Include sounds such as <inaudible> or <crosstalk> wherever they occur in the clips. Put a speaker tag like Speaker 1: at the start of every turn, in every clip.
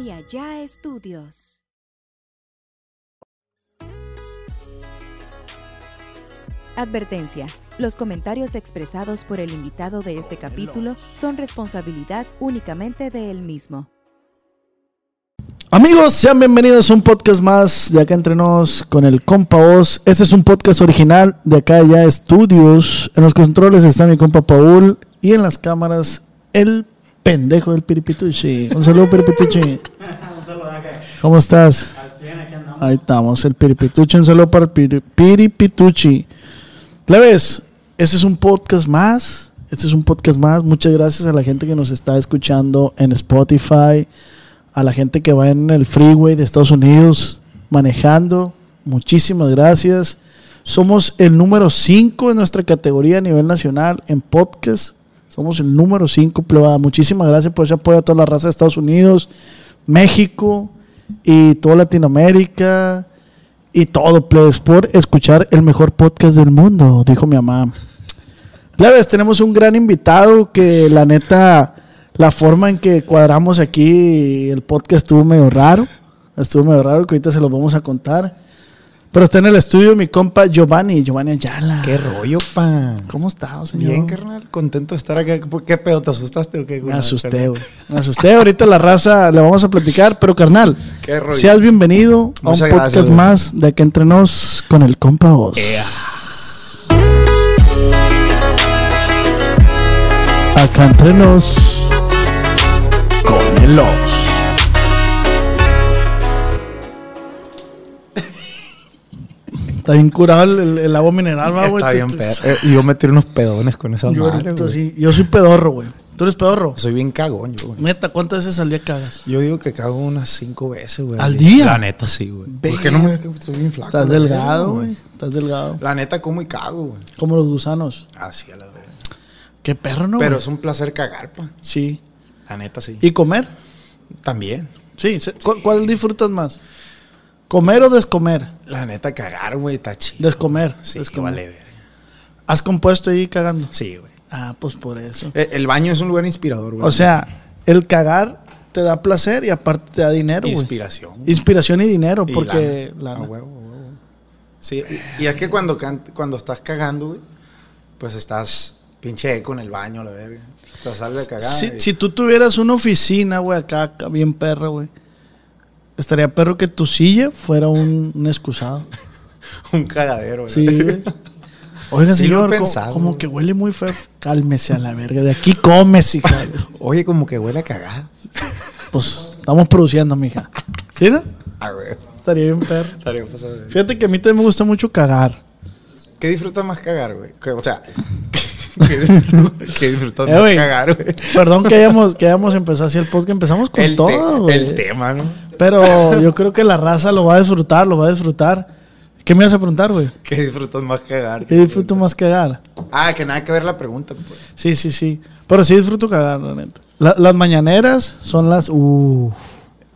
Speaker 1: y allá estudios. Advertencia. Los comentarios expresados por el invitado de este capítulo son responsabilidad únicamente de él mismo.
Speaker 2: Amigos, sean bienvenidos a un podcast más de acá entre nos con el compa Oz. Este es un podcast original de acá ya estudios. En los controles está mi compa Paul y en las cámaras el pendejo del Piripituchi. Un saludo Piripituchi.
Speaker 3: <laughs> Un saludo acá.
Speaker 2: ¿Cómo estás?
Speaker 3: Al 100 aquí andamos.
Speaker 2: Ahí estamos, el Piripituchi. Un saludo para el Piri- Piripituchi. Plebes, este es un podcast más. Este es un podcast más. Muchas gracias a la gente que nos está escuchando en Spotify, a la gente que va en el freeway de Estados Unidos manejando. Muchísimas gracias. Somos el número 5 en nuestra categoría a nivel nacional en podcast. Somos el número 5, plebada. Muchísimas gracias por ese apoyo a toda la raza de Estados Unidos, México y toda Latinoamérica y todo, plebes, por escuchar el mejor podcast del mundo, dijo mi mamá. Plebes, tenemos un gran invitado que la neta, la forma en que cuadramos aquí el podcast estuvo medio raro. Estuvo medio raro, que ahorita se los vamos a contar. Pero está en el estudio mi compa Giovanni, Giovanni Ayala.
Speaker 4: ¿Qué rollo, pa?
Speaker 2: ¿Cómo estás, señor?
Speaker 4: Bien, carnal. Contento de estar acá. ¿Por ¿Qué pedo? ¿Te asustaste o qué?
Speaker 2: Me asusté, güey. Me asusté. Ahorita la raza le vamos a platicar, pero carnal,
Speaker 4: Qué rollo.
Speaker 2: seas bienvenido a un
Speaker 4: Muchas
Speaker 2: podcast
Speaker 4: gracias, güey.
Speaker 2: más de que entrenos con el compa Oz. Acá entrenos con el Oz. Está bien curado el, el- el agua mineral, va, güey.
Speaker 4: Está
Speaker 2: Te-
Speaker 4: bien,
Speaker 2: te-
Speaker 4: perro. Eh, yo me tiré unos pedones con esa
Speaker 2: Yo,
Speaker 4: madre,
Speaker 2: ahorita
Speaker 4: güey.
Speaker 2: sí. Yo soy pedorro, güey. ¿Tú eres pedorro?
Speaker 4: Soy bien cagón, yo, güey.
Speaker 2: Neta, ¿cuántas veces al día cagas?
Speaker 4: Yo digo que cago unas cinco veces, güey.
Speaker 2: ¿Al día?
Speaker 4: La neta, sí, güey. ¿Por qué
Speaker 2: Ver-
Speaker 4: no me estoy bien flaco?
Speaker 2: Estás
Speaker 4: la verga,
Speaker 2: delgado, güey. Estás delgado.
Speaker 4: La neta, como y cago, güey.
Speaker 2: Como los gusanos.
Speaker 4: Así a la verga.
Speaker 2: Qué perro, ¿no?
Speaker 4: Pero
Speaker 2: Pero
Speaker 4: es un placer cagar, pa.
Speaker 2: sí.
Speaker 4: La neta, sí.
Speaker 2: ¿Y comer?
Speaker 4: También.
Speaker 2: Sí. se- ¿cu- ¿Cuál disfrutas más? ¿Comer o descomer?
Speaker 4: La neta, cagar, güey, está chido.
Speaker 2: Descomer.
Speaker 4: Sí, que
Speaker 2: descomer.
Speaker 4: vale, verga.
Speaker 2: ¿Has compuesto ahí cagando?
Speaker 4: Sí, güey.
Speaker 2: Ah, pues por eso.
Speaker 4: Eh, El baño es un lugar inspirador, güey.
Speaker 2: O sea, el cagar te da placer y aparte te da dinero, güey.
Speaker 4: inspiración. güey.
Speaker 2: Inspiración y dinero, <laughs>
Speaker 4: Y
Speaker 2: porque
Speaker 4: lana. Ah,
Speaker 2: lana.
Speaker 4: A huevo, a huevo. Sí, y, y es que cuando, can- cuando estás cagando, güey, pues estás pinche eco en el baño, la verga. Te sales de cagar.
Speaker 2: Si,
Speaker 4: y-
Speaker 2: si tú tuvieras una oficina, güey, acá, acá, bien perra, güey. Estaría perro que tu silla fuera un, un excusado.
Speaker 4: <laughs> Un cagadero, güey.
Speaker 2: Sí, güey. <laughs> Oiga,
Speaker 4: Sí lo he
Speaker 2: señor, co-
Speaker 4: pensado,
Speaker 2: como
Speaker 4: güey.
Speaker 2: que huele muy feo. Cálmese a la verga. De aquí comes,
Speaker 4: <laughs>
Speaker 2: hija.
Speaker 4: <laughs> Oye, como que huele a cagada.
Speaker 2: Pues estamos produciendo, mija. ¿Sí, no?
Speaker 4: A ver.
Speaker 2: Estaría bien, perro.
Speaker 4: estaría pasado de-
Speaker 2: Fíjate que a mí también me gusta mucho cagar.
Speaker 4: ¿Qué disfrutas más cagar, güey? Que- O sea, <laughs> ¿qué
Speaker 2: <laughs>
Speaker 4: disfrutas, qué disfrutas
Speaker 2: Eh,
Speaker 4: más
Speaker 2: güey.
Speaker 4: cagar, güey?
Speaker 2: Perdón que hayamos, que hayamos empezado así el podcast. Empezamos con
Speaker 4: El, te-
Speaker 2: todo, güey.
Speaker 4: el tema, ¿no?
Speaker 2: Pero yo creo que la raza lo va a disfrutar, lo va a disfrutar. ¿Qué me vas a preguntar, güey?
Speaker 4: ¿Qué disfrutas más cagar?
Speaker 2: ¿Qué disfruto más cagar?
Speaker 4: Ah, que nada que ver la pregunta, pues.
Speaker 2: Sí, sí, sí. Pero sí disfruto cagar, la neta. La- las mañaneras son las... uh, Uff.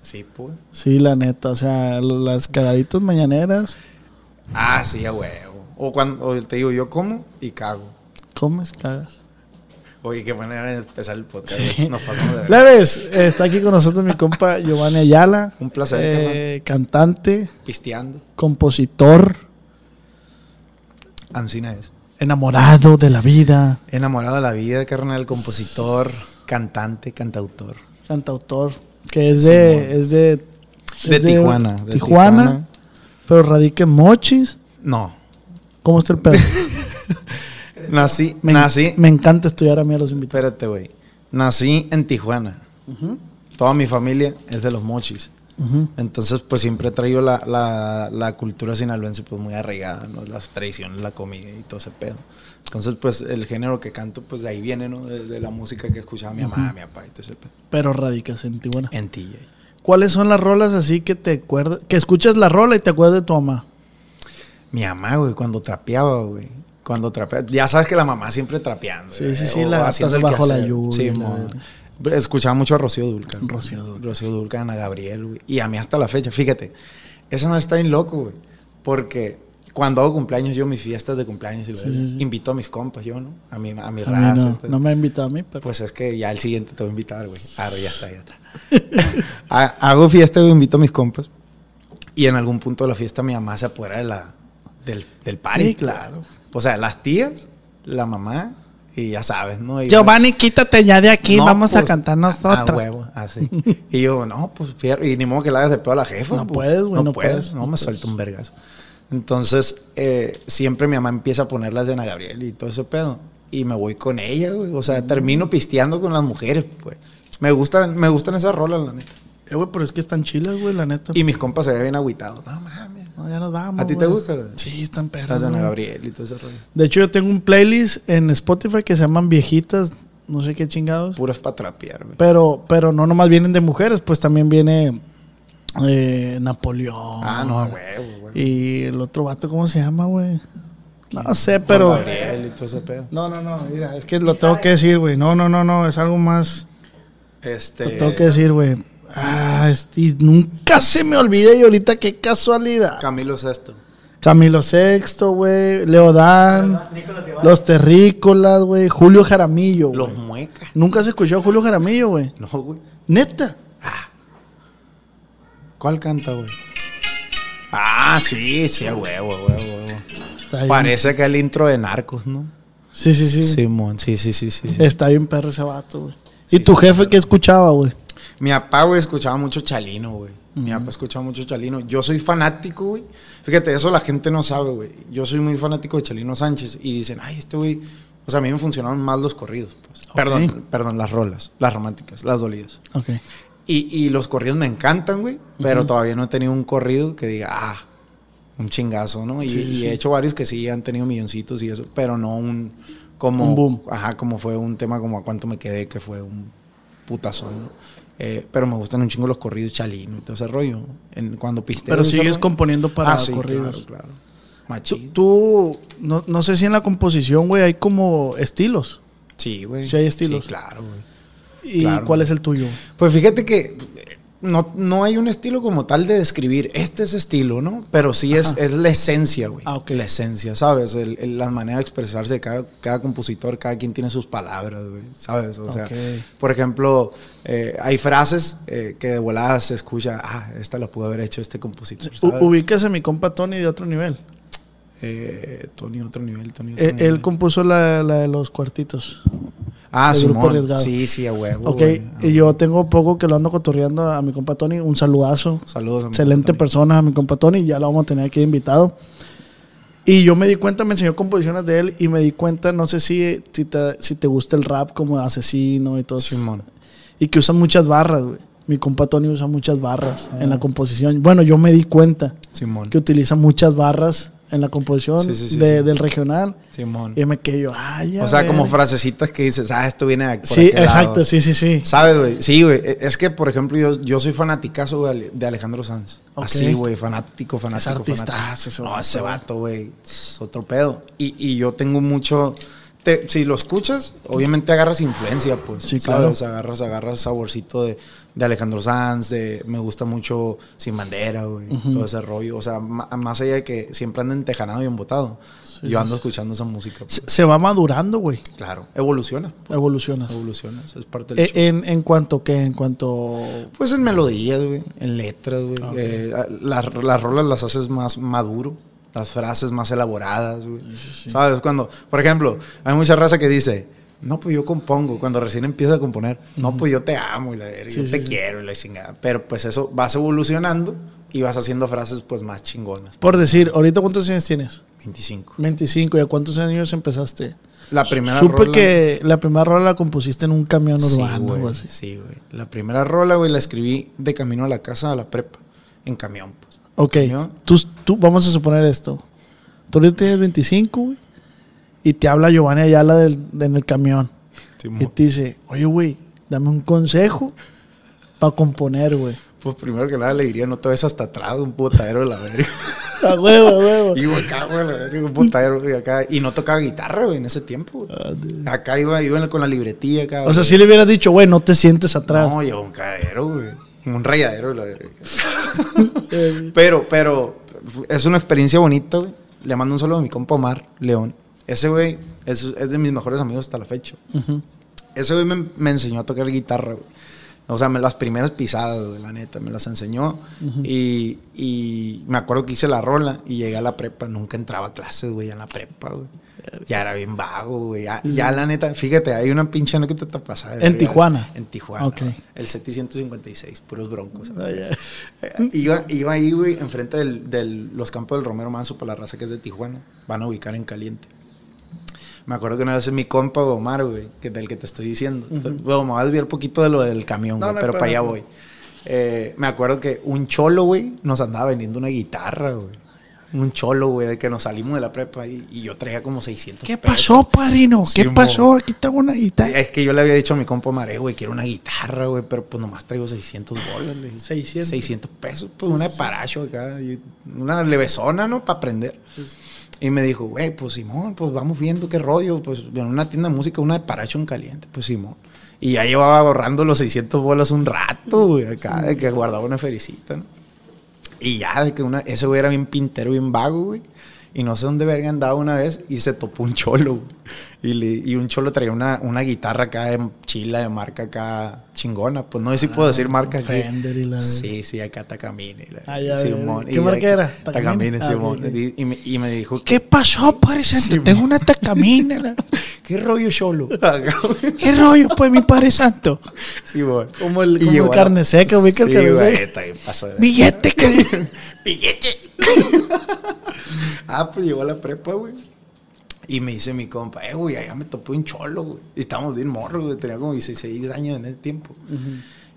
Speaker 4: Sí, pues.
Speaker 2: Sí, la neta, o sea, lo- las cagaditas mañaneras,
Speaker 4: Ah, sí, a huevo. O cuando o te digo, yo como y cago.
Speaker 2: comes, cagas.
Speaker 4: Oye, qué manera de empezar el podcast.
Speaker 2: Sí.
Speaker 4: Nos pasamos de ver.
Speaker 2: Leves, eh, está aquí con nosotros mi
Speaker 4: <laughs>
Speaker 2: compa Giovanni Ayala.
Speaker 4: Un placer,
Speaker 2: eh, cantante,
Speaker 4: <laughs> Pisteando.
Speaker 2: compositor,
Speaker 4: Ancina es.
Speaker 2: enamorado de la vida,
Speaker 4: Enamorado de la vida, carnal, compositor, cantante, cantautor.
Speaker 2: cantautor, que es de...
Speaker 4: Simón.
Speaker 2: Es de, es
Speaker 4: De Tijuana, de
Speaker 2: Tijuana,
Speaker 4: Tijuana.
Speaker 2: pero radica en Mochis.
Speaker 4: No.
Speaker 2: ¿Cómo está el
Speaker 4: <laughs>
Speaker 2: pedo?
Speaker 4: Nací,
Speaker 2: Me,
Speaker 4: nací.
Speaker 2: me encanta estudiar a mí a los invitados.
Speaker 4: Espérate, güey. Nací en Tijuana. Toda mi familia es de los mochis.
Speaker 2: Ujú.
Speaker 4: Entonces, pues siempre he traído la, la- la cultura sinaloense pues muy arraigada, ¿no? Las tradiciones, la comida y todo ese pedo. Entonces, pues el género que canto, pues de ahí viene, ¿no? De, de la música que escuchaba mi mamá, mi papá y todo ese pedo.
Speaker 2: Pero radicas en Tijuana.
Speaker 4: En ti, güey.
Speaker 2: ¿Cuáles son las rolas así que te acuerdas? Que escuchas la rola y te acuerdas de tu mamá.
Speaker 4: Mi mamá, güey, cuando trapeaba, güey. Cuando trapeaba. Ya sabes que la mamá siempre trapeando.
Speaker 2: Sí,
Speaker 4: güey,
Speaker 2: sí, sí,
Speaker 4: o
Speaker 2: la-
Speaker 4: haciendo
Speaker 2: estás
Speaker 4: el
Speaker 2: bajo la
Speaker 4: quehacer.
Speaker 2: lluvia,
Speaker 4: Sí,
Speaker 2: la
Speaker 4: mon.
Speaker 2: verga.
Speaker 4: Escuchaba mucho a Rocío Dulcan.
Speaker 2: Rocío Dulcan.
Speaker 4: Rocío Dulcan, Ana Gabriel, güey. Y a mí hasta la fecha. Fíjate, esa madre está bien loco, güey. Porque cuando hago cumpleaños, yo mis fiestas de cumpleaños y lo
Speaker 2: Sí, sí, sí.
Speaker 4: invito a mis compas, yo, ¿no? A mi, a mi
Speaker 2: A mí
Speaker 4: raza.
Speaker 2: no,
Speaker 4: entonces,
Speaker 2: no me ha invitado a mí, pero <laughs>
Speaker 4: Pues es que ya el siguiente te voy a invitar, güey. Ah, ya está, ya está. Ha- Hago fiesta, güey, invito a mis compas. Y en algún punto de la fiesta mi mamá se apodera de la, del, del party.
Speaker 2: Sí, claro.
Speaker 4: O sea, las tías, la mamá y ya sabes, ¿no? Y- pues,
Speaker 2: Giovanni, quítate ya de aquí,
Speaker 4: No,
Speaker 2: vamos a
Speaker 4: pues,
Speaker 2: cantar
Speaker 4: a-
Speaker 2: nosotros.
Speaker 4: A huevo, así. Y yo, no, pues fierro. Y ni modo que le hagas de pedo a la jefa.
Speaker 2: No
Speaker 4: pues.
Speaker 2: puedes, güey, no puedes, no
Speaker 4: No, me
Speaker 2: puedes.
Speaker 4: suelta un vergazo. Entonces, eh, siempre mi mamá empieza a poner las de Ana Gabriel y todo ese pedo. Y me voy con ella, güey. O
Speaker 2: Mm.
Speaker 4: sea, termino pisteando con las mujeres, pues. Me gustan, me gustan esas rolas, la neta.
Speaker 2: Eh, güey, pero es que están chilas, güey, la neta.
Speaker 4: Y mis compas se ven bien agüitados. No mames.
Speaker 2: No, ya nos vamos.
Speaker 4: ¿A ti te
Speaker 2: güey.
Speaker 4: gusta, güey?
Speaker 2: Sí, están perras.
Speaker 4: Las de Ana
Speaker 2: güey.
Speaker 4: Gabriel y todo ese rollo.
Speaker 2: De hecho, yo tengo un playlist en Spotify que se llaman Viejitas, no sé qué chingados.
Speaker 4: Puras para trapear, güey.
Speaker 2: Pero, pero no nomás vienen de mujeres, pues también viene eh, Napoleón.
Speaker 4: Ah, no, a huevo, güey.
Speaker 2: Y el otro vato, ¿cómo se llama, güey? No sé, pero.
Speaker 4: Juan Gabriel y todo ese pedo.
Speaker 2: No, no, no, mira, es que lo tengo que decir, güey. No, no, no, no, es algo más.
Speaker 4: Este.
Speaker 2: Lo tengo que decir, güey. Ah, este, y nunca se me olvida y ahorita qué casualidad.
Speaker 4: Camilo Sesto.
Speaker 2: Camilo VI, güey, Leodán,
Speaker 3: Nicolás Guevara.
Speaker 2: Los Terrícolas, güey, Julio Jaramillo. güey.
Speaker 4: Los muecas.
Speaker 2: Nunca se escuchó a Julio Jaramillo, güey.
Speaker 4: No, güey.
Speaker 2: Neta.
Speaker 4: ¿Cuál canta, güey? Ah, sí, sí, a huevo, a huevo, a huevo.
Speaker 2: Está bien.
Speaker 4: Parece que el intro de Narcos, ¿no?
Speaker 2: Sí, sí, sí.
Speaker 4: Simón, sí, sí, sí, sí. sí.
Speaker 2: Está bien perro ese vato, güey. ¿Y
Speaker 4: Sí,
Speaker 2: tu
Speaker 4: está
Speaker 2: jefe
Speaker 4: perro.
Speaker 2: qué escuchaba, güey?
Speaker 4: Mi papá, güey, escuchaba mucho Chalino, güey. Mi papá escuchaba mucho Chalino. Yo soy fanático, güey. Fíjate, eso la gente no sabe, güey. Yo soy muy fanático de Chalino Sánchez. Y dicen, ay, este güey... O sea, a mí me funcionaron más los corridos, pues.
Speaker 2: Ok.
Speaker 4: Perdón, perdón, las rolas, las románticas, las dolidas.
Speaker 2: Ok.
Speaker 4: Y, y los corridos me encantan, güey. Pero todavía no he tenido un corrido que diga, ah, un chingazo, ¿no? Y,
Speaker 2: Sí, sí,
Speaker 4: y
Speaker 2: sí.
Speaker 4: he hecho varios que sí han tenido milloncitos y eso, pero no un. Como,
Speaker 2: Un boom.
Speaker 4: Ajá, como fue un tema como a cuánto me quedé, que fue un putazón, ¿no? Eh, pero me gustan un chingo los corridos chalino y todo ese rollo. En, cuando pisteo.
Speaker 2: Pero
Speaker 4: ese
Speaker 2: sigues
Speaker 4: rollo.
Speaker 2: componiendo para
Speaker 4: Ah, sí,
Speaker 2: corridos.
Speaker 4: Claro, claro.
Speaker 2: Tú,
Speaker 4: Machín.
Speaker 2: tú- no, no sé si en la composición, güey, hay como estilos.
Speaker 4: Sí, güey.
Speaker 2: sí hay estilos.
Speaker 4: Sí, claro, güey.
Speaker 2: ¿Y
Speaker 4: Claro.
Speaker 2: cuál es el tuyo?
Speaker 4: Pues fíjate que eh, no, no hay un estilo como tal de describir este es estilo, ¿no? Pero sí es,
Speaker 2: Ajá.
Speaker 4: es la esencia, güey.
Speaker 2: Ah, ok.
Speaker 4: La esencia, ¿sabes? El- el- la manera de expresarse de cada, cada compositor, cada quien tiene sus palabras, güey. ¿Sabes? O sea,
Speaker 2: Ok.
Speaker 4: por ejemplo, eh, hay frases eh, que de volada se escucha, ah, esta la pudo haber hecho este compositor.
Speaker 2: U-
Speaker 4: ¿sabes?
Speaker 2: ubícase a mi compa Tony de otro nivel.
Speaker 4: Eh, Tony, otro nivel, Tony. Otro
Speaker 2: Eh,
Speaker 4: nivel.
Speaker 2: él compuso la, la de los cuartitos.
Speaker 4: ah,
Speaker 2: el grupo
Speaker 4: Simón.
Speaker 2: arriesgado.
Speaker 4: Sí, sí, a huevo.
Speaker 2: Ok,
Speaker 4: güey. A
Speaker 2: y
Speaker 4: huevo.
Speaker 2: yo tengo poco que lo ando cotorreando a mi compa Tony. Un saludazo.
Speaker 4: Saludos. a mi
Speaker 2: Excelente
Speaker 4: Tony.
Speaker 2: persona, a mi compa Tony. Ya lo vamos a tener aquí de invitado. Y yo me di cuenta, me enseñó composiciones de él y me di cuenta, no sé si, si, te, si te gusta el rap como asesino y todo eso.
Speaker 4: Simón.
Speaker 2: Y que usan muchas barras, güey. Mi compa Tony usa muchas barras
Speaker 4: Ah.
Speaker 2: en la composición. Bueno, yo me di cuenta
Speaker 4: Simón.
Speaker 2: que utiliza muchas barras en la composición
Speaker 4: Sí, sí, sí,
Speaker 2: de-
Speaker 4: sí.
Speaker 2: del regional.
Speaker 4: Simón.
Speaker 2: Y me quedé yo, ay,
Speaker 4: O sea, como
Speaker 2: frase.
Speaker 4: frasecitas que dices, ah, esto viene de por
Speaker 2: Sí,
Speaker 4: aquel
Speaker 2: exacto,
Speaker 4: lado".
Speaker 2: sí, sí, sí.
Speaker 4: ¿Sabes, güey? Sí, güey. E- Es que, por ejemplo, yo, yo soy fanaticazo güey, Ale- de Alejandro Sanz.
Speaker 2: Ok.
Speaker 4: Así, güey, fanático, fanático.
Speaker 2: artistazo
Speaker 4: fanático.
Speaker 2: ese
Speaker 4: No,
Speaker 2: vato,
Speaker 4: ese
Speaker 2: güey.
Speaker 4: vato, güey, es otro pedo. Y, y yo tengo mucho... te- si lo escuchas, obviamente agarras influencia, pues.
Speaker 2: Sí,
Speaker 4: ¿sabes?
Speaker 2: claro.
Speaker 4: Agarras, agarras saborcito de, de Alejandro Sanz, de... Me gusta mucho Sin Bandera, güey. Todo ese rollo. O sea, ma- más allá de que siempre ando entejanado y embotado.
Speaker 2: sí,
Speaker 4: yo ando escuchando esa música. pues.
Speaker 2: Se, se va madurando, güey.
Speaker 4: Claro. Evoluciona.
Speaker 2: Evolucionas.
Speaker 4: Evolucionas, es parte del
Speaker 2: Eh,
Speaker 4: show.
Speaker 2: en, en cuanto que, en cuanto...
Speaker 4: Pues en melodías, güey, en letras, güey.
Speaker 2: Ah, Ok.
Speaker 4: Eh, a- las, las rolas las haces más maduro, las frases más elaboradas, güey. ¿Sabes? Cuando, por ejemplo, hay mucha raza que dice, no, pues yo compongo, cuando recién empiezas a componer, no, pues yo te amo y la verga,
Speaker 2: Sí,
Speaker 4: yo
Speaker 2: sí,
Speaker 4: te
Speaker 2: sí.
Speaker 4: quiero y la chingada. Pero pues eso, vas evolucionando y vas haciendo frases pues más chingonas.
Speaker 2: Por decir, ahorita cuántos años tienes?
Speaker 4: 25.
Speaker 2: 25. ¿Y a cuántos años empezaste?
Speaker 4: La primera
Speaker 2: Supe
Speaker 4: rola-
Speaker 2: que la primera rola la compusiste en un camión urbano
Speaker 4: sí,
Speaker 2: o
Speaker 4: güey.
Speaker 2: así.
Speaker 4: Sí, güey. La primera rola, güey, la escribí de camino a la casa, a la prepa, en camión, pues.
Speaker 2: Ok,
Speaker 4: Camión.
Speaker 2: tú, tú, vamos a suponer esto. Tú ahorita tienes 25, güey, y te habla Giovanni Ayala del, de- en el camión. Y te dice, oye, güey, dame un consejo para componer, güey. <laughs>
Speaker 4: Pues primero que nada le diría, no te ves hasta atrás de un putadero de la
Speaker 2: <laughs>
Speaker 4: verga.
Speaker 2: A huevo, a huevo.
Speaker 4: Y yo acá, güey, la verga, un putadero y acá. Y no tocaba guitarra, güey, en ese tiempo. güey. Acá iba, iba con la libretilla acá.
Speaker 2: O sea,
Speaker 4: güey.
Speaker 2: si le hubieras dicho, güey, no te sientes atrás.
Speaker 4: No, llevaba un cadero, güey. Un rayadero de la verga.
Speaker 2: <laughs>
Speaker 4: Pero, pero, es una experiencia bonita, güey. Le mando un saludo a mi compa Omar León. Ese güey es, es de mis mejores amigos hasta la fecha. Ese güey me, me enseñó a tocar guitarra, güey. O sea, me las primeras pisadas, güey, la neta, me las enseñó. y, y me acuerdo que hice la rola y llegué a la prepa. Nunca entraba a clases, güey, en la prepa, güey. Ya era bien vago, güey. Ya, ya, la neta, fíjate, hay una pinche anécdota te pasada. de
Speaker 2: ¿En
Speaker 4: verga.
Speaker 2: Tijuana?
Speaker 4: En Tijuana.
Speaker 2: Ok.
Speaker 4: El 756, puros broncos.
Speaker 2: Ah, ya.
Speaker 4: Eh, Iba, iba ahí, güey, enfrente de los campos del Romero Manso para la raza que es de Tijuana. Van a ubicar en caliente. Me acuerdo que una vez mi compa Omar, güey, que del que te estoy diciendo. Entonces, Bueno, me voy a desviar poquito de lo del camión,
Speaker 2: No,
Speaker 4: güey,
Speaker 2: no,
Speaker 4: pero para
Speaker 2: pero-
Speaker 4: allá voy. Eh, me acuerdo que un cholo, güey, nos andaba vendiendo una guitarra, güey. Un cholo, güey, de que nos salimos de la prepa y, y yo traía como 600
Speaker 2: ¿Qué
Speaker 4: pesos.
Speaker 2: pasó, padrino? ¿Qué
Speaker 4: Simón.
Speaker 2: pasó? Aquí tengo una guitarra.
Speaker 4: Es que yo le había dicho a mi compa Omar, eh, güey, quiero una guitarra, güey, pero pues nomás traigo 600 bolas, le dije.
Speaker 2: 600.
Speaker 4: 600 pesos, pues una de paracho acá, y una levesona, ¿no? Para aprender. Y me dijo, güey, pues Simón, pues vamos viendo qué rollo, pues en una tienda de música, una de paracho en caliente, pues Simón. Y ya llevaba ahorrando los 600 bolas un rato, güey, acá, de que guardaba una fericita, ¿no? Y ya, de que una, ese güey era bien pintero, bien vago, güey. Y no sé dónde verga andaba una vez y se topó un cholo, güey. Y, le- y un cholo traía una, una guitarra acá de chila, de marca acá chingona. Pues no sé si puedo decir marca aquí.
Speaker 2: Ah, Fender y la-
Speaker 4: Sí, sí, acá Takamine. la-
Speaker 2: Ah, ya,
Speaker 4: Simón.
Speaker 2: ¿qué
Speaker 4: Y ya
Speaker 2: marca
Speaker 4: que-
Speaker 2: era? Takamine.
Speaker 4: Takamine,
Speaker 2: Ah,
Speaker 4: Simón.
Speaker 2: ok, ok.
Speaker 4: Y, y me, y me dijo, ¿qué,
Speaker 2: ¿Qué pasó, parecente? Tengo una tacamina.
Speaker 4: <laughs>
Speaker 2: la-
Speaker 4: qué rollo <laughs> cholo?
Speaker 2: ¿Qué rollo, pues, mi padre santo?
Speaker 4: sí, güey.
Speaker 2: Como el-
Speaker 4: Y
Speaker 2: como
Speaker 4: llegó
Speaker 2: el
Speaker 4: a la-
Speaker 2: carne seca, ubica el
Speaker 4: Sí,
Speaker 2: carne
Speaker 4: güey,
Speaker 2: seca.
Speaker 4: está bien, pasó de-
Speaker 2: Billete que...
Speaker 4: <laughs> Ah, pues llegó a la prepa, güey. Y me dice mi compa, eh, güey, allá me topé un cholo, güey. Y estábamos bien morros, güey. Tenía como 16 años en ese tiempo.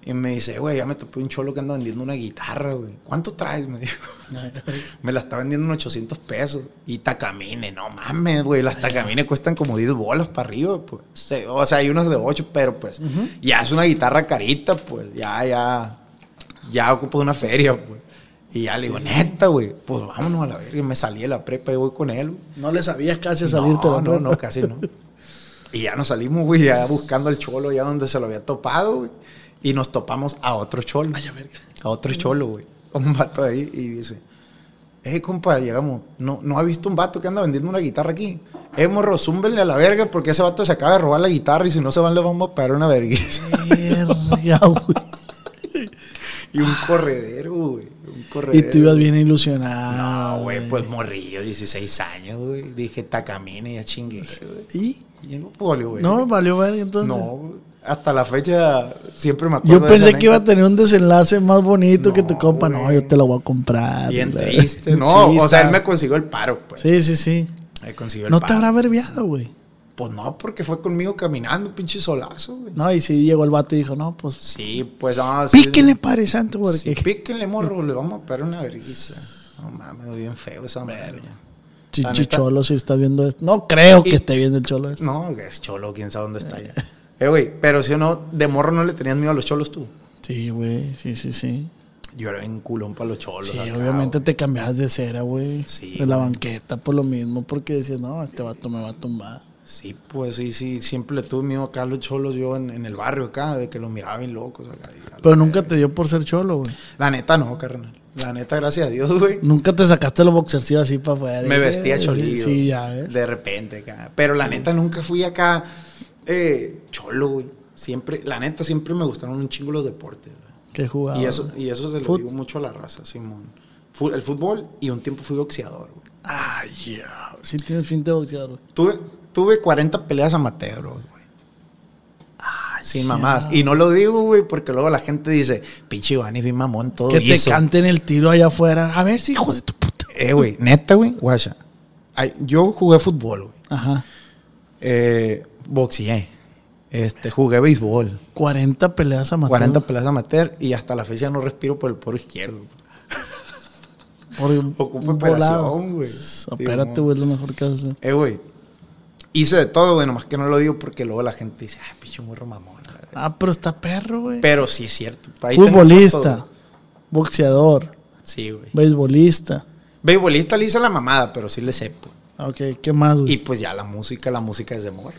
Speaker 4: Y me dice, "Eh, güey, ya me topé un cholo que anda vendiendo una guitarra, güey. ¿Cuánto traes? Me dijo. <laughs> me la está vendiendo en 800 pesos. Y tacamine, no mames, güey. Las tacamines cuestan como 10 bolas para arriba, pues. Se- O sea, hay unas de 8, pero pues. Ya es una guitarra carita, pues. Ya, ya. Ya ocupo de una feria, pues. Y ya le digo, neta, güey. Pues vámonos a la verga. Y me salí de la prepa y voy con él, güey.
Speaker 2: No le sabías casi salirte
Speaker 4: No,
Speaker 2: de la
Speaker 4: no,
Speaker 2: prepa.
Speaker 4: no, casi no. Y ya nos salimos, güey, ya buscando al cholo, ya donde se lo había topado, güey. Y nos topamos a otro cholo. A otro cholo, güey. Un vato ahí y dice, eh, compa, llegamos. No, no ha visto un vato que anda vendiendo una guitarra aquí. Eh, morro, zúmbenle a la verga porque ese vato se acaba de robar la guitarra y si no se van le vamos a pagar una vergüenza. <laughs>
Speaker 2: Verga, güey.
Speaker 4: Y un corredero, güey. Un corredero.
Speaker 2: Ah. Y tú ibas bien ilusionado.
Speaker 4: No, güey, pues morrillo, 16 años, güey. Dije, tacamine, ya chingue, güey.
Speaker 2: ¿Y?
Speaker 4: Y no puedo, güey.
Speaker 2: No, valió verga entonces.
Speaker 4: No, hasta la fecha siempre me acuerdo.
Speaker 2: Yo
Speaker 4: de
Speaker 2: pensé
Speaker 4: esa
Speaker 2: que iba a
Speaker 4: anécdota.
Speaker 2: tener un desenlace más bonito que
Speaker 4: No,
Speaker 2: tu compa. No,
Speaker 4: güey.
Speaker 2: yo te la voy a comprar.
Speaker 4: Bien
Speaker 2: la- <laughs>
Speaker 4: triste, no.
Speaker 2: Sí,
Speaker 4: o sea,
Speaker 2: está-
Speaker 4: él me consiguió el paro, pues.
Speaker 2: Sí, sí, sí.
Speaker 4: Me consiguió el
Speaker 2: No
Speaker 4: paro.
Speaker 2: te habrá verbiado, güey.
Speaker 4: Pues no, porque fue conmigo caminando, pinche solazo, güey.
Speaker 2: No, y sí llegó el vato y dijo, no, pues
Speaker 4: Sí, pues no. sí-
Speaker 2: píquenle, padre santo, porque
Speaker 4: Sí, píquenle, morro, le vamos a parar una vergüenza. No mames, bien feo esa madre. La
Speaker 2: <laughs> Chichi
Speaker 4: neta.
Speaker 2: Cholo, si estás viendo esto. No creo
Speaker 4: Y-
Speaker 2: que esté viendo el Cholo esto.
Speaker 4: No, que es cholo, quién sabe dónde está ya. Eh, güey, pero si o no, de morro no le tenías miedo a los cholos tú.
Speaker 2: Sí, güey, sí, sí, sí.
Speaker 4: Yo era bien culón para los cholos.
Speaker 2: Sí,
Speaker 4: acá,
Speaker 2: obviamente
Speaker 4: güey.
Speaker 2: te cambiabas de cera, güey.
Speaker 4: Sí,
Speaker 2: de la
Speaker 4: güey.
Speaker 2: banqueta, por lo mismo, porque decías, no, este vato me va a tumbar.
Speaker 4: Sí, pues sí, sí, siempre le tuve miedo acá a los cholos yo en, en el barrio acá, de que los miraba bien locos acá. y a la
Speaker 2: Pero nunca te dio por ser Cholo, güey.
Speaker 4: La neta no, carnal. La neta, gracias a Dios, güey.
Speaker 2: Nunca te sacaste los boxercillos así para afuera.
Speaker 4: Me
Speaker 2: Eh,
Speaker 4: vestía
Speaker 2: sí,
Speaker 4: cholillo.
Speaker 2: Sí, ya ves.
Speaker 4: De repente, acá. Pero la neta nunca fui acá eh, cholo, güey. Siempre, la neta, siempre me gustaron un chingo los deportes, güey.
Speaker 2: Qué jugaba.
Speaker 4: y, eso, y eso se lo
Speaker 2: Fut-
Speaker 4: digo mucho a la raza, Simón. Fu- el fútbol y un tiempo fui boxeador, güey.
Speaker 2: Ay, ya. Sí tienes fin de boxeador, güey.
Speaker 4: Tuve, tuve 40 peleas amateur, güey. Sin mamás. Y no lo digo, güey, porque luego la gente dice, pinche Iván es bien mamón, todo
Speaker 2: Que te
Speaker 4: hizo".
Speaker 2: canten el tiro allá afuera. A ver, si hijo de tu puta.
Speaker 4: Eh, güey, neta, güey, guacha. Ay, yo jugué fútbol, güey.
Speaker 2: Ajá.
Speaker 4: Eh, boxeé. Este, jugué béisbol.
Speaker 2: 40 peleas a matar.
Speaker 4: 40 peleas amateur y hasta la fecha no respiro por el poro izquierdo.
Speaker 2: Por un
Speaker 4: Ocupa
Speaker 2: un volado.
Speaker 4: operación, güey.
Speaker 2: Opérate,
Speaker 4: Simón.
Speaker 2: güey, es lo mejor que haces.
Speaker 4: Eh, güey. Hice de todo, güey, nomás que no lo digo porque luego la gente dice, ah, pinche morro mamón. la verga".
Speaker 2: Ah, pero está perro, güey.
Speaker 4: Pero sí es cierto. Ahí tengo
Speaker 2: Futbolista,
Speaker 4: fotos, güey.
Speaker 2: boxeador,
Speaker 4: sí, güey.
Speaker 2: beisbolista. Ah,
Speaker 4: Beisbolista le hice la mamada, pero sí le sé, pues.
Speaker 2: Ok, ¿qué más,
Speaker 4: Y
Speaker 2: güey?
Speaker 4: pues ya la música, la música es de morro.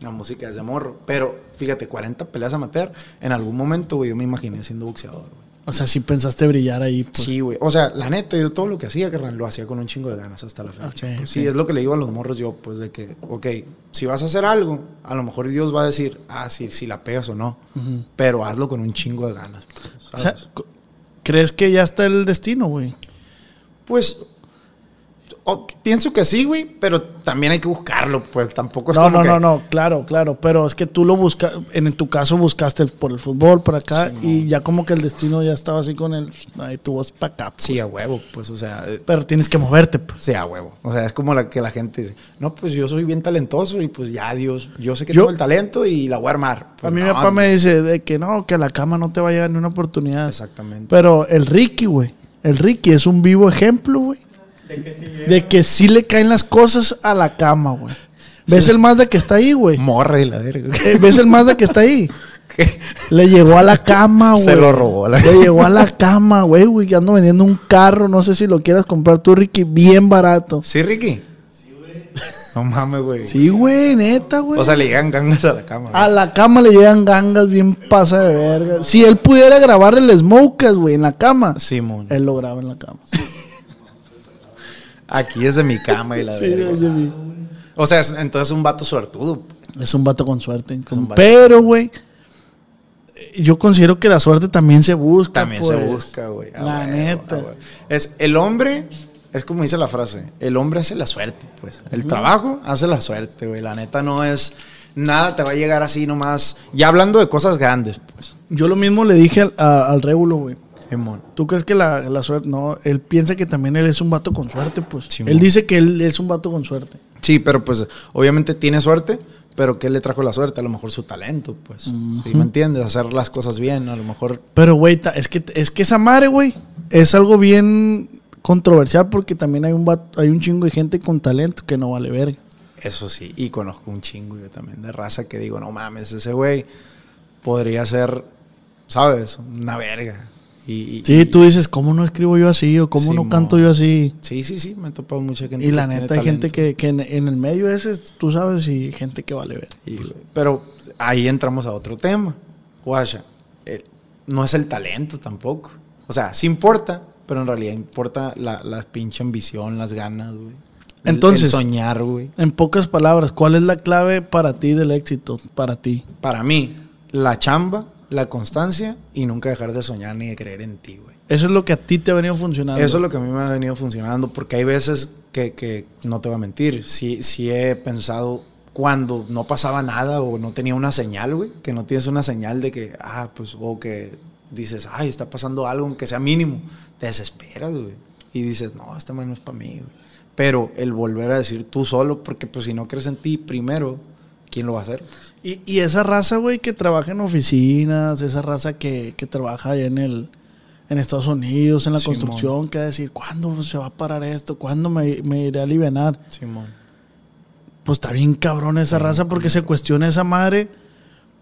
Speaker 4: La música es de morro. Pero fíjate, 40 peleas amateur. En algún momento, güey, yo me imaginé siendo boxeador. güey.
Speaker 2: O sea, si pensaste brillar ahí. pues.
Speaker 4: Sí, güey. O sea, la neta, yo todo lo que hacía, carnal, lo hacía con un chingo de ganas hasta la fecha.
Speaker 2: Ok,
Speaker 4: Pues
Speaker 2: ok.
Speaker 4: Sí, es lo que le digo a los morros yo, pues de que, ok, si vas a hacer algo, a lo mejor Dios va a decir, ah, sí, si la pegas o no,
Speaker 2: Ujú.
Speaker 4: pero hazlo con un chingo de ganas.
Speaker 2: O sea,
Speaker 4: ¿sabes?
Speaker 2: co- ¿crees que ya está el destino, güey?
Speaker 4: pues o- pienso que sí, güey, pero también hay que buscarlo, pues tampoco es
Speaker 2: no,
Speaker 4: como
Speaker 2: no,
Speaker 4: que-
Speaker 2: no, no, claro, claro. Pero es que tú lo buscas, en tu caso buscaste el- por el fútbol, por acá,
Speaker 4: Sí,
Speaker 2: y ya como que el destino ya estaba así con el. Ahí tu voz para acá.
Speaker 4: Sí, a huevo, pues, o sea, eh,
Speaker 2: Pero tienes que moverte, pues.
Speaker 4: sí, a huevo. O sea, es como la que la gente dice, no, pues yo soy bien talentoso y pues ya, Dios, yo sé que
Speaker 2: Yo-
Speaker 4: tengo el talento y la voy a armar.
Speaker 2: A
Speaker 4: Pues,
Speaker 2: mí mi
Speaker 4: no,
Speaker 2: papá me dice de que no, que a la cama no te va a llegar ni una oportunidad.
Speaker 4: Exactamente.
Speaker 2: Pero el Ricky, güey. El Ricky es un vivo ejemplo, güey.
Speaker 3: De que sí,
Speaker 2: De que sí le caen las cosas a la cama,
Speaker 4: <laughs>
Speaker 2: güey. ¿Ves el Mazda que está ahí, güey?
Speaker 4: Morre la verga.
Speaker 2: Eh, ¿Ves el Mazda que está
Speaker 4: <laughs>
Speaker 2: ahí? Le llegó a la cama, güey.
Speaker 4: Se lo robó, la-
Speaker 2: Le llegó a la cama, güey, güey. que Ando vendiendo un carro. No sé si lo quieras comprar tú, Ricky, bien barato.
Speaker 4: ¿Sí, Ricky? Sí, güey. No mames, güey.
Speaker 2: Sí, güey, neta, güey. Ah,
Speaker 4: O sea, le llegan gangas a la cama.
Speaker 2: a la cama le llegan gangas bien pasa de verga. Si él pudiera grabar el Smokers, güey, en la cama,
Speaker 4: Simón.
Speaker 2: él lo graba en la cama.
Speaker 4: Aquí es de mi cama y
Speaker 2: <laughs>
Speaker 4: la
Speaker 2: Sí,
Speaker 4: verga.
Speaker 2: es de mí.
Speaker 4: O sea, es- entonces un vato suertudo.
Speaker 2: Es un vato con suerte. como-
Speaker 4: vato.
Speaker 2: Pero, güey, eh, yo considero que la suerte también se busca.
Speaker 4: También se
Speaker 2: pues.
Speaker 4: busca, güey. Ah, A
Speaker 2: la
Speaker 4: huevo,
Speaker 2: neta.
Speaker 4: a huevo. Es el hombre, es como dice la frase, el hombre hace la suerte, pues. El trabajo hace la suerte, güey. La neta no es nada, te va a llegar así nomás. Ya hablando de cosas grandes, pues.
Speaker 2: Yo lo mismo le dije al, a- al Régulo, güey.
Speaker 4: Simón.
Speaker 2: ¿Tú crees que la, la suerte.? No, él piensa que también él es un vato con suerte, pues.
Speaker 4: Sí,
Speaker 2: él
Speaker 4: mo.
Speaker 2: dice que él es un vato con suerte.
Speaker 4: Sí, pero pues obviamente tiene suerte, pero ¿qué le trajo la suerte? A lo mejor su talento, pues. ¿Sí me entiendes? Hacer las cosas bien, a lo mejor.
Speaker 2: Pero, güey, ta- es que, es que esa madre, güey, es algo bien controversial porque también hay un, vato- hay un chingo de gente con talento que no vale verga.
Speaker 4: Eso sí, y conozco un chingo yo también de raza que digo, no mames, ese güey podría ser, ¿sabes? Una verga. Y, y-
Speaker 2: Sí,
Speaker 4: y-
Speaker 2: tú dices, ¿cómo no escribo yo así? ¿O cómo
Speaker 4: Sí,
Speaker 2: no
Speaker 4: mo.
Speaker 2: canto yo así?
Speaker 4: Sí, sí, sí, me he topado mucha gente.
Speaker 2: Y la
Speaker 4: que tiene
Speaker 2: neta, hay gente que,
Speaker 4: talento.
Speaker 2: que en, en el medio ese, tú sabes, y gente que vale ver.
Speaker 4: Y, güey, pero ahí entramos a otro tema. Guasha, eh, no es el talento tampoco. O sea, sí importa, pero en realidad importa la, la pinche ambición, las ganas, güey. El-
Speaker 2: Entonces-
Speaker 4: el soñar, güey.
Speaker 2: En pocas palabras, ¿cuál es la clave para ti del éxito? Para ti.
Speaker 4: Para mí, la chamba, la constancia y nunca dejar de soñar ni de creer en ti, güey.
Speaker 2: Eso es lo que a ti te ha venido funcionando.
Speaker 4: Eso es lo que a mí me ha venido funcionando, porque hay veces que, que no te voy a mentir, sí, sí he pensado cuando no pasaba nada o no tenía una señal, güey, que no tienes una señal de que, ah, pues, o que dices, ay, está pasando algo, aunque sea mínimo, te desesperas, güey, y dices, no, esta mano no es para mí, güey. Pero el volver a decir tú solo, porque pues si no crees en ti primero, ¿quién lo va a hacer?
Speaker 2: Y, y esa raza, güey, que trabaja en oficinas, esa raza que, que trabaja allá en el en Estados Unidos, en la
Speaker 4: Simón.
Speaker 2: construcción, que va a decir, ¿cuándo se va a parar esto? ¿Cuándo me, me iré a aliviar?
Speaker 4: Simón.
Speaker 2: Pues está bien cabrón esa raza porque se cuestiona esa madre.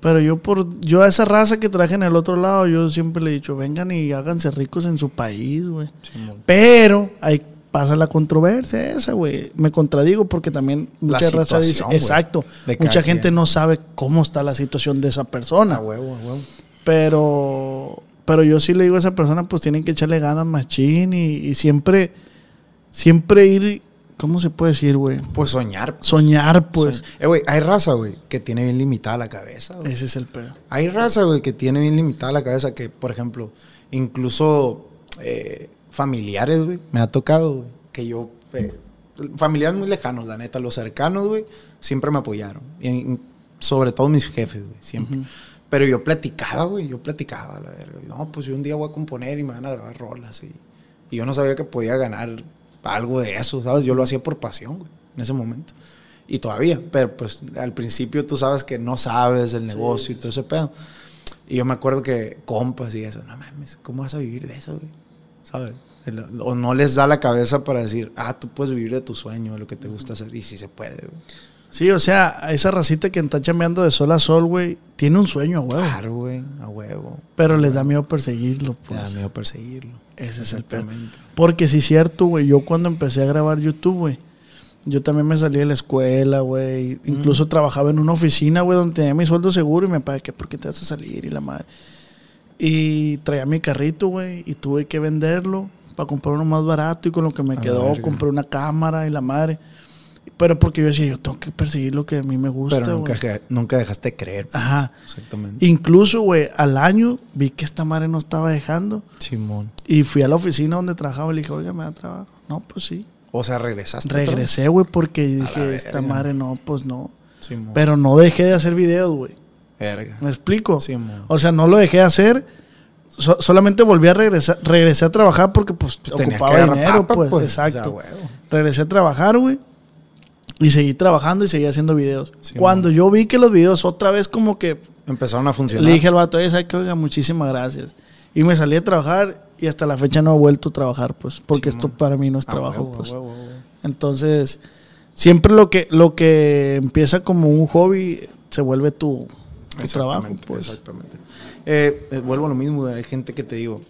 Speaker 2: Pero yo por yo a esa raza que traje en el otro lado, yo siempre le he dicho, vengan y háganse ricos en su país, güey.
Speaker 4: Simón.
Speaker 2: Pero ahí pasa la controversia esa, güey. Me contradigo porque también
Speaker 4: La
Speaker 2: mucha raza dice,
Speaker 4: situación, güey,
Speaker 2: exacto,
Speaker 4: de cada
Speaker 2: mucha gente
Speaker 4: quien. Ah,
Speaker 2: no sabe cómo está la situación de esa persona.
Speaker 4: A huevo, a huevo.
Speaker 2: Pero pero yo sí le digo a esa persona, pues tienen que echarle ganas machín y, y siempre siempre ir ¿cómo se puede decir, güey?
Speaker 4: Pues soñar.
Speaker 2: Soñar, pues.
Speaker 4: Soñ- Eh, güey, hay raza, güey, que tiene bien limitada la cabeza, güey.
Speaker 2: Ese es el pedo.
Speaker 4: Hay raza, güey, que tiene bien limitada la cabeza, que, por ejemplo, incluso eh, familiares, güey, me ha tocado, güey, que yo, eh, familiares muy lejanos, la neta, los cercanos, güey, siempre me apoyaron, y en- sobre todo mis jefes, güey, siempre. Pero yo platicaba, güey, yo platicaba, la verga, no, pues yo un día voy a componer y me van a grabar rolas, y, y yo no sabía que podía ganar algo de eso, ¿sabes? Yo lo hacía por pasión, güey, en ese momento. Y todavía, pero pues al principio tú sabes que no sabes el negocio y todo ese pedo. Y yo me acuerdo que compas y eso, no mames, ¿cómo vas a vivir de eso, güey? ¿Sabes? El- O no les da la cabeza para decir, ah, tú puedes vivir de tu sueño, de lo que te gusta hacer. Y sí se puede, güey.
Speaker 2: Sí, o sea, a esa racita que está chambeando de sol a sol, güey, tiene un sueño, güey.
Speaker 4: Claro, güey, a huevo.
Speaker 2: Pero les da miedo perseguirlo,
Speaker 4: Te
Speaker 2: pues.
Speaker 4: da miedo perseguirlo.
Speaker 2: Ese es el pedo.
Speaker 4: Exactamente.
Speaker 2: Porque sí es cierto, güey, yo cuando empecé a grabar YouTube, güey, yo también me salí de la escuela, güey. Incluso
Speaker 4: Mm.
Speaker 2: trabajaba en una oficina, güey, donde tenía mi sueldo seguro y me paga que, ¿por qué te vas a salir? Y la madre. Y traía mi carrito, güey, y tuve que venderlo para comprar uno más barato y con lo que me
Speaker 4: la
Speaker 2: quedó
Speaker 4: verga.
Speaker 2: compré una cámara y la madre. Pero porque yo decía, yo tengo que perseguir lo que a mí me gusta,
Speaker 4: Pero nunca,
Speaker 2: güey. Ah,
Speaker 4: ja- nunca dejaste de creer.
Speaker 2: Ajá.
Speaker 4: Exactamente.
Speaker 2: Incluso, güey, al año vi que esta madre no estaba dejando
Speaker 4: Simón.
Speaker 2: y fui a la oficina donde trabajaba y le dije, oiga, ¿me da trabajo? No, pues sí.
Speaker 4: O sea, regresaste. otra vez?
Speaker 2: Regresé, güey, porque
Speaker 4: la
Speaker 2: dije, esta
Speaker 4: verga.
Speaker 2: madre no, pues no.
Speaker 4: Simón.
Speaker 2: Pero no dejé de hacer videos, güey.
Speaker 4: Verga.
Speaker 2: ¿Me explico?
Speaker 4: Sí, mo.
Speaker 2: o sea, no lo dejé de hacer. so- solamente volví a regresar, regresé a trabajar porque pues
Speaker 4: Tenías que
Speaker 2: ocupaba
Speaker 4: agarrar
Speaker 2: dinero,
Speaker 4: papa,
Speaker 2: pues,
Speaker 4: pues.
Speaker 2: exacto.
Speaker 4: O sea, huevo.
Speaker 2: regresé a trabajar, güey. Y seguí trabajando y seguí haciendo videos.
Speaker 4: Sí,
Speaker 2: Cuando yo vi que los videos otra vez como que
Speaker 4: Empezaron a funcionar.
Speaker 2: le dije al vato, "Oye, ¿sabes qué? Oiga, muchísimas gracias. Y me salí a trabajar y hasta la fecha no he vuelto a trabajar, pues, porque
Speaker 4: Sí,
Speaker 2: esto
Speaker 4: mo.
Speaker 2: para mí no es
Speaker 4: Ah,
Speaker 2: trabajo,
Speaker 4: huevo,
Speaker 2: pues.
Speaker 4: huevo, huevo.
Speaker 2: Entonces, siempre lo que, lo que empieza como un hobby se vuelve tu, tu trabajo,
Speaker 4: Exactamente,
Speaker 2: pues.
Speaker 4: Exactamente. Eh, eh, vuelvo a lo mismo, güey. hay gente que te digo,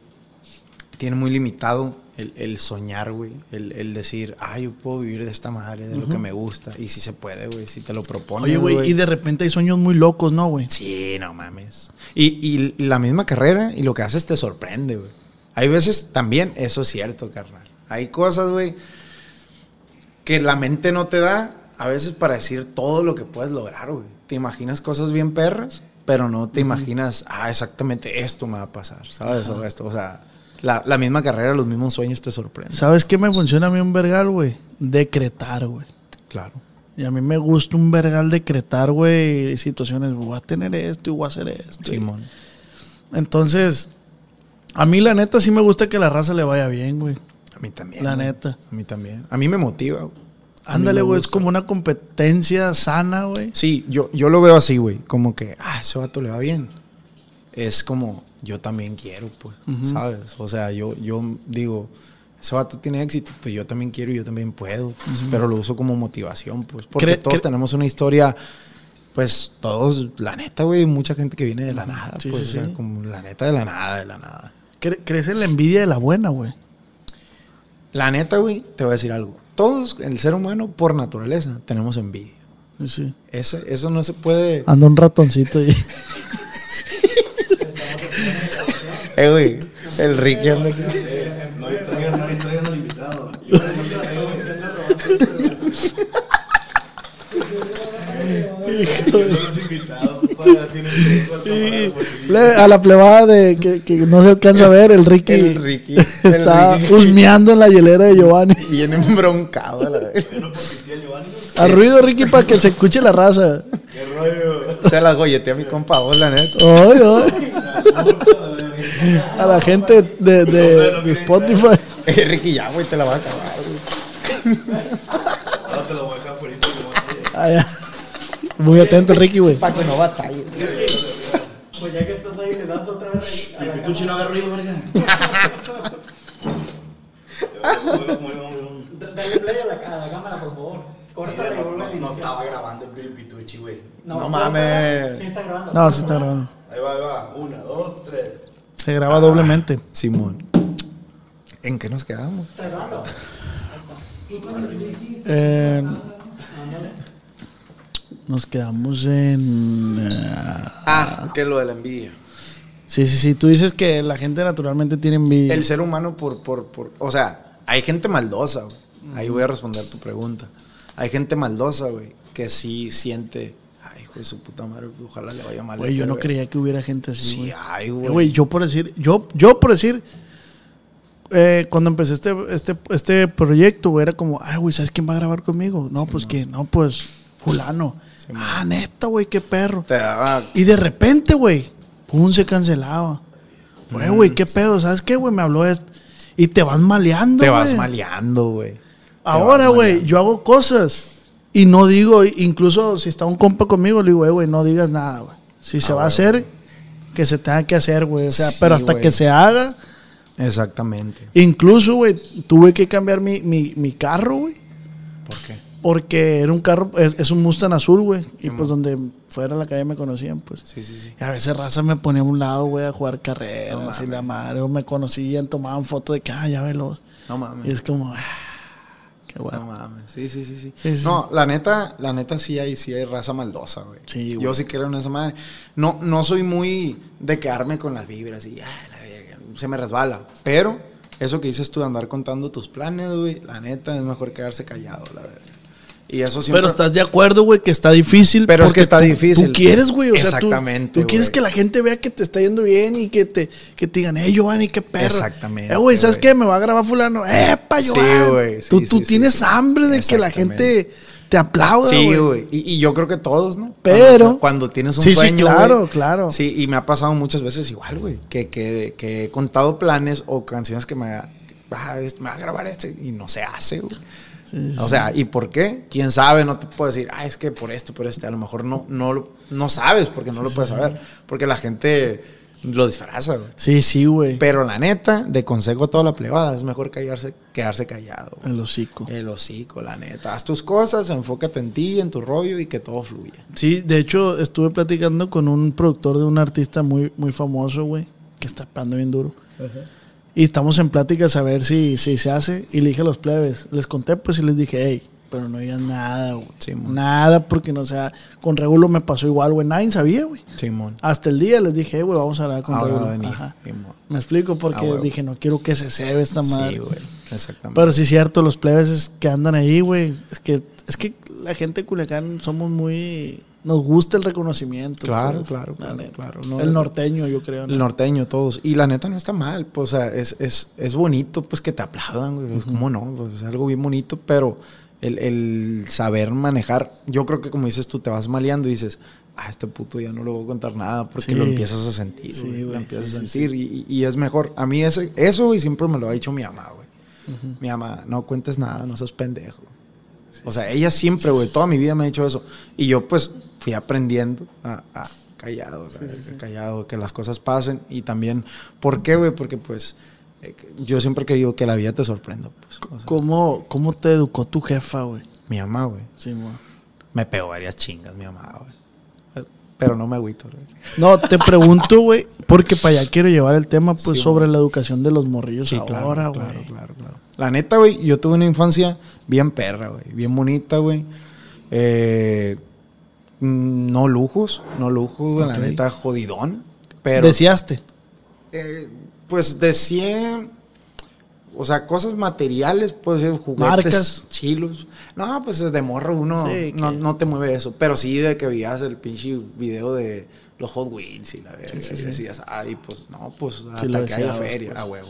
Speaker 4: tiene muy limitado el, el soñar, güey. El, el decir, ah, yo puedo vivir de esta madre, de lo que me gusta. Y si se puede, güey, si te lo propones.
Speaker 2: Oye, güey, y de repente hay sueños muy locos, ¿no, güey?
Speaker 4: Sí, no mames. Y, y la misma carrera y lo que haces te sorprende, güey. Hay veces también, eso es cierto, carnal. Hay cosas, güey, que la mente no te da a veces para decir todo lo que puedes lograr, güey. Te imaginas cosas bien perras, pero no te imaginas, ah, exactamente esto me va a pasar, ¿sabes? O esto, o sea, la, la misma carrera, los mismos sueños te sorprenden.
Speaker 2: ¿Sabes qué me funciona a mí un vergal, güey? Decretar, güey.
Speaker 4: Claro.
Speaker 2: Y a mí me gusta un vergal decretar, güey, situaciones. Voy a tener esto y voy a hacer esto.
Speaker 4: Simón.
Speaker 2: Entonces, a mí la neta sí me gusta que la raza le vaya bien, güey.
Speaker 4: A mí también.
Speaker 2: La
Speaker 4: güey.
Speaker 2: neta.
Speaker 4: A mí también. A mí me motiva, güey. A mí
Speaker 2: Ándale,
Speaker 4: me
Speaker 2: güey, es
Speaker 4: gusta.
Speaker 2: como una competencia sana, güey.
Speaker 4: Sí, yo, yo lo veo así, güey. Como que, ah, ese vato le va bien. Es como, yo también quiero, pues, ¿sabes? O sea, yo, yo digo, ese vato tiene éxito, pues yo también quiero y yo también puedo. pues, Pero lo uso como motivación, pues. Porque
Speaker 2: Cre-
Speaker 4: todos
Speaker 2: cre-
Speaker 4: tenemos una historia, pues, todos, la neta, güey, mucha gente que viene de la nada,
Speaker 2: Sí,
Speaker 4: pues,
Speaker 2: sí,
Speaker 4: o sea,
Speaker 2: sí.
Speaker 4: como la neta de la nada, de la nada.
Speaker 2: Cre- crece la envidia de la buena, güey.
Speaker 4: La neta, güey, te voy a decir algo. Todos, el ser humano, por naturaleza, tenemos envidia.
Speaker 2: Sí.
Speaker 4: Ese- eso no se puede...
Speaker 2: Anda un ratoncito <laughs> ahí.
Speaker 4: Eh, güey, el Ricky anda aquí.
Speaker 3: No distraigan, no distraigan al invitado. Son los invitados, papá, tienen derecho a tomar la posibilidad.
Speaker 2: Plebe- a la plebada de que, que no se alcanza a ver, el Ricky,
Speaker 4: El Ricky, el
Speaker 2: <laughs> está
Speaker 4: Ricky.
Speaker 2: ulmeando en la hielera de Giovanni.
Speaker 4: Viene embroncado a la vez.
Speaker 2: A ruido, Ricky, para que se escuche la raza.
Speaker 3: ¿Qué rollo?
Speaker 4: Se la goyetea a mi compa vos, la neta.
Speaker 2: Ay, ay. A la gente de, de- de Spotify.
Speaker 4: Eh, Ricky, ya, güey, te la vas a acabar, güey.
Speaker 3: Ahora te lo voy a dejar fuera y como vaya.
Speaker 2: Ay, ay. Muy atento, Ricky, güey.
Speaker 4: Para que no batalle.
Speaker 5: Pues ya que estás ahí, le das otra vez ahí.
Speaker 3: Mi pituchi no haga ruido,
Speaker 5: <laughs>
Speaker 3: verga. Muy, muy, muy, muy.
Speaker 5: Da- Dale play a la, a la cámara, por favor. Córtala y
Speaker 3: No,
Speaker 5: vuelve a
Speaker 3: no, no
Speaker 5: iniciar.
Speaker 3: estaba grabando el Piri pituchi, güey.
Speaker 4: No
Speaker 5: córtala.
Speaker 4: mames.
Speaker 5: Sí, está grabando.
Speaker 2: No, sí está grabando.
Speaker 3: Ahí va, ahí va. Una, dos, tres.
Speaker 2: Se graba doblemente.
Speaker 4: Simón. ¿En qué nos quedamos?
Speaker 5: Está grabando.
Speaker 2: En- Eh, nos quedamos en. eh,
Speaker 4: Ah, que lo de la envidia.
Speaker 2: sí, sí, sí. Tú dices que la gente naturalmente tiene envidia.
Speaker 4: El ser humano por, por, por o sea, hay gente maldosa, güey. Ahí voy a responder tu pregunta. Hay gente maldosa, güey, que sí siente, ay, hijo de su puta madre, ojalá le vaya mal. a
Speaker 2: Güey, yo
Speaker 4: este,
Speaker 2: no
Speaker 4: güey".
Speaker 2: creía que hubiera gente así,
Speaker 4: Sí,
Speaker 2: güey.
Speaker 4: ay,
Speaker 2: Eh,
Speaker 4: güey.
Speaker 2: Güey, yo por decir, yo, yo por decir, eh, cuando empecé este, este, este proyecto, güey, era como, ay, güey, ¿sabes quién va a grabar conmigo? No, pues que, no, pues, fulano.
Speaker 4: Sí, man.
Speaker 2: ah, neta, güey, qué perro.
Speaker 4: Te daba
Speaker 2: Y de repente, güey, pum, se cancelaba. Güey, güey, qué pedo, ¿sabes qué, güey? Me habló esto. Y te vas maleando,
Speaker 4: Te vas
Speaker 2: güey.
Speaker 4: maleando, güey. Te
Speaker 2: Ahora,
Speaker 4: vas
Speaker 2: güey,
Speaker 4: maleando.
Speaker 2: yo hago cosas y no digo, incluso si está un compa conmigo, le digo, "Eh, güey, no digas nada, güey. Si se va a hacer, que se tenga que hacer, güey. O sea,
Speaker 4: Ah, Sí,
Speaker 2: pero hasta
Speaker 4: güey.
Speaker 2: que se haga,
Speaker 4: Exactamente.
Speaker 2: incluso, güey, tuve que cambiar mi, mi, mi carro, güey.
Speaker 4: ¿Por qué?
Speaker 2: Porque era un carro, es, es un Mustang azul, güey. Y pues donde fuera a la calle me conocían, pues.
Speaker 4: Sí, sí, sí.
Speaker 2: Y a veces raza me ponía a un lado, güey, a jugar
Speaker 4: No
Speaker 2: carreras y
Speaker 4: mames.
Speaker 2: la madre. O me conocían, tomaban fotos de que, ah, ya velos.
Speaker 4: No
Speaker 2: Y
Speaker 4: mames.
Speaker 2: es como, ah, Qué bueno.
Speaker 4: No mames. Sí, sí, sí, sí.
Speaker 2: Sí, sí.
Speaker 4: No, la neta, la neta sí hay, sí hay raza maldosa, güey.
Speaker 2: Sí, güey.
Speaker 4: Yo sí creo en esa madre. No, no soy muy de quedarme con las vibras y ya, la verga, se me resbala. Pero eso que dices tú de andar contando tus planes, güey, la neta es mejor quedarse callado, la verga. Y eso siempre.
Speaker 2: Pero estás de acuerdo, güey, que está difícil.
Speaker 4: Pero es
Speaker 2: porque
Speaker 4: que está
Speaker 2: tú-
Speaker 4: difícil.
Speaker 2: Tú quieres, güey. O sea, tú-
Speaker 4: Exactamente,
Speaker 2: Tú,
Speaker 4: güey.
Speaker 2: quieres que la gente vea que te está yendo bien y que te, que te digan, eh, Giovanni, qué perro.
Speaker 4: Exactamente,
Speaker 2: Eh, güey, ¿sabes
Speaker 4: güey.
Speaker 2: qué? Me va a grabar fulano. ¡Epa,
Speaker 4: Sí,
Speaker 2: Giovanni!
Speaker 4: güey, sí,
Speaker 2: tú
Speaker 4: sí,
Speaker 2: tú
Speaker 4: sí,
Speaker 2: tienes
Speaker 4: sí.
Speaker 2: hambre de que la
Speaker 4: Exactamente.
Speaker 2: gente te aplauda,
Speaker 4: Sí,
Speaker 2: güey.
Speaker 4: güey. Y, y yo creo que todos, ¿no?
Speaker 2: Pero-
Speaker 4: Cuando, cuando tienes un
Speaker 2: Sí, sí,
Speaker 4: sueño,
Speaker 2: claro,
Speaker 4: güey.
Speaker 2: claro.
Speaker 4: Sí, y me ha pasado muchas veces igual, güey. Que, que, que he contado planes o canciones que me, ah, es- me va a grabar este y no se hace, güey. O sea, ¿y por qué? Quién sabe, no te puedo decir, ah, es que por esto, por este, a lo mejor no, no, lo- no sabes porque no lo puedes saber, porque la gente lo disfraza, güey.
Speaker 2: Sí, sí, güey.
Speaker 4: Pero la neta, de consejo a toda la plebada, es mejor callarse, quedarse callado. güey.
Speaker 2: El hocico.
Speaker 4: El hocico, la neta. Haz tus cosas, enfócate en ti, en tu rollo y que todo fluya.
Speaker 2: Sí, de hecho, estuve platicando con un productor de un artista muy, muy famoso, güey, que está pegando bien duro. Y estamos en pláticas a ver si, si se hace. Y le dije a los plebes, les conté, pues, y les dije, hey, pero no digas nada, güey.
Speaker 4: Sí, mon.
Speaker 2: nada, porque no sea. Con Regulo me pasó igual, güey. Nadie sabía, güey.
Speaker 4: Simón.
Speaker 2: Hasta el día les dije, "Hey, güey, vamos a hablar con
Speaker 4: Ahora va
Speaker 2: Regulo".
Speaker 4: a venir.
Speaker 2: Ajá.
Speaker 4: Simón.
Speaker 2: Me explico
Speaker 4: Ah,
Speaker 2: porque
Speaker 4: huevo.
Speaker 2: dije, no quiero que se cebe esta madre.
Speaker 4: Sí, güey. Exactamente.
Speaker 2: Pero sí es cierto, los plebes es que andan ahí, güey. Es que, es que la gente de Culiacán somos muy... Nos gusta el reconocimiento.
Speaker 4: Claro,
Speaker 2: pues,
Speaker 4: claro,
Speaker 2: la
Speaker 4: claro,
Speaker 2: neta.
Speaker 4: claro, no,
Speaker 2: el
Speaker 4: de-
Speaker 2: norteño, yo creo. ¿no?
Speaker 4: el norteño, todos. Y la neta no está mal, pues, o sea, es, es, es bonito, pues, que te aplaudan, güey. Pues, ¿Cómo no? Pues, es algo bien bonito, pero el, el saber manejar, yo creo que como dices tú, te vas maleando y dices, ah, este puto ya no le voy a contar nada porque
Speaker 2: Sí.
Speaker 4: lo empiezas a sentir,
Speaker 2: Sí,
Speaker 4: güey, Lo
Speaker 2: güey,
Speaker 4: empiezas
Speaker 2: sí,
Speaker 4: a
Speaker 2: sí,
Speaker 4: sentir y- Y, y es mejor. A mí ese, eso, y siempre me lo ha dicho mi mamá, güey. Mi mamá, no cuentes nada, no seas pendejo. O sea, ella siempre, güey, toda mi vida me ha dicho eso. Y yo, pues, fui aprendiendo a, a- callado, la verga, callado, que las cosas pasen. Y también, ¿por qué, güey? Porque, pues, eh, que- yo siempre he querido que la vida te sorprenda. Pues, O sea,
Speaker 2: ¿Cómo, ¿Cómo te educó tu jefa, güey?
Speaker 4: mi mamá, güey,
Speaker 2: Sí, mo.
Speaker 4: me pegó varias chingas, mi mamá, güey. Eh, Pero no me agüito, güey.
Speaker 2: No, te pregunto, güey, porque para allá quiero llevar el tema, pues,
Speaker 4: Sí,
Speaker 2: sobre la educación de los morrillos
Speaker 4: Sí, claro,
Speaker 2: ahora, güey.
Speaker 4: claro, claro, claro. Pues La neta, güey, yo tuve una infancia bien perra, güey. Bien bonita, güey. Eh, mm, no lujos, no lujos, güey.
Speaker 2: Ok.
Speaker 4: La neta, jodidón. Pero,
Speaker 2: Deseaste.
Speaker 4: eh, pues decía... O sea, cosas materiales, pues eh, juguetes,
Speaker 2: Marcas.
Speaker 4: chilos. No, pues de morro uno
Speaker 2: Sí,
Speaker 4: no,
Speaker 2: que-
Speaker 4: no te mueve eso. Pero sí de que veías el pinche video de los Hot Wheels y la verga.
Speaker 2: sí,
Speaker 4: y
Speaker 2: sí.
Speaker 4: decías, ay, pues no, pues
Speaker 2: Sí,
Speaker 4: hasta
Speaker 2: lo
Speaker 4: que haya
Speaker 2: deseabas,
Speaker 4: feria,
Speaker 2: pues.
Speaker 4: a huevo.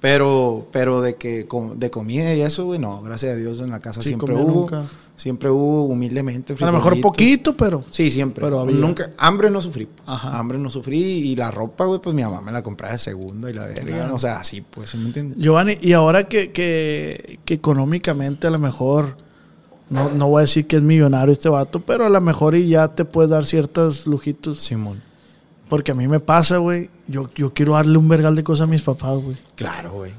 Speaker 4: Pero, pero de que com- de comida y eso, güey, no, gracias a Dios en la casa
Speaker 2: Sí,
Speaker 4: siempre
Speaker 2: comida
Speaker 4: hubo.
Speaker 2: nunca.
Speaker 4: Siempre hubo humildemente.
Speaker 2: A lo mejor
Speaker 4: frijolitos.
Speaker 2: poquito, pero...
Speaker 4: Sí, siempre.
Speaker 2: Pero había.
Speaker 4: Nunca, hambre no sufrí. pues.
Speaker 2: Ajá.
Speaker 4: Hambre no sufrí. Y la ropa, güey, pues mi mamá me la compraba de segunda y la verga.
Speaker 2: Claro.
Speaker 4: O sea, así, pues, ¿sí ¿me entiendes?
Speaker 2: Giovanni, y ahora que, que, que económicamente a lo mejor, no, no voy a decir que es millonario este vato, pero a lo mejor y ya te puedes dar ciertos lujitos.
Speaker 4: Simón.
Speaker 2: Porque a mí me pasa, güey. Yo, yo quiero darle un vergal de cosas a mis papás, güey.
Speaker 4: Claro, güey.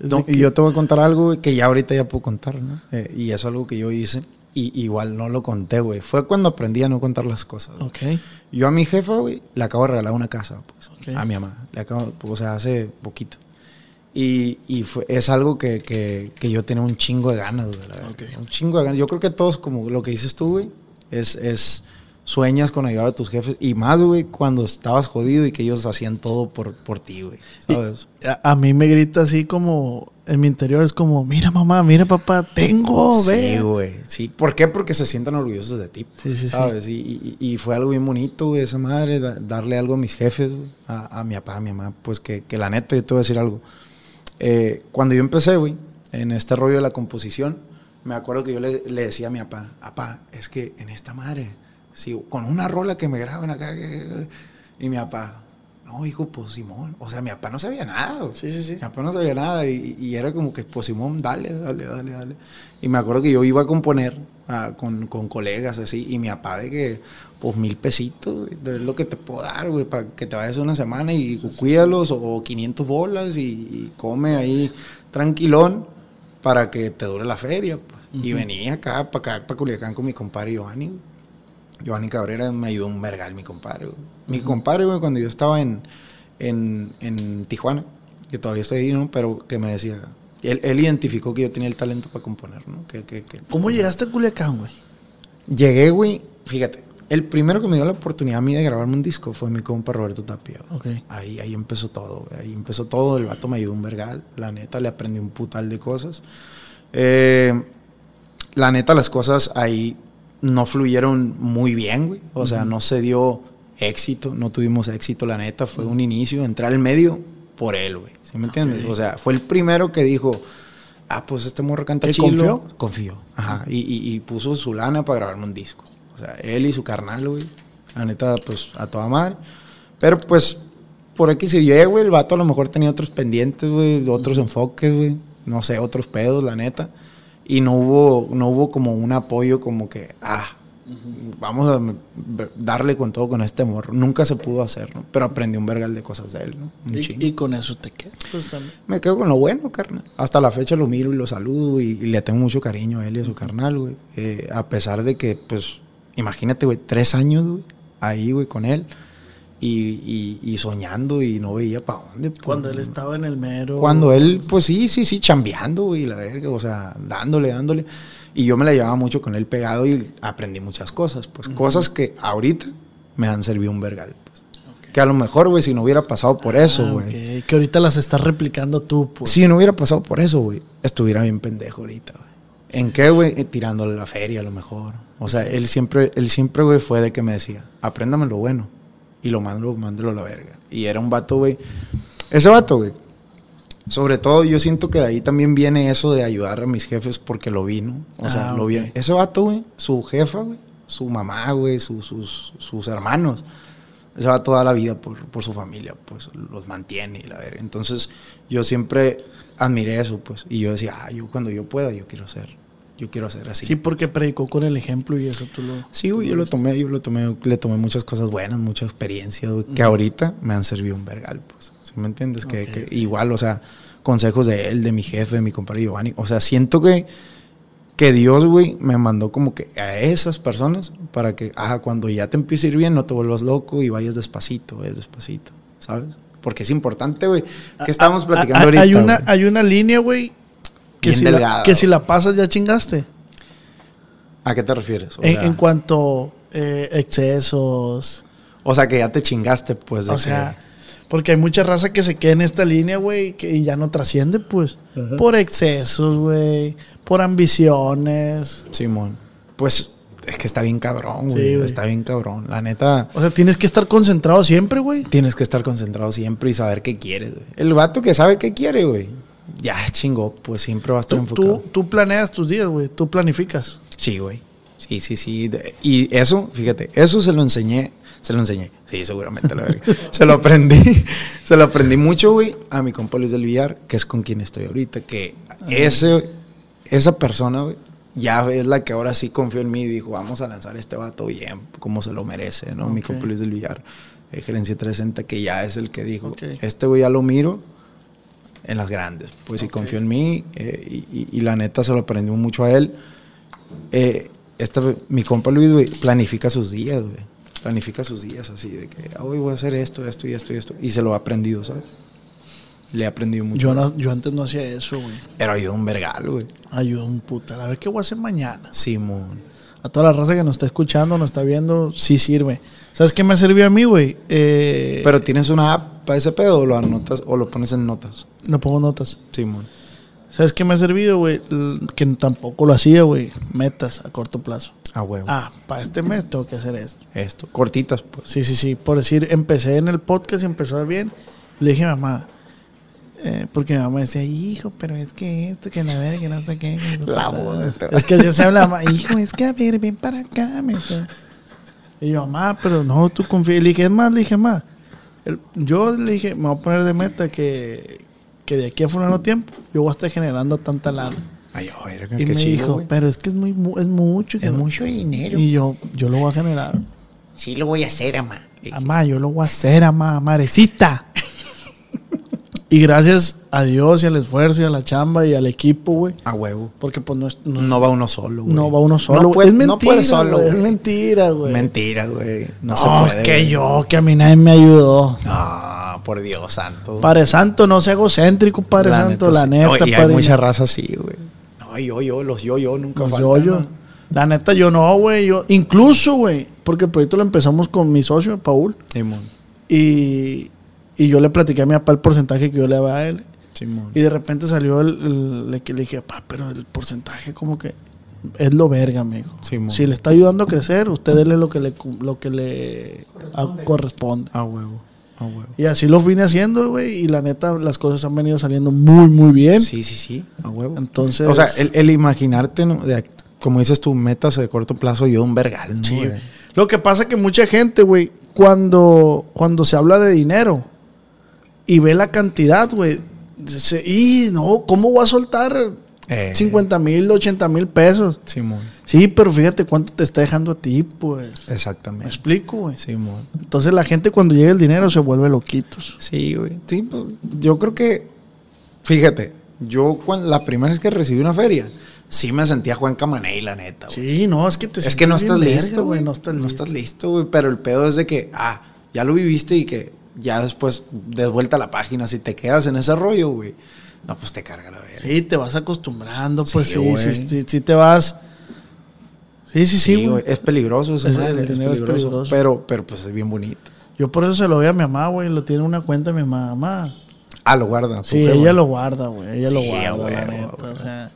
Speaker 2: Es
Speaker 4: No,
Speaker 2: de que-
Speaker 4: y yo te voy a contar algo güey, que ya ahorita ya puedo contar, ¿no? Eh, y eso es algo que yo hice. Y igual no lo conté, güey. Fue cuando aprendí a no contar las cosas. güey.
Speaker 2: Ok.
Speaker 4: Yo a mi jefa, güey, le acabo de regalar una casa, pues,
Speaker 2: Ok.
Speaker 4: a mi mamá. Le acabo, o sea, hace poquito. Y, y fue- es algo que, que- que yo tenía un chingo de ganas, güey. la verdad.
Speaker 2: Ok.
Speaker 4: Un chingo de ganas. Yo creo que todos, como lo que dices tú, güey, es, es sueñas con ayudar a tus jefes. Y más, güey, cuando estabas jodido y que ellos hacían todo por, por ti, güey.
Speaker 2: Y
Speaker 4: ¿Sabes?
Speaker 2: a, a mí me grita así como, en mi interior es como, mira mamá, mira papá, tengo,
Speaker 4: Sí,
Speaker 2: ve.
Speaker 4: güey. Sí. ¿Por qué? Porque se sientan orgullosos de ti.
Speaker 2: Sí, sí, sí.
Speaker 4: ¿Sabes? Y, y- y fue algo bien bonito, güey, esa madre, da- darle algo a mis jefes, güey, a, a mi papá, a mi mamá. Pues que, que la neta, yo te voy a decir algo. Eh, cuando yo empecé, güey, en este rollo de la composición, me acuerdo que yo le, le decía a mi papá, papá, es que en esta madre, si con una rola que me graben acá, eh, eh", y mi papá, no, hijo, pues Simón, o sea, mi papá no sabía nada. güey.
Speaker 2: Sí, sí, sí.
Speaker 4: Mi papá no sabía nada y, y era como que, pues Simón, dale, dale, dale, dale. Y me acuerdo que yo iba a componer ah, con, con colegas así y mi papá de que, pues mil pesitos, güey, es lo que te puedo dar, güey, para que te vayas una semana y cuídalos o, 500 bolas y, y come ahí tranquilón para que te dure la feria. pues. Y venía acá, para acá, para Culiacán con mi compadre Giovanni. güey. Giovanni Cabrera me ayudó un vergal, mi compadre. güey. Mi compadre, güey, cuando yo estaba en, en, en Tijuana, que todavía estoy ahí, ¿no? Pero que me decía, él, él identificó que yo tenía el talento para componer, ¿no? Que, que- que-
Speaker 2: ¿Cómo llegaste a Culiacán, güey?
Speaker 4: Llegué, güey, fíjate, el primero que me dio la oportunidad a mí de grabarme un disco fue mi compa Roberto Tapia. güey.
Speaker 2: Ok.
Speaker 4: Ahí, ahí empezó todo, güey, ahí empezó todo, el vato me ayudó un vergal, la neta, le aprendí un putal de cosas. Eh, la neta, las cosas ahí no fluyeron muy bien, güey, o sea, no se dio éxito, no tuvimos éxito, la neta, fue un inicio, entré al medio por él, güey, ¿sí me entiendes? O sea, fue el primero que dijo, ah, pues este morro canta
Speaker 2: ¿Que
Speaker 4: chilo.
Speaker 2: confió?
Speaker 4: Confió. Ajá. Y, y- y puso su lana para grabarme un disco. O sea, él y su carnal, güey. La neta, pues, a toda madre. Pero, pues, por aquí si yo, güey, el vato a lo mejor tenía otros pendientes, güey, otros enfoques, güey. No sé, otros pedos, la neta. Y no hubo, no hubo como un apoyo como que, ah, vamos a ver- darle con todo con este morro. Nunca se pudo hacer, ¿no? Pero aprendí un vergal de cosas de él, ¿no? Un chingo.
Speaker 2: Y, y con eso te quedas, pues también.
Speaker 4: Me quedo con lo bueno, carnal. Hasta la fecha lo miro y lo saludo y, y le tengo mucho cariño a él y a su carnal, güey. Eh, a pesar de que, pues, imagínate, güey, tres años, güey, ahí, güey, con él y, y- y soñando y no veía para dónde. pues.
Speaker 2: Cuando él estaba en el mero.
Speaker 4: Cuando él, pues sí, sí, sí, chambeando, güey, la verga, o sea, dándole, dándole. Y yo me la llevaba mucho con él pegado y aprendí muchas cosas, pues, cosas que ahorita me han servido un vergal, pues. Que a lo mejor, güey, si no hubiera pasado por eso,
Speaker 2: Ah,
Speaker 4: güey.
Speaker 2: ok, Que ahorita las estás replicando tú, pues.
Speaker 4: Si no hubiera pasado por eso, güey, estuviera bien pendejo ahorita, güey. ¿En qué, güey? Eh, Tirándole la feria a lo mejor. O sea, él siempre, él siempre, güey, fue de que me decía, apréndame lo bueno y lo malo, mándelo a la verga. Y era un vato, güey. Ese vato, güey. Sobre todo yo siento que de ahí también viene eso de ayudar a mis jefes porque lo vi, ¿no? O sea,
Speaker 2: Ah,
Speaker 4: lo vi.
Speaker 2: ok.
Speaker 4: Ese vato, güey, su jefa, güey, su mamá, güey, su- sus, sus hermanos. Se va toda la vida por, por su familia, pues los mantiene y la verga. Entonces yo siempre admiré eso, pues. Y yo decía, ah, yo cuando yo pueda, yo quiero ser. Yo quiero ser así.
Speaker 2: Sí, porque predicó con el ejemplo y eso tú lo.
Speaker 4: Sí, güey, yo lo tomé, yo lo tomé, le tomé muchas cosas buenas, muchas experiencias, güey, que ahorita me han servido un vergal, pues. ¿Sí me entiendes? Que,
Speaker 2: Ok,
Speaker 4: que
Speaker 2: ok.
Speaker 4: igual, o sea, consejos de él, de mi jefe, de mi compadre Giovanni. O sea, siento que, que Dios, güey, me mandó como que a esas personas para que, ah, cuando ya te empiece a ir bien, no te vuelvas loco y vayas despacito, vayas despacito, ¿sabes? Porque es importante, güey. ¿Qué estábamos platicando
Speaker 2: Ah, ah,
Speaker 4: ahorita?
Speaker 2: Hay una,
Speaker 4: güey?
Speaker 2: hay una línea, güey. Que,
Speaker 4: Bien
Speaker 2: si la,
Speaker 4: delgada,
Speaker 2: que si
Speaker 4: güey.
Speaker 2: la pasas ya chingaste.
Speaker 4: ¿A qué te refieres? O,
Speaker 2: En,
Speaker 4: sea,
Speaker 2: en cuanto eh, excesos.
Speaker 4: o sea, que ya te chingaste, pues. de
Speaker 2: O
Speaker 4: que-
Speaker 2: sea, porque hay mucha raza que se queda en esta línea, güey, que y ya no trasciende, pues. Por excesos, güey. Por ambiciones.
Speaker 4: Simón. Pues es que está bien cabrón,
Speaker 2: Sí,
Speaker 4: güey.
Speaker 2: güey.
Speaker 4: está bien cabrón. La neta,
Speaker 2: O sea, tienes que estar concentrado siempre, güey.
Speaker 4: tienes que estar concentrado siempre y saber qué quieres, güey. El vato que sabe qué quiere, güey. Ya, chingó, pues siempre va a estar
Speaker 2: Tú,
Speaker 4: enfocado.
Speaker 2: tú, tú planeas tus días, güey. Tú planificas.
Speaker 4: Sí, güey. Sí, sí, sí. De- Y eso, fíjate, eso se lo enseñé. Se lo enseñé. Sí, seguramente
Speaker 2: <laughs>
Speaker 4: la verga. Se lo aprendí. Se lo aprendí mucho, güey, a mi compa Luis del Villar, que es con quien estoy ahorita. Que ese, esa persona, güey, ya es la que ahora sí confió en mí y dijo, vamos a lanzar a este vato bien, como se lo merece, ¿no? Mi
Speaker 2: Ok.
Speaker 4: compa Luis del Villar, eh, gerencia 360, que ya es el que dijo,
Speaker 2: Ok.
Speaker 4: este güey ya lo miro en las grandes. Pues sí, confió en mí eh, y, y- y la neta se lo aprendí mucho a él. Eh, esta, mi compa Luis, güey, planifica sus días, güey. Planifica sus días así, de que "Ah, hoy voy a hacer esto, esto y esto y esto. Y se lo ha aprendido, ¿sabes? Le ha aprendido mucho.
Speaker 2: Yo, no, yo antes no hacía eso, güey.
Speaker 4: Pero ayuda un vergal, güey.
Speaker 2: Ayuda un puta. A ver qué voy a hacer mañana.
Speaker 4: Simón.
Speaker 2: A toda la raza que nos está escuchando, nos está viendo, sí sirve. ¿Sabes qué me sirvió a mí, güey? Eh,
Speaker 4: Pero tienes una app para ese pedo o lo anotas o lo pones en notas.
Speaker 2: no pongo notas.
Speaker 4: Simón.
Speaker 2: ¿Sabes qué me ha servido, güey? L- Que tampoco lo hacía, güey. Metas a corto plazo.
Speaker 4: A huevo.
Speaker 2: Ah, para este mes tengo que hacer esto.
Speaker 4: Esto. Cortitas, pues.
Speaker 2: Sí, sí, sí. Por decir, empecé en el podcast y empezó bien. Le dije a mi mamá, eh, porque mi mamá decía, hijo, pero es que esto, que la verga, que no sé qué. que no-
Speaker 4: La voz.
Speaker 2: Es que así se hablaba, hijo, es que a ver, ven para acá. Me decía. Y yo, mamá, pero no, tú confía. Y Le dije, es más, le dije, más. yo le dije, me voy a poner de meta que, que de aquí a fulano tiempo yo voy a estar generando tanta lana.
Speaker 4: Ay, a ver, qué
Speaker 2: Y me
Speaker 4: chido,
Speaker 2: dijo,
Speaker 4: güey.
Speaker 2: pero es que es, muy, mu- es mucho. que no-
Speaker 6: dinero.
Speaker 2: Y yo, yo lo voy a generar.
Speaker 6: Sí lo voy a hacer, ama.
Speaker 2: Amá, yo lo voy a hacer, amá,
Speaker 4: <laughs>
Speaker 2: madrecita. y gracias a Dios y al esfuerzo y a la chamba y al equipo, güey.
Speaker 4: A huevo.
Speaker 2: Porque pues no, es- no,
Speaker 4: No va uno solo, güey.
Speaker 2: no va uno solo.
Speaker 4: No
Speaker 2: güey.
Speaker 4: puede,
Speaker 2: es mentira,
Speaker 4: no puede solo,
Speaker 2: güey,
Speaker 4: güey.
Speaker 2: Es mentira, güey.
Speaker 4: Mentira, güey. No,
Speaker 2: No,
Speaker 4: se puede.
Speaker 2: es que
Speaker 4: güey.
Speaker 2: yo, que a mí nadie me ayudó.
Speaker 4: No, por Dios santo.
Speaker 2: Padre Santo, no sea egocéntrico, Padre Santo, la
Speaker 4: sí.
Speaker 2: neta,
Speaker 4: No, y hay
Speaker 2: padre.
Speaker 4: mucha raza así, güey. No, yo, yo, los yo, yo nunca
Speaker 2: Pues
Speaker 4: faltan,
Speaker 2: yo, yo.
Speaker 4: ¿no?
Speaker 2: La neta, yo no, güey. Yo, incluso, güey, porque el proyecto lo empezamos con mi socio, Paul,
Speaker 4: Simón,
Speaker 2: y, y yo le platiqué a mi papá el porcentaje que yo le daba a él.
Speaker 4: Simón.
Speaker 2: Y de repente salió el, el- le, que le dije, papá, pero el porcentaje como que es lo verga, amigo.
Speaker 4: Simón.
Speaker 2: si le está ayudando a crecer, usted déle lo que le, cu- lo que le a- corresponde.
Speaker 4: A huevo, a huevo.
Speaker 2: Y así los vine haciendo, güey, y la neta, las cosas han venido saliendo muy, muy bien.
Speaker 4: Sí, sí, sí, a huevo.
Speaker 2: Entonces-
Speaker 4: O sea, el, el imaginarte, ¿no? de act- como dices tú, metas de corto plazo, yo un vergal, ¿no? Eh,
Speaker 2: Sí,
Speaker 4: güey?
Speaker 2: güey. Lo que pasa es que mucha gente, güey, cuando, cuando se habla de dinero y ve la cantidad, güey, dice, y no, ¿cómo voy a soltar
Speaker 4: Eh,
Speaker 2: 50 mil, 80 mil pesos?
Speaker 4: Simón.
Speaker 2: Sí, pero fíjate cuánto te está dejando a ti, pues. Me
Speaker 4: Exactamente.
Speaker 2: explico, güey.
Speaker 4: Simón.
Speaker 2: Entonces la gente cuando llega el dinero se vuelve loquitos.
Speaker 4: Sí, güey. Sí, pues, yo creo que, fíjate, yo cuando, la primera vez que recibí una feria, sí me sentía Juan Camaney, la neta, güey.
Speaker 2: Sí, no, es que te
Speaker 4: Ah, es que no
Speaker 2: sientes
Speaker 4: estás
Speaker 2: bien verga,
Speaker 4: listo, güey.
Speaker 2: No estás listo.
Speaker 4: listo, güey. Pero el pedo es de que, ah, ya lo viviste y que ya después des vuelta a la página. Si te quedas en ese rollo, güey, no, pues te carga la verga.
Speaker 2: Sí, te vas acostumbrando, pues
Speaker 4: Sí,
Speaker 2: sí,
Speaker 4: güey.
Speaker 2: sí, sí, sí te vas. Sí, sí, sí, güey.
Speaker 4: Es peligroso esa
Speaker 2: Es-
Speaker 4: madre,
Speaker 2: el
Speaker 4: es
Speaker 2: dinero es
Speaker 4: peligroso,
Speaker 2: peligroso.
Speaker 4: Pero, pero pues es bien bonito.
Speaker 2: Yo por eso se lo doy a mi mamá, güey. Lo tiene en una cuenta mi mamá.
Speaker 4: Ah, lo guarda.
Speaker 2: Sí,
Speaker 4: ok,
Speaker 2: ella
Speaker 4: bueno.
Speaker 2: lo guarda, güey. Ella lo
Speaker 4: Sí,
Speaker 2: guarda,
Speaker 4: a
Speaker 2: la
Speaker 4: huevo,
Speaker 2: neta,
Speaker 4: güey.
Speaker 2: o sea.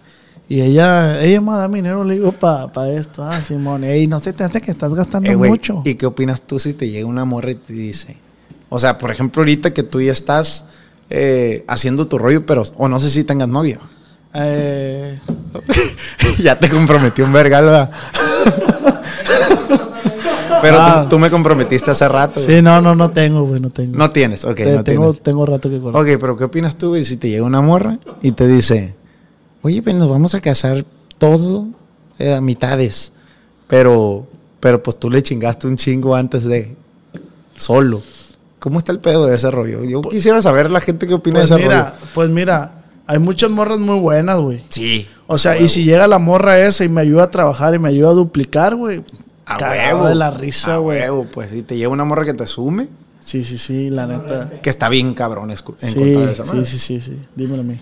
Speaker 2: Y ella, ella me da mi dinero, le digo, para esto. Ah, Simón, ey, no se te hace que estás gastando
Speaker 4: Eh, güey,
Speaker 2: mucho.
Speaker 4: ¿Y qué opinas tú si te llega una morra y te dice? O sea, por ejemplo, ahorita que tú ya estás eh, haciendo tu rollo, pero. O no sé si tengas novia.
Speaker 2: Eh,
Speaker 4: <laughs> ya te comprometí un vergal, ¿verdad? Pero tú-
Speaker 2: Ah.
Speaker 4: tú, me comprometiste hace rato. güey.
Speaker 2: sí, no, no, no tengo, güey, no tengo.
Speaker 4: No tienes, ok,
Speaker 2: Te-
Speaker 4: no
Speaker 2: tengo,
Speaker 4: tienes.
Speaker 2: tengo rato que conozco.
Speaker 4: Ok, pero ¿qué opinas tú, güey, si te llega una morra y te dice, oye, pues nos vamos a casar todo eh, a mitades, pero, pero pues tú le chingaste un chingo antes de solo. ¿Cómo está el pedo de ese rollo? Yo quisiera saber la gente qué opina
Speaker 2: Pues
Speaker 4: de ese
Speaker 2: mira,
Speaker 4: rollo.
Speaker 2: pues mira, hay muchas morras muy buenas, güey.
Speaker 4: Sí.
Speaker 2: O sea, y si llega la morra esa y me ayuda a trabajar y me ayuda a duplicar, güey.
Speaker 4: A
Speaker 2: cagado
Speaker 4: huevo.
Speaker 2: de la risa,
Speaker 4: a
Speaker 2: güey.
Speaker 4: huevo, pues. Si te llega una morra que te sume,
Speaker 2: Sí, sí, sí, la neta.
Speaker 4: que está bien cabrón escu-
Speaker 2: Sí,
Speaker 4: encontrar esa madre. Ah,
Speaker 2: sí, sí, sí, sí. Dímelo a mí.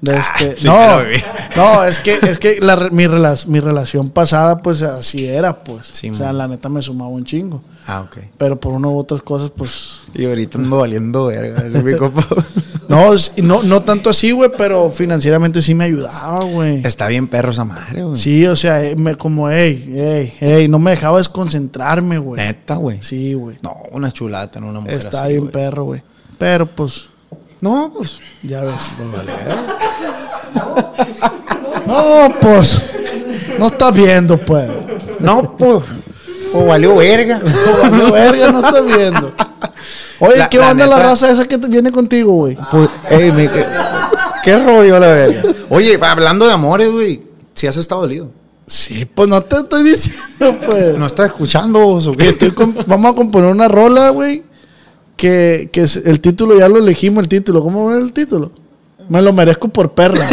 Speaker 2: De este-
Speaker 4: <laughs> sí,
Speaker 2: no, <laughs>
Speaker 4: te lo vi.
Speaker 2: no, es que, es que la re- mi, rela- mi relación pasada, pues así era, pues.
Speaker 4: Sí,
Speaker 2: o sea,
Speaker 4: man.
Speaker 2: la neta me sumaba un chingo.
Speaker 4: Ah, ok.
Speaker 2: Pero por una u otras cosas, pues.
Speaker 4: Y ahorita ando valiendo
Speaker 2: <laughs>
Speaker 4: verga. ese pues. es mi compa.
Speaker 2: No, es- no, no tanto así, güey, pero financieramente sí me ayudaba, güey.
Speaker 4: Está bien perro esa madre, güey.
Speaker 2: Sí, o sea, eh, me, como, ey, ey, ey, no me dejaba desconcentrarme, güey.
Speaker 4: Neta, güey.
Speaker 2: Sí, güey.
Speaker 4: No, una chulada tener una mujer
Speaker 2: Está
Speaker 4: así,
Speaker 2: bien
Speaker 4: güey.
Speaker 2: perro, güey. Pero pues,
Speaker 4: No, pues.
Speaker 2: ya ves.
Speaker 4: pues vale, verga.
Speaker 2: <laughs> No, pues. No estás viendo, pues.
Speaker 4: No, pues. Pues
Speaker 2: <laughs>
Speaker 4: valió verga.
Speaker 2: Valió verga, no estás viendo. Oye,
Speaker 4: La-
Speaker 2: ¿qué
Speaker 4: la
Speaker 2: onda la
Speaker 4: neta-
Speaker 2: raza esa que te- viene contigo, güey?
Speaker 4: Pues, ey, me- qué, qué rollo la verga. Oye, hablando de amores, güey. Si has estado dolido.
Speaker 2: Sí, pues no te estoy diciendo, pues.
Speaker 4: ¿No estás escuchando o qué?
Speaker 2: Estoy com- vamos a componer una rola, güey. Que, que es- el título ya lo elegimos, el título. ¿Cómo es el título? Me lo merezco por perla.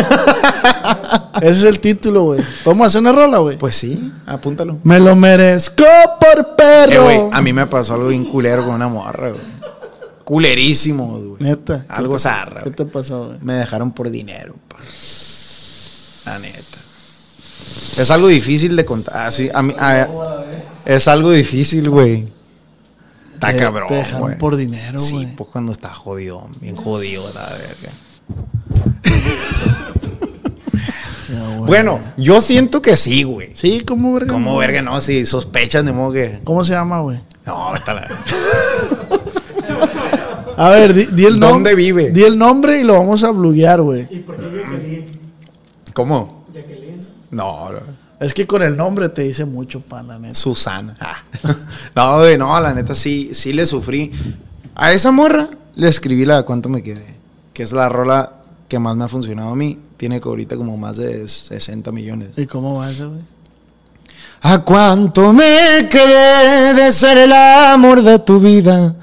Speaker 2: Ese es el título, güey. Vamos a hacer una rola, güey.
Speaker 4: Pues sí, apúntalo.
Speaker 2: Me lo merezco por
Speaker 4: Eh,
Speaker 2: perro.
Speaker 4: güey, a mí me pasó algo bien culero con una morra, güey. Culerísimo, güey.
Speaker 2: Neta. ¿qué
Speaker 4: Algo
Speaker 2: te-
Speaker 4: zarra,
Speaker 2: ¿Qué
Speaker 4: güey.
Speaker 2: te pasó, güey?
Speaker 4: Me dejaron por dinero, pa. La neta. Es algo difícil de contar. Así, a mí, a- es algo difícil, güey. Eh, Está
Speaker 2: Te-
Speaker 4: cabrón,
Speaker 2: Te dejaron
Speaker 4: güey.
Speaker 2: por dinero,
Speaker 4: Sí,
Speaker 2: güey.
Speaker 4: pues cuando está jodido, bien jodido, la verga. pues.
Speaker 2: Ya, Ah, güey.
Speaker 4: Bueno, yo siento que sí, güey.
Speaker 2: Sí, ¿cómo verga?
Speaker 4: Como verga, no, si sospechas de modo que.
Speaker 2: ¿Cómo se llama, güey?
Speaker 4: No, está la.
Speaker 2: A ver, di, di el nombre.
Speaker 4: ¿Dónde vive?
Speaker 2: Di el nombre y lo vamos a bluguear, güey.
Speaker 5: ¿Y por qué Jacqueline?
Speaker 4: ¿Cómo?
Speaker 5: Jacqueline.
Speaker 4: No, no.
Speaker 2: Es que con el nombre te dice mucho, pan, la neta.
Speaker 4: Susana. Ah. <laughs> No, güey, no, la neta sí, sí le sufrí. A esa morra le escribí la de cuánto me quedé, que es la rola que más me ha funcionado a mí. Tiene que ahorita como más de 60 millones.
Speaker 2: ¿Y cómo va eso, güey?
Speaker 4: ¿A cuánto me quedé de ser el amor de tu vida?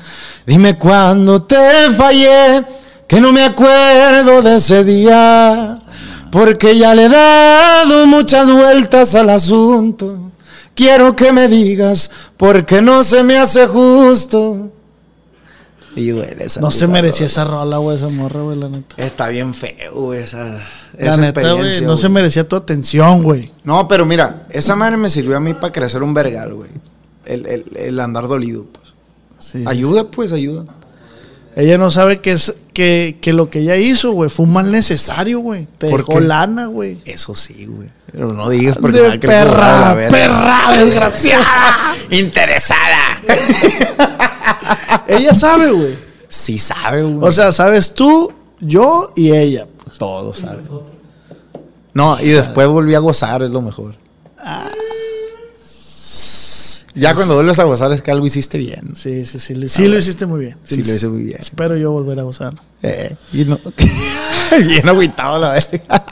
Speaker 4: Dime cuándo te fallé, que no me acuerdo de ese día, porque ya le he dado muchas vueltas al asunto. Quiero que me digas, porque no se me hace justo Y duele esa
Speaker 2: No se
Speaker 4: puta
Speaker 2: merecía
Speaker 4: rola.
Speaker 2: esa rola, güey, esa morra, güey, la neta.
Speaker 4: Está bien feo, güey, esa,
Speaker 2: La
Speaker 4: esa
Speaker 2: neta, güey,
Speaker 4: experiencia.
Speaker 2: no se
Speaker 4: güey.
Speaker 2: merecía tu atención, güey.
Speaker 4: No, pero mira, esa madre me sirvió a mí para crecer un vergal, güey. El, el- el andar dolido, pues.
Speaker 2: Sí, sí,
Speaker 4: Ayuda, pues, ayuda.
Speaker 2: Ella no sabe que, es, que, que lo que ella hizo, güey, fue un mal necesario, güey. Te
Speaker 4: ¿Por
Speaker 2: dejó
Speaker 4: qué?
Speaker 2: lana, güey.
Speaker 4: Eso sí, güey. Pero no digas porque me va
Speaker 2: De
Speaker 4: a querer borrar
Speaker 2: perra,
Speaker 4: la verga.
Speaker 2: perra,
Speaker 4: <laughs>
Speaker 2: desgraciada.
Speaker 4: Interesada.
Speaker 2: ella sabe, güey.
Speaker 4: sí sabe, güey.
Speaker 2: O sea, sabes tú, yo y ella.
Speaker 4: todo sabe. No, y después volví a gozar, es lo mejor.
Speaker 2: Ah,
Speaker 4: Ya cuando vuelves a gozar es que algo hiciste bien.
Speaker 2: Sí, sí, sí. le- Sí, lo hiciste muy bien.
Speaker 4: Sí, lo hice muy bien.
Speaker 2: Espero yo volver a gozar.
Speaker 4: Eh, y no- <laughs> bien agüitado la
Speaker 2: <laughs>
Speaker 4: verga.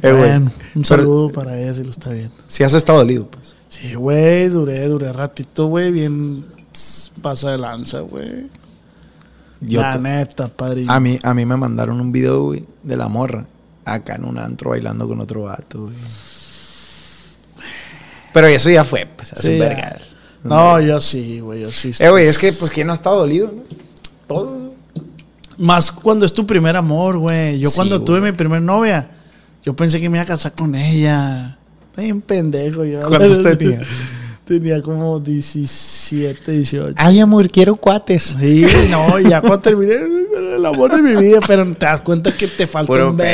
Speaker 4: Eh, güey,
Speaker 2: bueno, un
Speaker 4: pero
Speaker 2: saludo para ella si lo está viendo.
Speaker 4: Si has estado dolido, pues.
Speaker 2: Sí, güey, duré, duré ratito, güey, bien tss, pasa de lanza, güey.
Speaker 4: Yo
Speaker 2: La
Speaker 4: te-
Speaker 2: neta, padre.
Speaker 4: a, mí, a mí me mandaron un video, güey, de la morra. Acá en un antro bailando con otro vato, güey. Pero eso ya fue, pues, hace
Speaker 2: Sí,
Speaker 4: un
Speaker 2: ya.
Speaker 4: vergal. Un
Speaker 2: No, yo sí, güey, yo sí.
Speaker 4: Eh, güey, es que, pues, ¿quién no ha estado dolido, no? Todo. güey.
Speaker 2: Más cuando es tu primer amor, güey. Yo
Speaker 4: Sí,
Speaker 2: cuando
Speaker 4: güey.
Speaker 2: tuve mi primer novia, yo pensé que me iba a casar con ella. Está bien pendejo yo. <laughs>
Speaker 4: ¿Cuántos tenías?
Speaker 2: Tenía como 17, 18.
Speaker 4: Ay, amor, quiero cuates.
Speaker 2: Sí, no, ya cuando terminé el amor de mi vida, pero te das cuenta que te falta
Speaker 4: Puro
Speaker 2: un pues.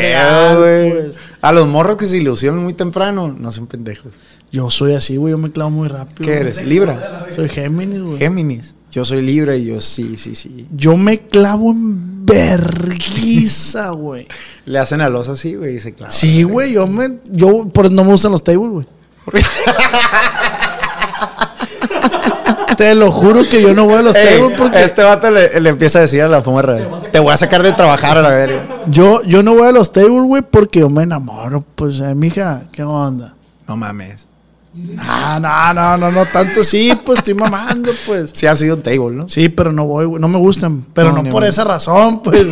Speaker 2: verano,
Speaker 4: pedo, güey. A los morros que se ilusionan muy temprano, no son pendejos.
Speaker 2: Yo soy así, güey, yo me clavo muy rápido.
Speaker 4: ¿Qué
Speaker 2: güey.
Speaker 4: eres? Libra.
Speaker 2: Soy Géminis, güey.
Speaker 4: Géminis. Pues, Yo soy Libra y yo sí, sí, sí.
Speaker 2: Yo me clavo en verguiza, güey.
Speaker 4: Le hacen a los así, güey, y se clavan.
Speaker 2: Sí, güey, yo me. Yo por no me gustan los tables,
Speaker 4: <laughs>
Speaker 2: güey. Te lo juro que yo no voy a los
Speaker 4: Ey,
Speaker 2: tables porque.
Speaker 4: Este vato le, le empieza a decir a la forra, te voy a sacar de trabajar a la verga.
Speaker 2: Yo, yo no voy a los tables, güey, porque yo me enamoro. Pues, eh, mija, ¿qué onda?
Speaker 4: No mames.
Speaker 2: Ah, no, no, no, no, tanto sí, pues estoy mamando, pues.
Speaker 4: Sí ha sido un
Speaker 2: <laughs>
Speaker 4: table, ¿no?
Speaker 2: Sí, pero no voy, güey. No me gustan. Pero
Speaker 4: No,
Speaker 2: no,
Speaker 4: ni
Speaker 2: por
Speaker 4: a mí.
Speaker 2: esa razón, pues.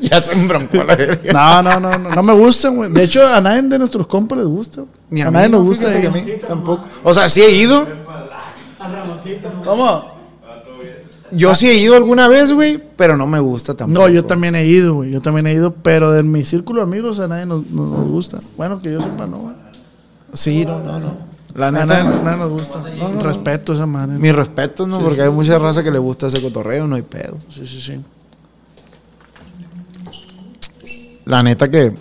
Speaker 4: Ya se embroncó la <laughs> verga.
Speaker 2: No, no, no, no, no me gustan, güey. De hecho, a nadie de nuestros compas les gusta. güey.
Speaker 4: Ni
Speaker 2: a,
Speaker 4: a, mí,
Speaker 2: nadie nos
Speaker 4: no,
Speaker 2: gusta. eh.
Speaker 4: fíjate que a
Speaker 2: güey.
Speaker 4: mí tampoco. O sea, sí he ido.
Speaker 5: A Ramoncito, ¿no?
Speaker 2: ¿Cómo?
Speaker 4: Yo sí he ido alguna vez, güey, pero no me gusta tampoco.
Speaker 2: No, yo también he ido, güey. Yo también he ido, pero de mi círculo de amigos a nadie nos, nos- nos gusta. Bueno, que yo sepa, no, güey.
Speaker 4: Sí, no, no, no. La
Speaker 2: A
Speaker 4: neta.
Speaker 2: nadie, a nadie nos gusta. Respeto a esa madre.
Speaker 4: Mi respeto, ¿no? Porque hay mucha raza que le gusta ese cotorreo, no hay pedo.
Speaker 2: Sí, sí, sí.
Speaker 4: La neta que,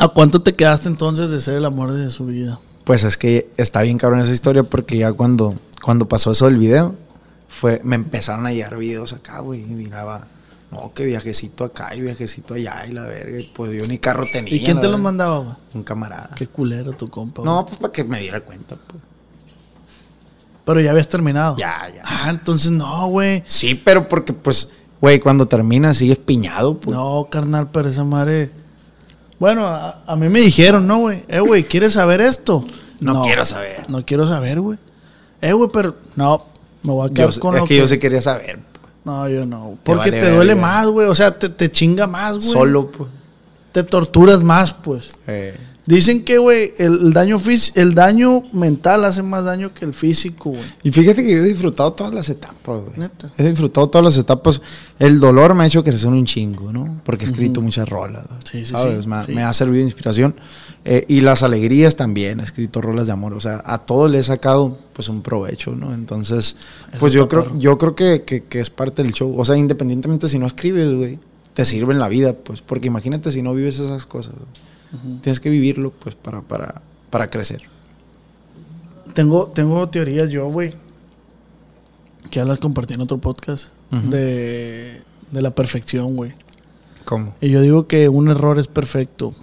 Speaker 2: ¿A cuánto te quedaste entonces de ser el amor de su vida?
Speaker 4: pues es que está bien cabrón esa historia porque ya cuando, cuando pasó eso del video, fue, me empezaron a llegar videos acá, güey, y miraba, no, que viajecito acá y viajecito allá y la verga, y pues yo ni carro tenía.
Speaker 2: ¿Y quién
Speaker 4: la
Speaker 2: te los
Speaker 4: verga.
Speaker 2: mandaba, güey?
Speaker 4: Un camarada.
Speaker 2: Qué culero tu compa, güey.
Speaker 4: No, pues para que me diera cuenta, pues.
Speaker 2: Pero ya habías terminado.
Speaker 4: Ya, ya.
Speaker 2: Ah, entonces no, güey.
Speaker 4: Sí, pero porque, pues, güey, cuando termina sigues piñado, pues.
Speaker 2: No, carnal, pero esa madre. Bueno, a, a mí me dijeron, no, güey. Eh, güey, ¿quieres saber esto?
Speaker 4: No quiero saber.
Speaker 2: No quiero saber, güey. Eh, güey, pero no, me voy a
Speaker 4: Yo
Speaker 2: quedar
Speaker 4: sé-
Speaker 2: con
Speaker 4: es
Speaker 2: lo
Speaker 4: que, yo sí quería saber, pues.
Speaker 2: No, yo no. Porque
Speaker 4: vale
Speaker 2: te duele
Speaker 4: verga.
Speaker 2: más, güey. O sea, te, te chinga más, güey.
Speaker 4: solo, pues.
Speaker 2: Te torturas más, pues.
Speaker 4: Eh.
Speaker 2: Dicen que, güey, el, el daño fis- el daño mental hace más daño que el físico, güey.
Speaker 4: Y fíjate que yo he disfrutado todas las etapas, güey.
Speaker 2: Neta.
Speaker 4: He disfrutado todas las etapas. El dolor me ha hecho crecer un chingo, ¿no? Porque he escrito muchas rolas. güey.
Speaker 2: Sí, sí,
Speaker 4: ¿Sabes?
Speaker 2: sí,
Speaker 4: Me,
Speaker 2: sí.
Speaker 4: me ha servido de inspiración. Eh, y las alegrías también. He escrito rolas de amor. O sea, a todo le he sacado, pues, un provecho, ¿no? Entonces, pues yo
Speaker 2: está
Speaker 4: creo,
Speaker 2: perro.
Speaker 4: yo creo que, que- que es parte del show. O sea, independientemente si no escribes, güey, te sirve en la vida, pues. Porque imagínate si no vives esas cosas. güey. Tienes que vivirlo, pues, para, para, para crecer.
Speaker 2: Tengo, tengo teorías yo, güey. Que ya las compartí en otro podcast.
Speaker 4: Ujú.
Speaker 2: de, de la perfección, güey.
Speaker 4: ¿Cómo?
Speaker 2: Y yo digo que un error es perfecto.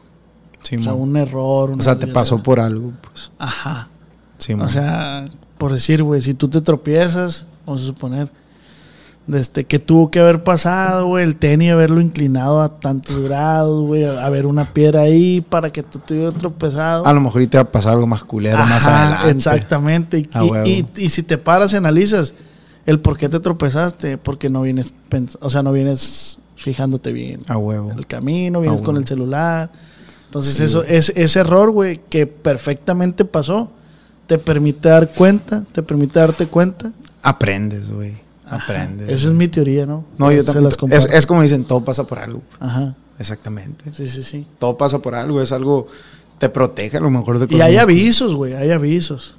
Speaker 4: Sí,
Speaker 2: o sea, un error. una
Speaker 4: o sea, te pasó
Speaker 2: desgracia.
Speaker 4: por algo, pues.
Speaker 2: Ajá.
Speaker 4: Sí,
Speaker 2: O
Speaker 4: man.
Speaker 2: sea, por decir, güey, si tú te tropiezas, vamos a suponer, desde que tuvo que haber pasado, güey, el tenis, haberlo inclinado a tantos grados, güey, haber una piedra ahí para que tú te hubieras tropezado.
Speaker 4: a lo mejor y te va a pasar algo más culero más
Speaker 2: Ajá,
Speaker 4: adelante.
Speaker 2: Exactamente. Y,
Speaker 4: A
Speaker 2: y-
Speaker 4: huevo.
Speaker 2: y- y si te paras y analizas el por qué te tropezaste, porque no vienes, pens- o sea, no vienes fijándote bien.
Speaker 4: A huevo.
Speaker 2: el camino, vienes
Speaker 4: Ah,
Speaker 2: con
Speaker 4: bueno.
Speaker 2: el celular. Entonces, eso, es, ese error, güey, que perfectamente pasó, te permite dar cuenta, te permite darte cuenta
Speaker 4: Aprendes, güey. Aprendes.
Speaker 2: Esa es mi teoría, ¿no?
Speaker 4: No, yo
Speaker 2: Se
Speaker 4: también.
Speaker 2: las
Speaker 4: es,
Speaker 2: comparto.
Speaker 4: es como dicen, todo pasa por algo.
Speaker 2: Ajá.
Speaker 4: Exactamente.
Speaker 2: Sí, sí, sí.
Speaker 4: Todo pasa por algo. Es algo. Te protege a lo mejor de
Speaker 2: Y hay
Speaker 4: cosas-
Speaker 2: avisos, güey, hay avisos.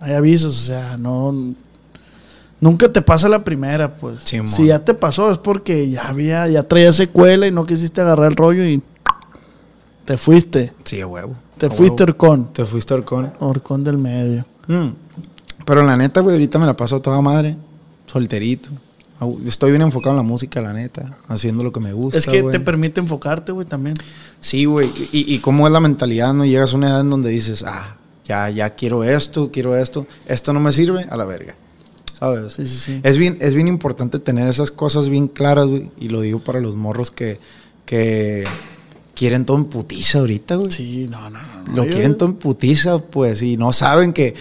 Speaker 2: Hay avisos, o sea, no. Nunca te pasa la primera, pues.
Speaker 4: Simón.
Speaker 2: Si ya te pasó, es porque ya había, ya traía secuela y no quisiste agarrar el rollo y. Te fuiste.
Speaker 4: Sí, a huevo.
Speaker 2: Te
Speaker 4: A
Speaker 2: fuiste
Speaker 4: huevo.
Speaker 2: Orcón.
Speaker 4: Te fuiste Orcón.
Speaker 2: Orcón del medio.
Speaker 4: Mm. Pero la neta, güey, ahorita me la paso a toda madre. Solterito. Au- Estoy bien enfocado en la música, la neta. Haciendo lo que me gusta.
Speaker 2: es que
Speaker 4: güey.
Speaker 2: te permite enfocarte, güey, también.
Speaker 4: Sí, güey. Y, y cómo es la mentalidad, ¿no? Llegas a una edad en donde dices, ah, ya, ya quiero esto, quiero esto. Esto no me sirve, a la verga. ¿Sabes?
Speaker 2: Sí, sí, sí.
Speaker 4: Es bien, es bien importante tener esas cosas bien claras, güey. Y lo digo para los morros que, que quieren todo en putiza ahorita, güey.
Speaker 2: Sí, no, no, no. no.
Speaker 4: Lo
Speaker 2: Yo-
Speaker 4: quieren todo en putiza, pues. Y no saben que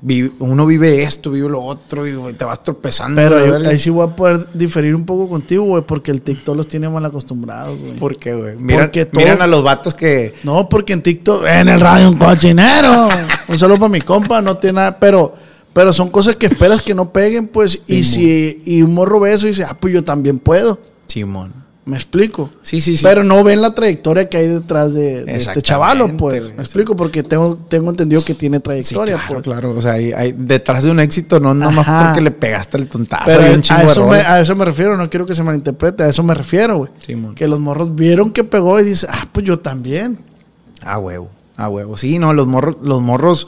Speaker 4: vi- uno vive esto, vive lo otro, y güey, te vas tropezando.
Speaker 2: Pero
Speaker 4: la
Speaker 2: yo-
Speaker 4: verga.
Speaker 2: ahí sí voy a poder diferir un poco contigo, güey, porque el TikTok los tiene mal acostumbrados, güey.
Speaker 4: ¿Por qué, güey? Miran,
Speaker 2: Porque todo-
Speaker 4: miran a los vatos que...
Speaker 2: No, porque en TikTok, en el radio, un cochinero. un saludo para mi compa, no tiene nada. Pero, pero son cosas que esperas que no peguen, pues. Y si y un morro ve eso y dice, ah, pues yo también puedo.
Speaker 4: Simón.
Speaker 2: Me explico.
Speaker 4: Sí, sí, sí.
Speaker 2: Pero no ven la trayectoria que hay detrás de, de este
Speaker 4: Exactamente,
Speaker 2: chavalo, pues.
Speaker 4: güey,
Speaker 2: Me explico, porque tengo, tengo entendido que tiene
Speaker 4: Sí,
Speaker 2: trayectoria,
Speaker 4: claro,
Speaker 2: pues.
Speaker 4: claro. O sea, hay, hay- detrás de un éxito, no nomás
Speaker 2: Ajá.
Speaker 4: porque le pegaste el tontazo
Speaker 2: Pero
Speaker 4: y Ah, un
Speaker 2: a,
Speaker 4: chingo de
Speaker 2: eso me,
Speaker 4: rolas.
Speaker 2: a eso me refiero, no quiero que se malinterprete, a eso me refiero, güey.
Speaker 4: Simón.
Speaker 2: que los morros vieron que pegó y dicen, ah, pues yo también.
Speaker 4: A huevo, a huevo. Sí, no, los morros, los morros,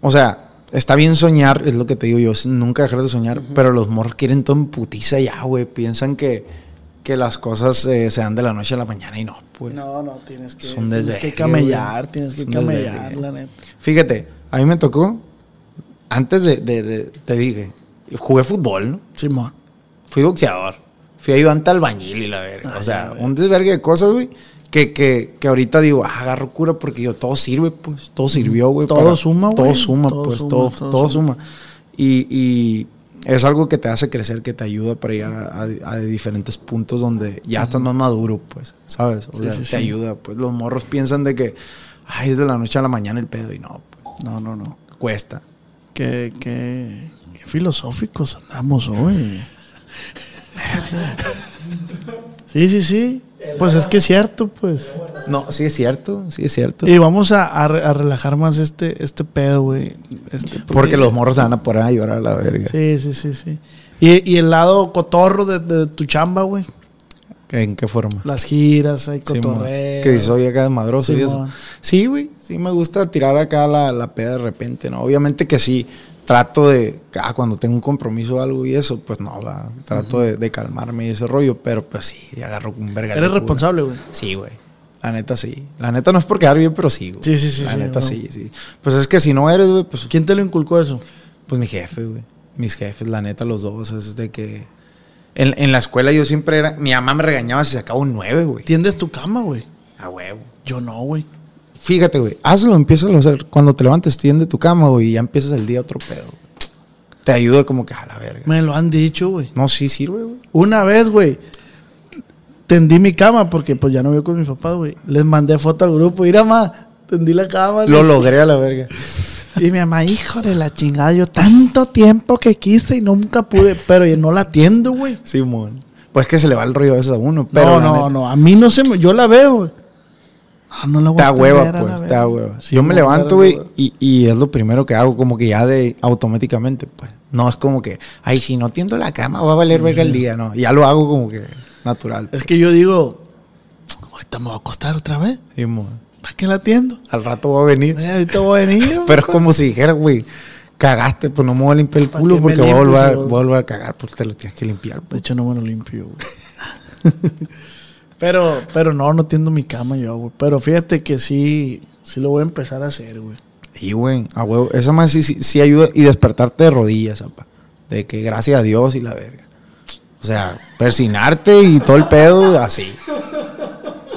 Speaker 4: o sea, está bien soñar, es lo que te digo yo, es nunca dejar de soñar, pero los morros quieren todo en putiza ya, güey. Piensan que, que las cosas eh, se dan de la noche a la mañana y no, pues.
Speaker 2: No, no, tienes que,
Speaker 4: Es un
Speaker 2: tienes
Speaker 4: desvergue,
Speaker 2: que camellar,
Speaker 4: güey.
Speaker 2: tienes que
Speaker 4: Es un
Speaker 2: camellar,
Speaker 4: desvergue.
Speaker 2: la neta.
Speaker 4: Fíjate, a mí me tocó, antes de, de- de- te dije, jugué fútbol, ¿no?
Speaker 2: Simón.
Speaker 4: Fui boxeador, fui ayudante albañil y la verga.
Speaker 2: Ah,
Speaker 4: o sea,
Speaker 2: ya,
Speaker 4: un desvergue de cosas, güey. Que, que, que ahorita digo, ah, agarro cura porque yo todo sirve, pues, todo sirvió, güey.
Speaker 2: Todo
Speaker 4: para-
Speaker 2: suma, güey.
Speaker 4: Todo suma,
Speaker 2: Todo
Speaker 4: pues,
Speaker 2: suma,
Speaker 4: todo,
Speaker 2: todo
Speaker 4: todo, suma. Y, y es algo que te hace crecer, que te ayuda para llegar a, a- a diferentes puntos donde ya estás más maduro, pues, ¿sabes? O
Speaker 2: Sí,
Speaker 4: sea,
Speaker 2: sí,
Speaker 4: te
Speaker 2: sí.
Speaker 4: ayuda, pues. Los morros piensan de que, ay, es de la noche a la mañana el pedo y no, pues,
Speaker 2: No, no, no.
Speaker 4: cuesta.
Speaker 2: Qué, qué, qué filosóficos andamos hoy. <laughs> Verga. sí, sí, sí. Pues es que es cierto, pues.
Speaker 4: No, sí es cierto, sí es cierto.
Speaker 2: Y vamos a, a re- a relajar más este, este pedo, güey. Este,
Speaker 4: Porque los morros se van a poner a llorar a la verga.
Speaker 2: Sí, sí, sí, sí. Y, y el lado cotorro de, de tu chamba, güey.
Speaker 4: ¿En qué forma?
Speaker 2: Las giras, hay
Speaker 4: Sí, mon.
Speaker 2: cotorreo.
Speaker 4: que dices, "Oye, acá es madroso y eso.
Speaker 2: Simón.
Speaker 4: Sí, güey. Sí, me gusta tirar acá la, la peda de repente, ¿no? Obviamente que sí. Trato de. Ah, cuando tengo un compromiso o algo y eso, pues no, va, trato de, de calmarme y ese rollo, pero pues sí, agarro un verga. de
Speaker 2: Eres
Speaker 4: cura.
Speaker 2: responsable, güey.
Speaker 4: Sí, güey. La neta sí. La neta no es por quedar bien, pero sí, güey.
Speaker 2: Sí, sí, sí,
Speaker 4: La
Speaker 2: sí,
Speaker 4: neta
Speaker 2: no.
Speaker 4: sí, sí. Pues es que si no eres, güey, pues
Speaker 2: ¿Quién te lo inculcó eso?
Speaker 4: pues mi jefe, güey. Mis jefes, la neta, los dos. Es de que. En, en la escuela yo siempre era. Mi mamá me regañaba si sacaba un 9, güey.
Speaker 2: Tiendes tu cama, güey.
Speaker 4: A huevo.
Speaker 2: Yo no, güey.
Speaker 4: Fíjate, güey. Hazlo, empieza a hacer. Cuando te levantes, tiende tu cama, güey. Y ya empiezas el día otro pedo. güey. Te ayuda como que a la verga.
Speaker 2: Me lo han dicho, güey.
Speaker 4: No, sí sirve, güey.
Speaker 2: Una vez, güey, tendí mi cama porque pues ya no vivo con mis papás, güey. Les mandé foto al grupo. Mira, ma, tendí la cama.
Speaker 4: Lo
Speaker 2: güey.
Speaker 4: logré a la verga.
Speaker 2: Y mi mamá, hijo de la chingada, yo tanto tiempo que quise y nunca pude, pero yo no la atiendo, güey.
Speaker 4: Simón. Pues que se le va el rollo a veces a uno. Pero
Speaker 2: No,
Speaker 4: la
Speaker 2: no,
Speaker 4: neta,
Speaker 2: no, a mí no se me, yo la veo, güey. No, no la voy
Speaker 4: Te
Speaker 2: a
Speaker 4: da hueva,
Speaker 2: atender, a la
Speaker 4: pues, te
Speaker 2: verga.
Speaker 4: da hueva.
Speaker 2: Sí,
Speaker 4: Yo me
Speaker 2: voy a
Speaker 4: levanto,
Speaker 2: atender
Speaker 4: güey,
Speaker 2: a la verga.
Speaker 4: y, y es lo primero que hago, como que ya de automáticamente, pues. No es como que, ay, si no tiendo la cama, va a valer verga el día, no. Ya lo hago como que natural. pues.
Speaker 2: Es que yo digo, ahorita me voy a acostar otra vez.
Speaker 4: Simón.
Speaker 2: ¿Para qué la atiendo?
Speaker 4: Al rato va a venir.
Speaker 2: Eh, ahorita voy a
Speaker 4: <laughs>
Speaker 2: venir. güey.
Speaker 4: Pero es como si dijera, güey, cagaste, pues no me voy a limpiar el
Speaker 2: ¿Para
Speaker 4: culo
Speaker 2: qué me
Speaker 4: porque voy a,
Speaker 2: limpio
Speaker 4: volver,
Speaker 2: si no?
Speaker 4: voy a volver a cagar porque te lo tienes que limpiar.
Speaker 2: De
Speaker 4: pues.
Speaker 2: hecho, no me lo limpio, güey. <laughs> pero, pero no, no tiendo mi cama yo, güey. Pero fíjate que sí, sí lo voy a empezar a hacer, güey.
Speaker 4: Y, güey, a huevo. Esa más sí, sí, sí ayuda. Y despertarte de rodillas, apa. De que gracias a Dios y la verga. O sea, persinarte y todo el pedo, así.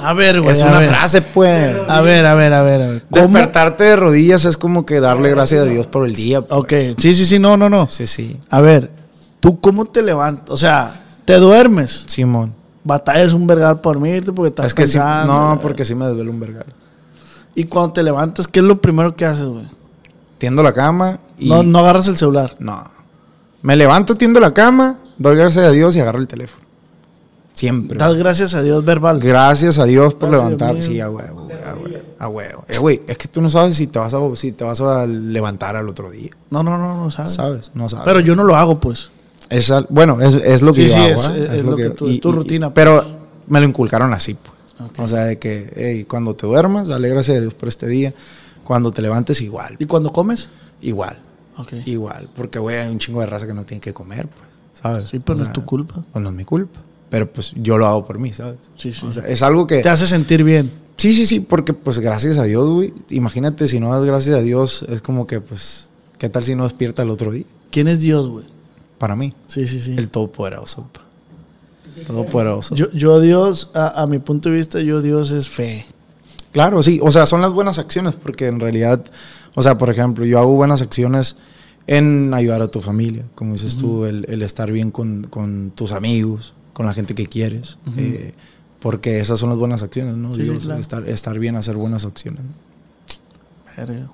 Speaker 2: A ver, güey.
Speaker 4: es
Speaker 2: a
Speaker 4: una
Speaker 2: ver.
Speaker 4: frase, pues.
Speaker 2: A ver, a ver, a ver, a ver. ¿Cómo?
Speaker 4: Despertarte de rodillas es como que darle gracias a Dios por el día. pues.
Speaker 2: Ok, sí, sí, sí, no, no, no.
Speaker 4: Sí, sí.
Speaker 2: A ver, ¿tú cómo te levantas? O sea, ¿te duermes?
Speaker 4: Simón.
Speaker 2: Batallas un vergal por dormirte porque estás
Speaker 4: Es que sí.
Speaker 2: cansado,
Speaker 4: No,
Speaker 2: güey.
Speaker 4: porque sí me desvelo un vergal.
Speaker 2: Y cuando te levantas, ¿qué es lo primero que haces, güey?
Speaker 4: Tiendo la cama y.
Speaker 2: No, no agarras el celular.
Speaker 4: No. Me levanto, tiendo la cama, doy gracias a Dios y agarro el teléfono. Siempre.
Speaker 2: Das gracias a Dios verbal.
Speaker 4: Gracias a Dios por
Speaker 2: Gracias,
Speaker 4: levantar.
Speaker 2: mío.
Speaker 4: Sí, a huevo, güey, a huevo, a huevo. Eh, güey, es que tú no sabes si te vas a, si te vas a levantar al otro día.
Speaker 2: No, no, no, no sabes.
Speaker 4: ¿Sabes? No sabes.
Speaker 2: Pero yo no lo hago, pues.
Speaker 4: Es al- bueno, es, es lo que
Speaker 2: Sí,
Speaker 4: yo
Speaker 2: sí,
Speaker 4: hago,
Speaker 2: es-
Speaker 4: ¿eh?
Speaker 2: es lo que tú- es tu rutina, pues.
Speaker 4: pero me lo inculcaron así, pues. O sea, de que hey, cuando te duermas, dale gracias a Dios por este día. Cuando te levantes, igual.
Speaker 2: ¿Y cuando comes?
Speaker 4: Igual.
Speaker 2: Ok.
Speaker 4: Igual. Porque, güey, hay un chingo de raza que no tiene que comer, pues. ¿Sabes?
Speaker 2: Sí, pero
Speaker 4: O
Speaker 2: no
Speaker 4: sea,
Speaker 2: es tu culpa.
Speaker 4: Pues no es mi culpa. Pero pues yo lo hago por mí, ¿sabes?
Speaker 2: Sí, sí.
Speaker 4: O sea, es algo que...
Speaker 2: Te hace sentir bien.
Speaker 4: Sí, sí, sí, porque pues gracias a Dios, güey. Imagínate, si no das gracias a Dios, es como que, pues, ¿qué tal si no despierta el otro día?
Speaker 2: ¿Quién es Dios, güey?
Speaker 4: Para mí.
Speaker 2: Sí, sí, sí.
Speaker 4: El todopoderoso. pa. Todopoderoso.
Speaker 2: Yo, yo a Dios, a, a mi punto de vista, yo a Dios es fe.
Speaker 4: claro, sí. O sea, son las buenas acciones porque en realidad, o sea, por ejemplo, yo hago buenas acciones en ayudar a tu familia, como dices tú, el, el estar bien con, con tus amigos, con la gente que quieres. eh, porque esas son las buenas acciones, ¿no?
Speaker 2: Sí, sí,
Speaker 4: Dios,
Speaker 2: claro.
Speaker 4: estar, estar bien, hacer buenas acciones. ¿no?
Speaker 2: Verga.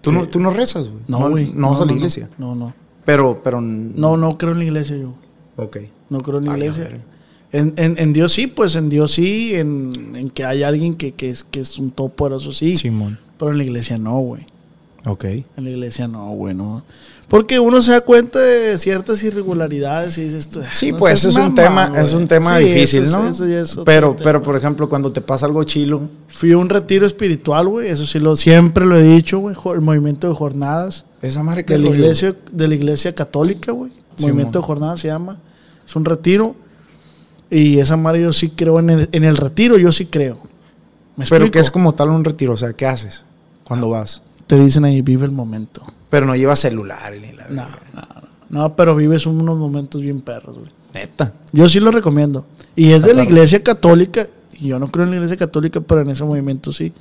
Speaker 4: Tú, no, tú no rezas, güey.
Speaker 2: No, güey.
Speaker 4: No, vas a la iglesia.
Speaker 2: No, no.
Speaker 4: Pero, pero...
Speaker 2: No, no creo en la iglesia yo.
Speaker 4: Ok.
Speaker 2: No creo en la
Speaker 4: Ay, a
Speaker 2: iglesia.
Speaker 4: ver.
Speaker 2: En, en- en Dios sí, pues en Dios sí, en, en que hay alguien que, que es, que es un todopoderoso sí.
Speaker 4: Simón.
Speaker 2: Pero en la iglesia no, güey.
Speaker 4: Ok.
Speaker 2: En la iglesia no, güey, no. Porque uno se da cuenta de ciertas irregularidades y dices tú. "Ah,
Speaker 4: Sí,
Speaker 2: no
Speaker 4: pues
Speaker 2: seas
Speaker 4: es un
Speaker 2: mamá,
Speaker 4: tema,
Speaker 2: güey.
Speaker 4: es un tema
Speaker 2: Sí,
Speaker 4: difícil,
Speaker 2: eso es-
Speaker 4: ¿no?
Speaker 2: eso ya es otro
Speaker 4: pero,
Speaker 2: tema.
Speaker 4: pero por ejemplo, cuando te pasa algo chilo,
Speaker 2: Fui a un retiro espiritual, güey. Eso sí lo siempre lo he dicho, güey. jo- El movimiento de jornadas
Speaker 4: esa madre que
Speaker 2: de la
Speaker 4: rollo?
Speaker 2: iglesia, de la iglesia católica, güey.
Speaker 4: Sí,
Speaker 2: movimiento
Speaker 4: mon.
Speaker 2: de jornadas se llama. Es un retiro. Y esa madre yo sí creo en el, en el retiro, yo sí creo. ¿Me
Speaker 4: Pero
Speaker 2: explico?
Speaker 4: que es como tal un retiro, o sea, ¿qué haces cuando vas?
Speaker 2: Te dicen ahí, vive el momento.
Speaker 4: Pero no llevas celular ni la
Speaker 2: No,
Speaker 4: verga.
Speaker 2: no, no. No, pero vives unos momentos bien perros, güey.
Speaker 4: Neta.
Speaker 2: Yo sí lo recomiendo. Y es
Speaker 4: Está
Speaker 2: de la
Speaker 4: perro.
Speaker 2: iglesia católica. y Yo no creo en la iglesia católica, pero en ese movimiento sí.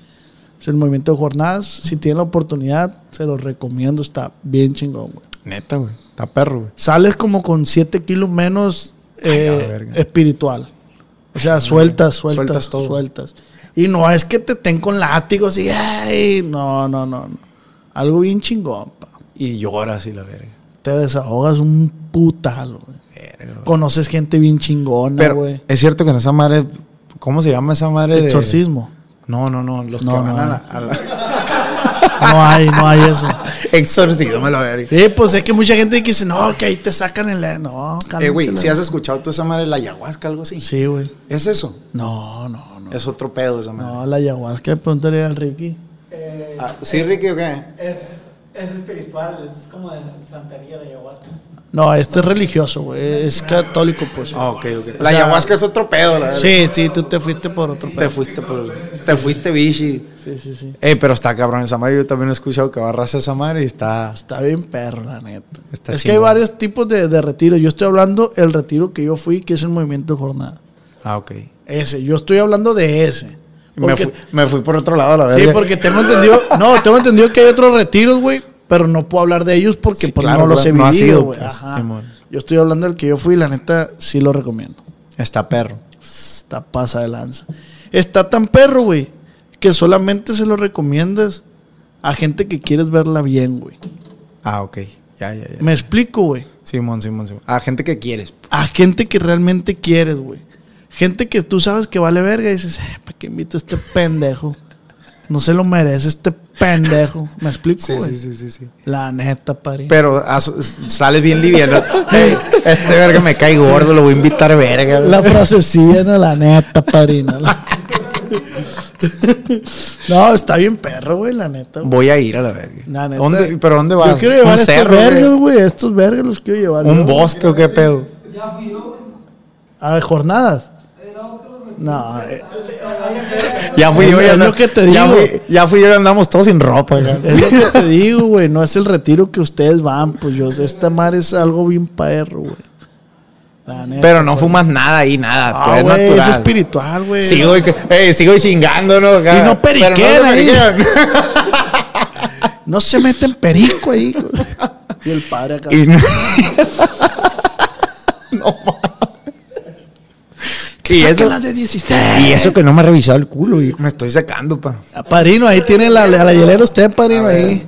Speaker 2: Es el movimiento de jornadas. Si tienen la oportunidad, se los recomiendo. Está bien chingón, güey.
Speaker 4: Neta, güey. Está perro, güey.
Speaker 2: Sales como con 7 kilos menos eh,
Speaker 4: Ay, la verga.
Speaker 2: espiritual. O sea, sueltas, sueltas,
Speaker 4: Sueltas
Speaker 2: sueltas,
Speaker 4: todo.
Speaker 2: Y no es que te estén con látigos y ay, no, no, no, no. Algo bien chingón, pa.
Speaker 4: Y lloras y la verga.
Speaker 2: Te desahogas un putal, güey.
Speaker 4: Verga, güey.
Speaker 2: Conoces gente bien chingona,
Speaker 4: Pero
Speaker 2: güey.
Speaker 4: es cierto que en esa madre, ¿cómo se llama esa madre? de-
Speaker 2: Exorcismo.
Speaker 4: No, no, no. Los
Speaker 2: No,
Speaker 4: que van
Speaker 2: no.
Speaker 4: a la. a la- <laughs>
Speaker 2: No hay, no hay eso.
Speaker 4: Exorcismo, la verga.
Speaker 2: Sí, pues es que mucha gente que dice, no, que ahí te sacan el... No,
Speaker 4: Eh, güey,
Speaker 2: cálmense
Speaker 4: si
Speaker 2: la-
Speaker 4: has escuchado tú esa madre, la ayahuasca, algo así.
Speaker 2: Sí, güey.
Speaker 4: ¿Es eso?
Speaker 2: No, no, no.
Speaker 4: Es otro pedo esa madre.
Speaker 2: No, la ayahuasca, pregúntale al Ricky.
Speaker 5: Eh,
Speaker 4: Ah, ¿Sí, Ricky o qué?
Speaker 5: es, es espiritual, es como de santería de ayahuasca.
Speaker 2: No, este es religioso, güey. Es católico, pues.
Speaker 4: Ah, ok, ok.
Speaker 2: O
Speaker 4: La
Speaker 2: sea,
Speaker 4: ayahuasca es otro pedo, la verdad.
Speaker 2: Sí, sí, tú te fuiste por otro
Speaker 4: Te
Speaker 2: pedo.
Speaker 4: fuiste, por- te fuiste bichi.
Speaker 2: Sí, sí, sí.
Speaker 4: Eh, pero está cabrón esa madre. Yo también he escuchado que va raza esa madre y está.
Speaker 2: Está bien perro, la neta.
Speaker 4: Está
Speaker 2: es que
Speaker 4: chingón.
Speaker 2: hay varios tipos de, de retiro. Yo estoy hablando el retiro que yo fui, que es el movimiento de jornada.
Speaker 4: Ah, ok.
Speaker 2: Ese, yo estoy hablando de ese.
Speaker 4: Me
Speaker 2: Porque-
Speaker 4: fui, me fui por otro lado, la verdad.
Speaker 2: Sí, porque tengo entendido, no, tengo entendido que hay otros retiros, güey, pero no puedo hablar de ellos porque
Speaker 4: Sí,
Speaker 2: pues,
Speaker 4: claro,
Speaker 2: no los he
Speaker 4: no ha
Speaker 2: vivido,
Speaker 4: sido,
Speaker 2: güey.
Speaker 4: pues,
Speaker 2: Ajá.
Speaker 4: Simón.
Speaker 2: Yo estoy hablando del que yo fui y la neta sí lo recomiendo.
Speaker 4: Está perro.
Speaker 2: Está pasa de lanza. Está tan perro, güey, que solamente se lo recomiendas a gente que quieres verla bien, güey.
Speaker 4: Ah, ok. Ya, ya, ya.
Speaker 2: Me explico, güey.
Speaker 4: Simón, Simón, Simón. A gente que quieres.
Speaker 2: A gente que realmente quieres, güey. Gente que tú sabes que vale verga y dices, "Eh, ¿para qué invito a este pendejo? No se lo merece este pendejo. ¿Me explico, güey?
Speaker 4: sí, sí, sí.
Speaker 2: La neta, pari.
Speaker 4: Pero ah, so- sales bien liviano. Ey, este verga me cae gordo, lo voy a invitar verga.
Speaker 2: La frasecilla, no, la neta,
Speaker 4: <laughs>
Speaker 2: padrino. La- No, está bien perro, güey, la neta. güey.
Speaker 4: Voy a ir a la verga.
Speaker 2: La neta.
Speaker 4: ¿Dónde, ¿Pero dónde vas?
Speaker 2: Yo quiero llevar este
Speaker 4: ¿Un
Speaker 2: estos
Speaker 4: cerro,
Speaker 2: vergas,
Speaker 4: güey?
Speaker 2: güey. Estos vergas los quiero llevar.
Speaker 4: ¿Un
Speaker 2: yo.
Speaker 4: bosque o qué pedo?
Speaker 2: A jornadas. No, eh,
Speaker 4: Ya fui
Speaker 2: Es
Speaker 4: yo,
Speaker 2: lo-
Speaker 4: ya
Speaker 2: es
Speaker 4: no-
Speaker 2: lo que te
Speaker 4: ya
Speaker 2: digo.
Speaker 4: fui- ya fui yo, ya andamos todos sin ropa. ya.
Speaker 2: es lo que te digo, güey. No es el retiro que ustedes van, pues yo. Esta mar es algo bien perro, güey. La neta.
Speaker 4: Pero no
Speaker 2: güey.
Speaker 4: fumas nada ahí, nada.
Speaker 2: Ah,
Speaker 4: tú eres
Speaker 2: güey, es
Speaker 4: natural.
Speaker 2: espiritual, güey.
Speaker 4: Sigo, eh, sigo chingando, ¿no? Acá.
Speaker 2: Y no
Speaker 4: Pero
Speaker 2: periquera
Speaker 4: no
Speaker 2: ahí.
Speaker 4: <laughs> periquera.
Speaker 2: No se meten perico ahí, güey. Y el padre acá.
Speaker 4: Y no- <laughs> No mames. y eso,
Speaker 2: Sácala de 16.
Speaker 4: y eso que no me ha revisado el culo, hijo. Me estoy sacando, pa.
Speaker 2: Ah, Padrino, ahí tiene la, la, la hielera usted, padrino, ahí.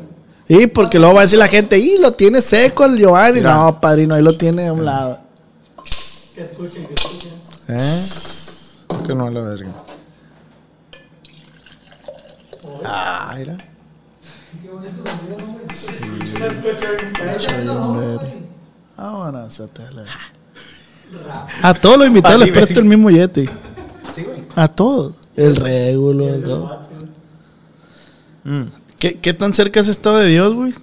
Speaker 2: Y porque luego va a decir la gente, y lo tiene seco el Giovanni. No, padrino, ahí lo tiene a un lado.
Speaker 5: Que escuchen, que escuchen.
Speaker 4: ¿Eh? ¿Por qué no a la verga? Ah, mira.
Speaker 2: Ah, Vámonos a tele. A todos los invitados les presto el mismo Yeti. A todos. El régulo, el todo.
Speaker 4: Mm.
Speaker 2: ¿Qué, qué tan cerca has estado de Dios, güey?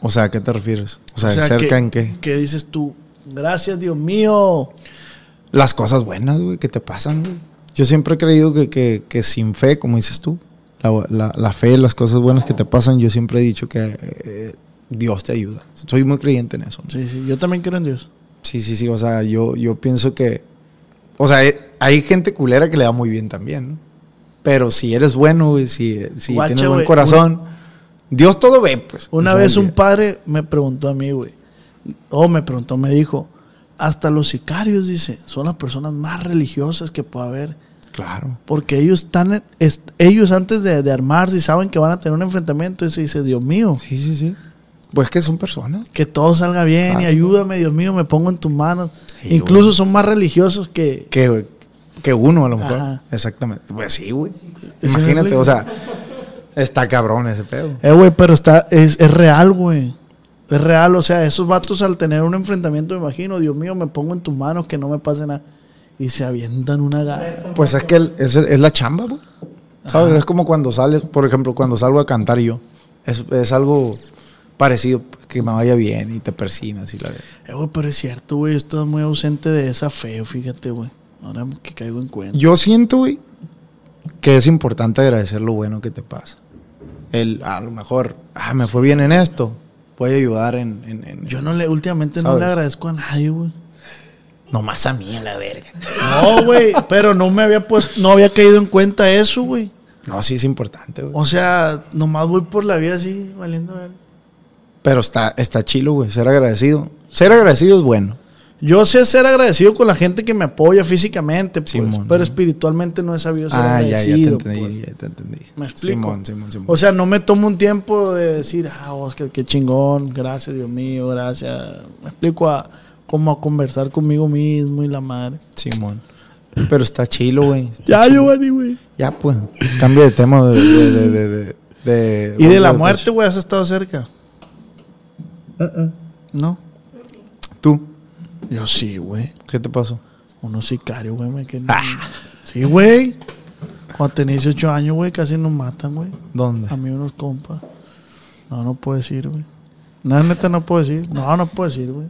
Speaker 4: O sea, ¿a qué te refieres? O sea,
Speaker 2: O sea,
Speaker 4: ¿cerca
Speaker 2: que-
Speaker 4: en qué?
Speaker 2: Que dices tú, gracias Dios mío.
Speaker 4: Las cosas buenas, güey, que te pasan, güey. Yo siempre he creído que, que- que sin fe, como dices tú, la, la- la fe, las cosas buenas que te pasan, yo siempre he dicho que eh, Dios te ayuda. Soy muy creyente en eso. ¿no?
Speaker 2: Sí, sí, yo también creo en Dios.
Speaker 4: Sí, sí, sí. O sea, yo, yo pienso que. O sea, eh, hay gente culera que le da muy bien también, ¿no? Pero si eres bueno, güey, si, eh, si
Speaker 2: Guacha,
Speaker 4: tienes buen
Speaker 2: güey,
Speaker 4: corazón, Dios todo ve, pues.
Speaker 2: Una
Speaker 4: Todo
Speaker 2: vez un
Speaker 4: bien.
Speaker 2: padre me preguntó a mí, güey. O me preguntó, me dijo, hasta los sicarios, dice, son las personas más religiosas que puede haber.
Speaker 4: Claro.
Speaker 2: Porque ellos están, en- es- ellos antes de, de armarse y saben que van a tener un enfrentamiento, y se dice, Dios mío,
Speaker 4: Sí, sí, sí. Pues que son personas.
Speaker 2: que todo salga bien y
Speaker 4: Claro.
Speaker 2: ayúdame, Dios mío, me pongo en tus manos.
Speaker 4: Sí,
Speaker 2: Incluso
Speaker 4: güey.
Speaker 2: son más religiosos que...
Speaker 4: Que, que uno, a lo mejor.
Speaker 2: Ajá.
Speaker 4: Exactamente. Pues sí, güey.
Speaker 2: es
Speaker 4: Imagínate,
Speaker 2: ley.
Speaker 4: o sea, está cabrón ese pedo.
Speaker 2: Eh, güey, pero está, es, es real, güey. Es real, o sea, esos vatos al tener un enfrentamiento, me imagino, Dios mío, me pongo en tus manos, que no me pase nada. Y se avientan una gana.
Speaker 4: Pues es que el- es, es la chamba, güey. ¿Sabes? Es como cuando sales, por ejemplo, cuando salgo a cantar yo. Es, es algo parecido, pues, que me vaya bien y te persinas y la verdad.
Speaker 2: Eh, güey, pero es cierto, güey, yo estaba muy ausente de esa fe, fíjate, güey. Ahora que caigo en cuenta.
Speaker 4: Yo siento, güey, que es importante agradecer lo bueno que te pasa. El, a lo mejor, ah, me fue bien en esto. Voy a ayudar en... en, en-
Speaker 2: Yo no le, últimamente no
Speaker 4: ¿Sabes?
Speaker 2: le agradezco a nadie, güey.
Speaker 6: Nomás a mí a la verga.
Speaker 2: No, güey, <laughs> pero no me había puesto, no había caído en cuenta eso, güey.
Speaker 4: No, sí es importante, güey.
Speaker 2: O sea, nomás voy por la vida así, valiendo ver.
Speaker 4: Pero está, está chilo, güey, ser agradecido. Ser agradecido es bueno.
Speaker 2: Yo sé ser agradecido con la gente que me apoya físicamente, pues,
Speaker 4: Simón.
Speaker 2: pero espiritualmente no he sabido ser
Speaker 4: Ah, ya, ya te
Speaker 2: agradecido.
Speaker 4: entendí,
Speaker 2: pues.
Speaker 4: ya te entendí.
Speaker 2: Me explico.
Speaker 4: Simón, Simón, Simón.
Speaker 2: O sea, no me tomo un tiempo de decir, ah, Oscar, qué chingón, gracias, Dios mío, gracias. Me explico a cómo a conversar conmigo mismo y la madre.
Speaker 4: Simón. Pero está chilo, güey. Está
Speaker 2: <laughs> Ya,
Speaker 4: chilo.
Speaker 2: Giovanni, güey.
Speaker 4: Ya, pues. Cambio de tema de... de- de- de- de-
Speaker 2: Y de la muerte, güey, has estado cerca.
Speaker 4: Uh-uh.
Speaker 2: No.
Speaker 4: ¿Tú?
Speaker 2: Yo sí, güey.
Speaker 4: ¿Qué te pasó?
Speaker 2: Unos sicarios, güey. me quedé-
Speaker 4: Ah.
Speaker 2: Sí, güey. Cuando tenía 18 años, güey, casi nos matan, güey.
Speaker 4: ¿Dónde?
Speaker 2: A mí unos compas. No, no puedo decir, güey. No, neta, no puedo decir. No, no puedo decir, güey.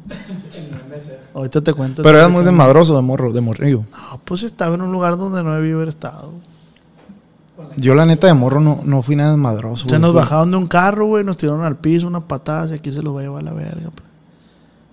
Speaker 2: Ahorita te cuento.
Speaker 4: Pero eras muy desmadroso de morro, de morrillo.
Speaker 2: No, pues estaba en un lugar donde no debí haber estado. güey.
Speaker 4: Yo, la neta, de morro no, no fui nada desmadroso.
Speaker 2: Se
Speaker 4: güey.
Speaker 2: nos
Speaker 4: Fui-
Speaker 2: bajaron de un carro, güey. Nos tiraron al piso unas patadas y aquí se los va a llevar la verga, pues.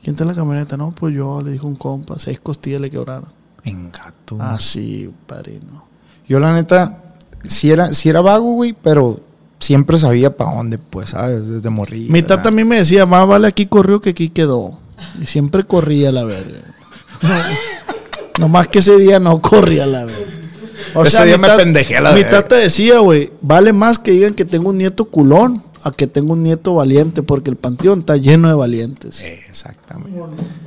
Speaker 2: ¿Quién está en la camioneta? No, pues yo, le dijo un compa. Seis costillas le quebraron.
Speaker 4: Venga, tú.
Speaker 2: Ah, sí, padrino.
Speaker 4: Yo, la neta, sí era, sí era vago, güey, pero siempre sabía para dónde, pues, ¿sabes? Desde morrillo.
Speaker 2: Mi
Speaker 4: era-
Speaker 2: tata a mí me decía, más vale aquí corrió que aquí quedó. Y siempre corría a la verga.
Speaker 4: <laughs>
Speaker 2: Nomás que ese día no corría a la verga.
Speaker 4: Ese día
Speaker 2: mi
Speaker 4: me
Speaker 2: tat-
Speaker 4: pendejé a la
Speaker 2: Mi
Speaker 4: verga.
Speaker 2: tata decía, güey, vale más que digan que tengo un nieto culón a que tengo un nieto valiente, porque el panteón está lleno de valientes.
Speaker 4: Exactamente.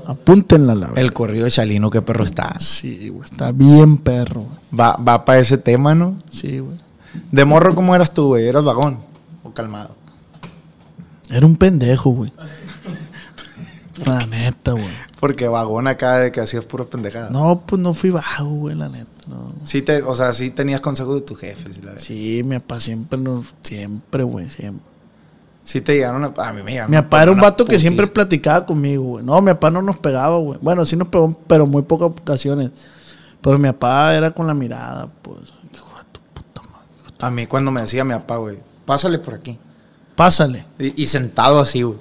Speaker 2: Apúntenla a la verga.
Speaker 4: El corrido de Chalino, qué perro está.
Speaker 2: Sí, güey, está bien perro. güey.
Speaker 4: Va, va para ese tema, ¿no?
Speaker 2: Sí, güey.
Speaker 4: De morro, ¿cómo eras tú, güey? ¿Eras vagón o calmado?
Speaker 2: Era un pendejo,
Speaker 4: <laughs>
Speaker 2: güey. La neta, güey.
Speaker 4: Porque vagón acá de que hacías puras pendejadas.
Speaker 2: No, pues no fui bajo, güey, la neta. No.
Speaker 4: Sí te, o sea, sí tenías consejos de tus jefes. La sí.
Speaker 2: Sí, mi papá siempre, nos- siempre, güey, siempre.
Speaker 4: sí te llegaron a... A mí me llegaron
Speaker 2: Mi
Speaker 4: a
Speaker 2: papá era un
Speaker 4: poner una
Speaker 2: vato que
Speaker 4: putiza.
Speaker 2: siempre platicaba conmigo, güey. No, mi papá no nos pegaba, güey. Bueno, sí nos pegó, pero muy pocas ocasiones. Pero mi papá era con la mirada, pues. Hijo de tu puta madre.
Speaker 4: A mí cuando me decía mi papá, güey, pásale por aquí.
Speaker 2: Pásale.
Speaker 4: Y, y sentado así, güey.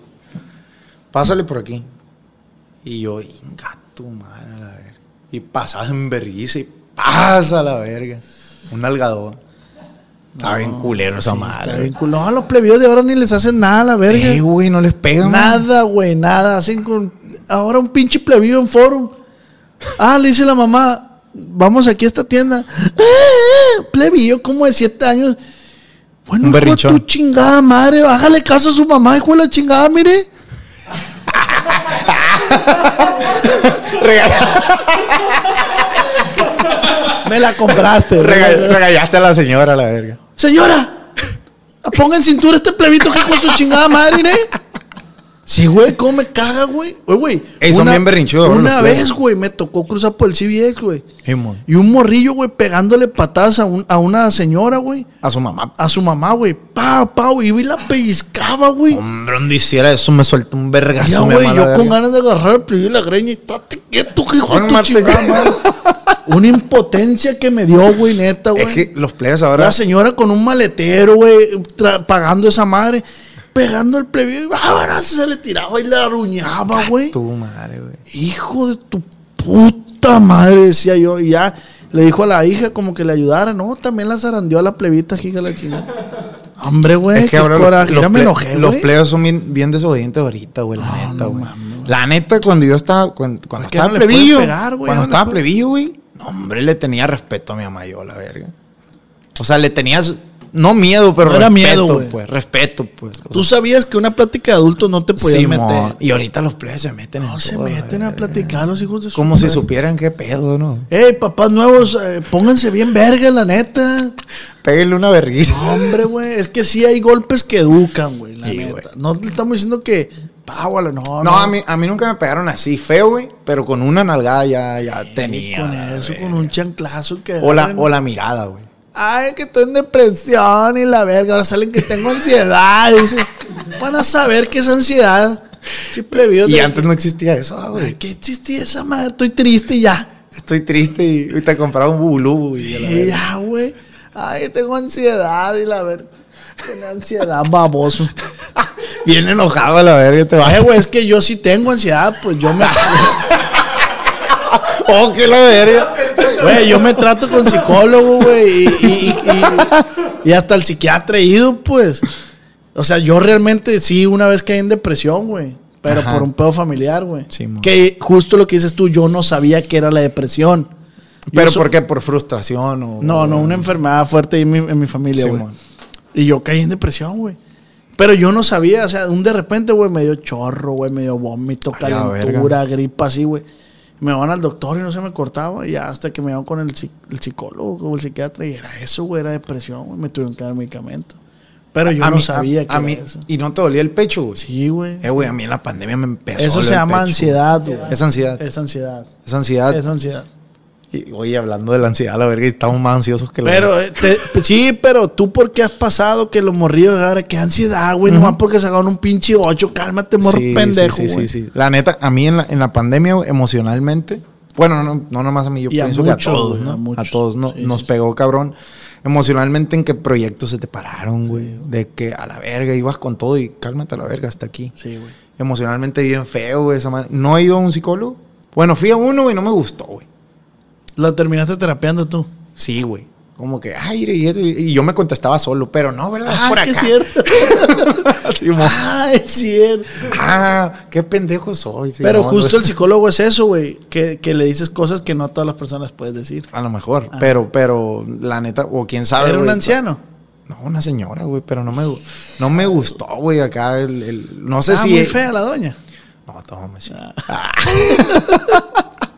Speaker 4: Pásale por aquí. Y yo, inga tu madre, a la verga. Y pasas en vergüenza y pasa la verga. Un algadón. Está bien culero esa madre.
Speaker 2: Está bien culo. No, a los plebeyos de ahora ni les hacen nada a la verga.
Speaker 4: Eh, güey, no les pega man.
Speaker 2: Nada, güey, nada. Hacen con. Ahora un pinche plebío en forum. Ah, le dice la Eh, mamá, vamos aquí a esta tienda. Ah, ah, plebío, como de siete años. Bueno,
Speaker 4: Un
Speaker 2: hijo de
Speaker 4: berrinchón.
Speaker 2: tu chingada madre, hágale caso a su mamá, hijo de la chingada, mire. <laughs> Me la <laughs> compraste.
Speaker 4: Rega- regañaste a la señora, la verga.
Speaker 2: Señora, ponga en cintura este plebito que con su chingada madre, ¿eh? Sí, güey, ¿cómo me caga, güey? Oye, güey.
Speaker 4: Ey, son
Speaker 2: una-
Speaker 4: bien berrinchudos, güey,
Speaker 2: Una
Speaker 4: los
Speaker 2: vez,
Speaker 4: plebes.
Speaker 2: güey, me tocó cruzar por el CBX, güey.
Speaker 4: Simón.
Speaker 2: Y un morrillo, güey, pegándole patadas a, un- a una señora, güey.
Speaker 4: A su mamá.
Speaker 2: A su mamá, güey. Pa, pa, güey. Y la pellizcaba, güey.
Speaker 4: Hombre, donde hiciera eso me suelta un
Speaker 2: Ya,
Speaker 4: vergazo, mi
Speaker 2: güey,
Speaker 4: mamá,
Speaker 2: yo
Speaker 4: la
Speaker 2: con
Speaker 4: verga.
Speaker 2: ganas de agarrar el pliegue de la greña y estate quieto, que hijo de tu
Speaker 4: Cálmate,
Speaker 2: chingada madre". Una impotencia que me dio, güey, neta, güey.
Speaker 4: <laughs> Es que los plebes ahora.
Speaker 2: La señora con un maletero, güey, tra- pagando esa madre, pegando el plebeo y vámonos, se le tiraba y la aruñaba, güey.
Speaker 4: Tu madre, güey.
Speaker 2: Hijo de tu puta madre, decía yo. Y ya le dijo a la hija como que le ayudara. No, también la zarandeó a la plebita, giga la chingada. Hombre, güey,
Speaker 4: Es que
Speaker 2: qué
Speaker 4: ahora los-
Speaker 2: coraje.
Speaker 4: los,
Speaker 2: Ya me
Speaker 4: ple-
Speaker 2: enojé,
Speaker 4: los
Speaker 2: güey.
Speaker 4: plebes son bien, bien desobedientes ahorita, güey, la
Speaker 2: No,
Speaker 4: neta,
Speaker 2: no
Speaker 4: güey.
Speaker 2: mames, güey.
Speaker 4: La neta, cuando yo estaba, cuando, cuando
Speaker 2: Es que
Speaker 4: estaba
Speaker 2: no le pueden
Speaker 4: plebillo,
Speaker 2: pegar, güey,
Speaker 4: cuando
Speaker 2: no le
Speaker 4: estaba
Speaker 2: pueden-
Speaker 4: plebillo, güey, no, hombre, le tenía respeto a mi mamá yo, la verga. O sea, le tenías, no miedo, pero
Speaker 2: No era
Speaker 4: respeto,
Speaker 2: miedo, güey.
Speaker 4: pues, respeto, pues. O
Speaker 2: Tú
Speaker 4: sea,
Speaker 2: sabías que una plática de adultos no te podías
Speaker 4: Simón.
Speaker 2: meter.
Speaker 4: Y ahorita los plebes se meten en
Speaker 2: No se
Speaker 4: todo, la
Speaker 2: meten a
Speaker 4: verga.
Speaker 2: platicar los hijos de su
Speaker 4: Como si
Speaker 2: madre.
Speaker 4: supieran qué pedo, ¿no?
Speaker 2: Ey, papás nuevos, eh, pónganse bien verga, la neta.
Speaker 4: Péguenle una verguisa. <laughs>
Speaker 2: No, Hombre, güey, es que sí hay golpes que educan, güey, la
Speaker 4: Sí,
Speaker 2: neta.
Speaker 4: güey.
Speaker 2: No te estamos diciendo que, págualo, no, no.
Speaker 4: No, a mí, a mí nunca me pegaron así, feo, güey, pero con una nalgada ya, ya tenía.
Speaker 2: Con
Speaker 4: la
Speaker 2: eso,
Speaker 4: verga.
Speaker 2: con un chanclazo que.
Speaker 4: o, la,
Speaker 2: agarren.
Speaker 4: o la mirada, güey.
Speaker 2: Ay, que estoy en depresión y la verga. Ahora salen que tengo ansiedad. Dice, van a saber qué es ansiedad. Simple video
Speaker 4: Y
Speaker 2: de-
Speaker 4: antes no existía eso, ah,
Speaker 2: Ay,
Speaker 4: güey.
Speaker 2: ¿Qué existía esa madre? Estoy triste y ya.
Speaker 4: Estoy triste y y te compraba un bubulú, güey. a la
Speaker 2: Y
Speaker 4: verga.
Speaker 2: ya, güey. Ay, tengo ansiedad y la verga. Tengo ansiedad,
Speaker 4: <laughs>
Speaker 2: baboso.
Speaker 4: Bien enojado a la verga te vas.
Speaker 2: Ay, güey, es que yo sí tengo ansiedad, pues yo
Speaker 4: <laughs>
Speaker 2: me.
Speaker 4: Oh, que la verga.
Speaker 2: Güey, <laughs> yo me trato con psicólogo, güey, y, y- y- y hasta el psiquiatra he ido, pues. O sea, yo realmente sí, una vez caí en depresión, güey. Pero
Speaker 4: Ajá.
Speaker 2: por un pedo familiar, güey.
Speaker 4: Sí, mo.
Speaker 2: que justo lo que dices tú, yo no sabía que era la depresión. Yo
Speaker 4: Pero
Speaker 2: so-
Speaker 4: ¿por qué? ¿Por frustración o.?
Speaker 2: No, no, una enfermedad fuerte ahí en mi, en mi familia,
Speaker 4: Sí,
Speaker 2: güey.
Speaker 4: mo.
Speaker 2: y yo caí en depresión, güey. Pero yo no sabía, o sea, un de repente, güey, me dio chorro, güey, me dio vómito,
Speaker 4: Ay, la
Speaker 2: calentura, gripa, así, güey. Me van al doctor y no se me cortaba, y ya hasta que me van con el, psi- el psicólogo o el psiquiatra, y era eso, güey, era depresión, güey, me tuvieron que dar medicamento. Pero yo
Speaker 4: A
Speaker 2: no
Speaker 4: mí-
Speaker 2: sabía
Speaker 4: a-
Speaker 2: que
Speaker 4: a
Speaker 2: era
Speaker 4: mí-
Speaker 2: eso.
Speaker 4: Y no te dolía el pecho, güey.
Speaker 2: Sí, güey.
Speaker 4: Eh, güey, a mí en la pandemia me empezó.
Speaker 2: Eso
Speaker 4: a doler
Speaker 2: se
Speaker 4: el
Speaker 2: llama
Speaker 4: pecho.
Speaker 2: ansiedad, güey.
Speaker 4: Es ansiedad. Ah.
Speaker 2: Es ansiedad.
Speaker 4: Es ansiedad.
Speaker 2: Es ansiedad.
Speaker 4: Y, oye, hablando de la ansiedad, la verga, estamos más ansiosos que la
Speaker 2: Pero, eh, te- sí, pero tú por qué has pasado que los morrillos de ahora, qué ansiedad, güey, nomás porque sacaron un pinche ocho, cálmate, morro
Speaker 4: Sí,
Speaker 2: pendejo,
Speaker 4: sí,
Speaker 2: güey.
Speaker 4: sí, sí, sí. La neta, a mí en la, en la pandemia, güey, emocionalmente, bueno, no, no nomás a mí, yo
Speaker 2: Y a
Speaker 4: pienso que
Speaker 2: muchos,
Speaker 4: a todos,
Speaker 2: güey,
Speaker 4: ¿no?
Speaker 2: a
Speaker 4: A,
Speaker 2: muchos.
Speaker 4: todos no-
Speaker 2: Sí,
Speaker 4: nos
Speaker 2: sí, sí.
Speaker 4: pegó, cabrón. Emocionalmente, ¿en qué proyectos se te pararon, güey? De que a la verga ibas con todo y cálmate a la verga hasta aquí.
Speaker 2: Sí, güey.
Speaker 4: Emocionalmente bien feo, güey, esa madre. No he ido a un psicólogo. Bueno, fui a uno y no me gustó, güey.
Speaker 2: Lo terminaste terapeando tú.
Speaker 4: Sí, güey. Como que, ay, y, eso, y yo me contestaba solo, pero no, ¿verdad? Es Ah,
Speaker 2: que
Speaker 4: por
Speaker 2: Ah, es
Speaker 4: acá.
Speaker 2: cierto.
Speaker 4: <laughs> Sí, mo-
Speaker 2: ah, es cierto.
Speaker 4: ah, qué pendejo soy. sí,
Speaker 2: Pero
Speaker 4: no,
Speaker 2: justo
Speaker 4: güey.
Speaker 2: el psicólogo es eso, güey, que, que le dices cosas que no a todas las personas puedes decir.
Speaker 4: A lo mejor,
Speaker 2: Ajá.
Speaker 4: pero, pero, la neta, o quién sabe.
Speaker 2: Ah. Era un
Speaker 4: güey.
Speaker 2: anciano.
Speaker 4: No, una señora, güey, pero no me, gu- no me gustó, güey, acá el, el- no sé
Speaker 2: ah,
Speaker 4: si...
Speaker 2: muy fea la doña.
Speaker 4: No, toma, sí. Ah. <laughs>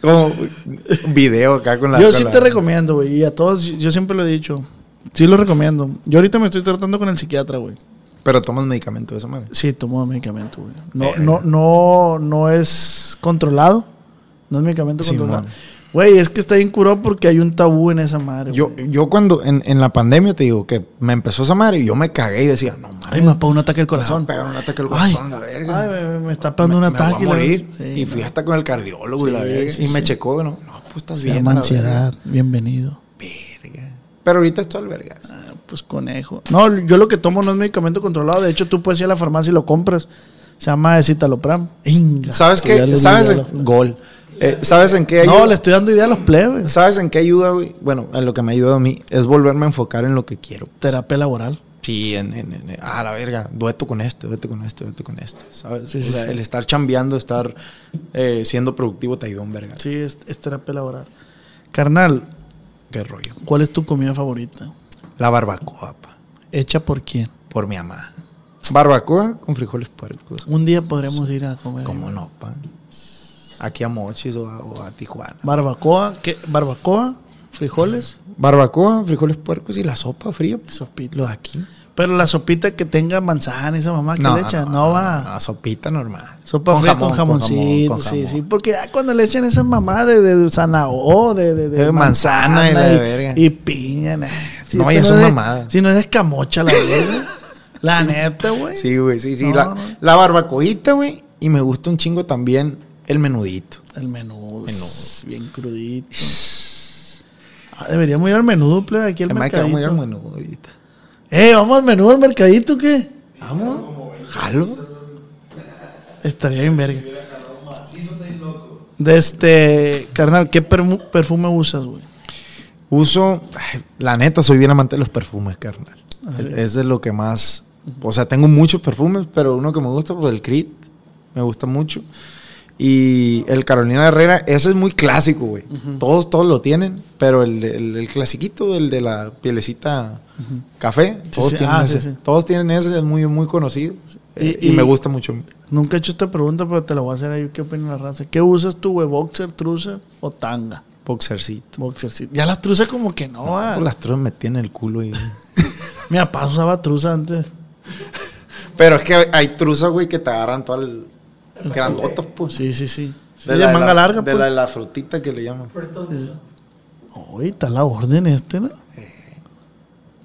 Speaker 4: Como un video acá con la...
Speaker 2: yo
Speaker 4: con
Speaker 2: sí
Speaker 4: la-
Speaker 2: te recomiendo, güey, y a todos, yo siempre lo he dicho. Sí lo recomiendo. Yo ahorita me estoy tratando con el psiquiatra, güey.
Speaker 4: Pero tomas medicamento de esa madre.
Speaker 2: Sí, tomo medicamento, güey. No,
Speaker 4: Verga.
Speaker 2: no, no, no es controlado. No es medicamento
Speaker 4: Simón.
Speaker 2: controlado. Güey, es que está bien curado porque hay un tabú en esa madre.
Speaker 4: Yo,
Speaker 2: güey.
Speaker 4: yo cuando, en, en la pandemia, te digo que me empezó esa madre y yo me cagué y decía, no mames.
Speaker 2: Ay, me apagó un ataque al
Speaker 4: me va a
Speaker 2: corazón.
Speaker 4: pegar un ataque al
Speaker 2: Ay.
Speaker 4: corazón, la verga.
Speaker 2: Ay, me, me está pegando un
Speaker 4: Me- me voy a
Speaker 2: ataque. la-
Speaker 4: morir.
Speaker 2: Sí,
Speaker 4: y fui
Speaker 2: no.
Speaker 4: hasta con el cardiólogo y la
Speaker 2: Sí,
Speaker 4: verga.
Speaker 2: sí,
Speaker 4: y me
Speaker 2: sí.
Speaker 4: checó, no, no, pues estás
Speaker 2: Se
Speaker 4: bien.
Speaker 2: llama
Speaker 4: la verga.
Speaker 2: ansiedad. Bienvenido.
Speaker 4: Verga. Pero ahorita estoy al vergas.
Speaker 2: Ah, pues conejo. No, yo lo que tomo no es medicamento controlado. De hecho, tú puedes ir a la farmacia y lo compras. Se llama citalopram. Inga,
Speaker 4: ¿Sabes
Speaker 2: que ya
Speaker 4: qué?
Speaker 2: le di
Speaker 4: ¿Sabes?
Speaker 2: idea a
Speaker 4: en- Gol. Eh, ¿Sabes en qué
Speaker 2: los-
Speaker 4: ayuda?
Speaker 2: No, le estoy dando idea a los plebes.
Speaker 4: ¿Sabes en qué ayuda, güey? Bueno, en lo que me ayuda a mí es volverme a enfocar en lo que quiero.
Speaker 2: Terapia laboral.
Speaker 4: Sí, en, en- en- ah, la verga, dueto con este, dueto con este, dueto con este, ¿sabes?
Speaker 2: Sí,
Speaker 4: o
Speaker 2: sí,
Speaker 4: sea,
Speaker 2: sí.
Speaker 4: el estar chambeando, estar eh, siendo productivo te ayuda un verga.
Speaker 2: Sí, es, es terapia laboral. Carnal,
Speaker 4: Qué rollo.
Speaker 2: ¿cuál es tu comida favorita?
Speaker 4: La barbacoa, pa,
Speaker 2: ¿Hecha por quién?
Speaker 4: por mi mamá. Barbacoa con frijoles puercos.
Speaker 2: Un día podremos ir a comer.
Speaker 4: ¿Cómo no, pa? Aquí a Mochis o a, o a Tijuana.
Speaker 2: Barbacoa, ¿qué? Barbacoa, frijoles.
Speaker 4: Barbacoa, frijoles puercos y la sopa fría. pues,
Speaker 2: Sopita.
Speaker 4: Lo de aquí.
Speaker 2: Pero la sopita que tenga manzana, esa mamá que le echa, no, va.
Speaker 4: no, sopita normal.
Speaker 2: Sopa fría con
Speaker 4: jamón,
Speaker 2: jamoncito,
Speaker 4: con
Speaker 2: sí,
Speaker 4: jamón.
Speaker 2: sí. Porque ya cuando le echan esa mamá de, de zanahoria, de, de,
Speaker 4: De manzana y la verga.
Speaker 2: Y piña, nah. Si esto
Speaker 4: No, ya son
Speaker 2: es de-
Speaker 4: mamadas.
Speaker 2: Si no es escamocha la verga.
Speaker 4: <laughs>
Speaker 2: la neta, güey.
Speaker 4: Sí, güey, sí, sí.
Speaker 2: No,
Speaker 4: la,
Speaker 2: no.
Speaker 4: la barbacoita, güey. Y me gusta un chingo también el menudito.
Speaker 2: El menudo. es Bien crudito. Ah, deberíamos ir al menudo, plebe, aquí al
Speaker 4: Me va a quedar muy al
Speaker 2: mercadito.
Speaker 4: menudo ahorita.
Speaker 2: Eh, vamos al menudo, al mercadito, ¿qué?
Speaker 4: Vamos. Jalo.
Speaker 2: Estaría bien verga. De este, carnal, ¿qué permu- perfume usas, güey?
Speaker 4: Uso, ay, la neta, soy bien amante de los perfumes, carnal.
Speaker 2: Ah, sí.
Speaker 4: Ese Es de lo que más. O sea, tengo muchos perfumes, pero uno que me gusta, pues el Creed. Me gusta mucho. Y el Carolina Herrera, ese es muy clásico, güey. Todos, todos lo tienen, pero el, el, el clasiquito, el de la pielecita café, todos,
Speaker 2: sí.
Speaker 4: tienen
Speaker 2: Ah, sí,
Speaker 4: ese.
Speaker 2: sí.
Speaker 4: todos tienen ese, es muy, muy conocido. eh,
Speaker 2: Y-
Speaker 4: Y, me
Speaker 2: y-
Speaker 4: gusta mucho.
Speaker 2: Nunca he hecho esta pregunta, pero te la voy a hacer ahí. ¿Qué opina la raza? ¿Qué usas tú, güey? ¿Boxer, truza o tanga?
Speaker 4: Boxercito.
Speaker 2: Boxer, sí. Ya las truzas como que no, ah.
Speaker 4: Pues las tres me tienen el culo y.
Speaker 2: Mi papá usaba truza antes.
Speaker 4: Pero es que hay- hay truzas, güey, que te agarran todo el. Grandotas, pues.
Speaker 2: Sí, sí, sí. Sí,
Speaker 4: De
Speaker 2: de
Speaker 4: la
Speaker 2: manga larga,
Speaker 4: de
Speaker 2: pues.
Speaker 4: la de la frutita que le llaman.
Speaker 2: Uy, está la orden este, ¿no?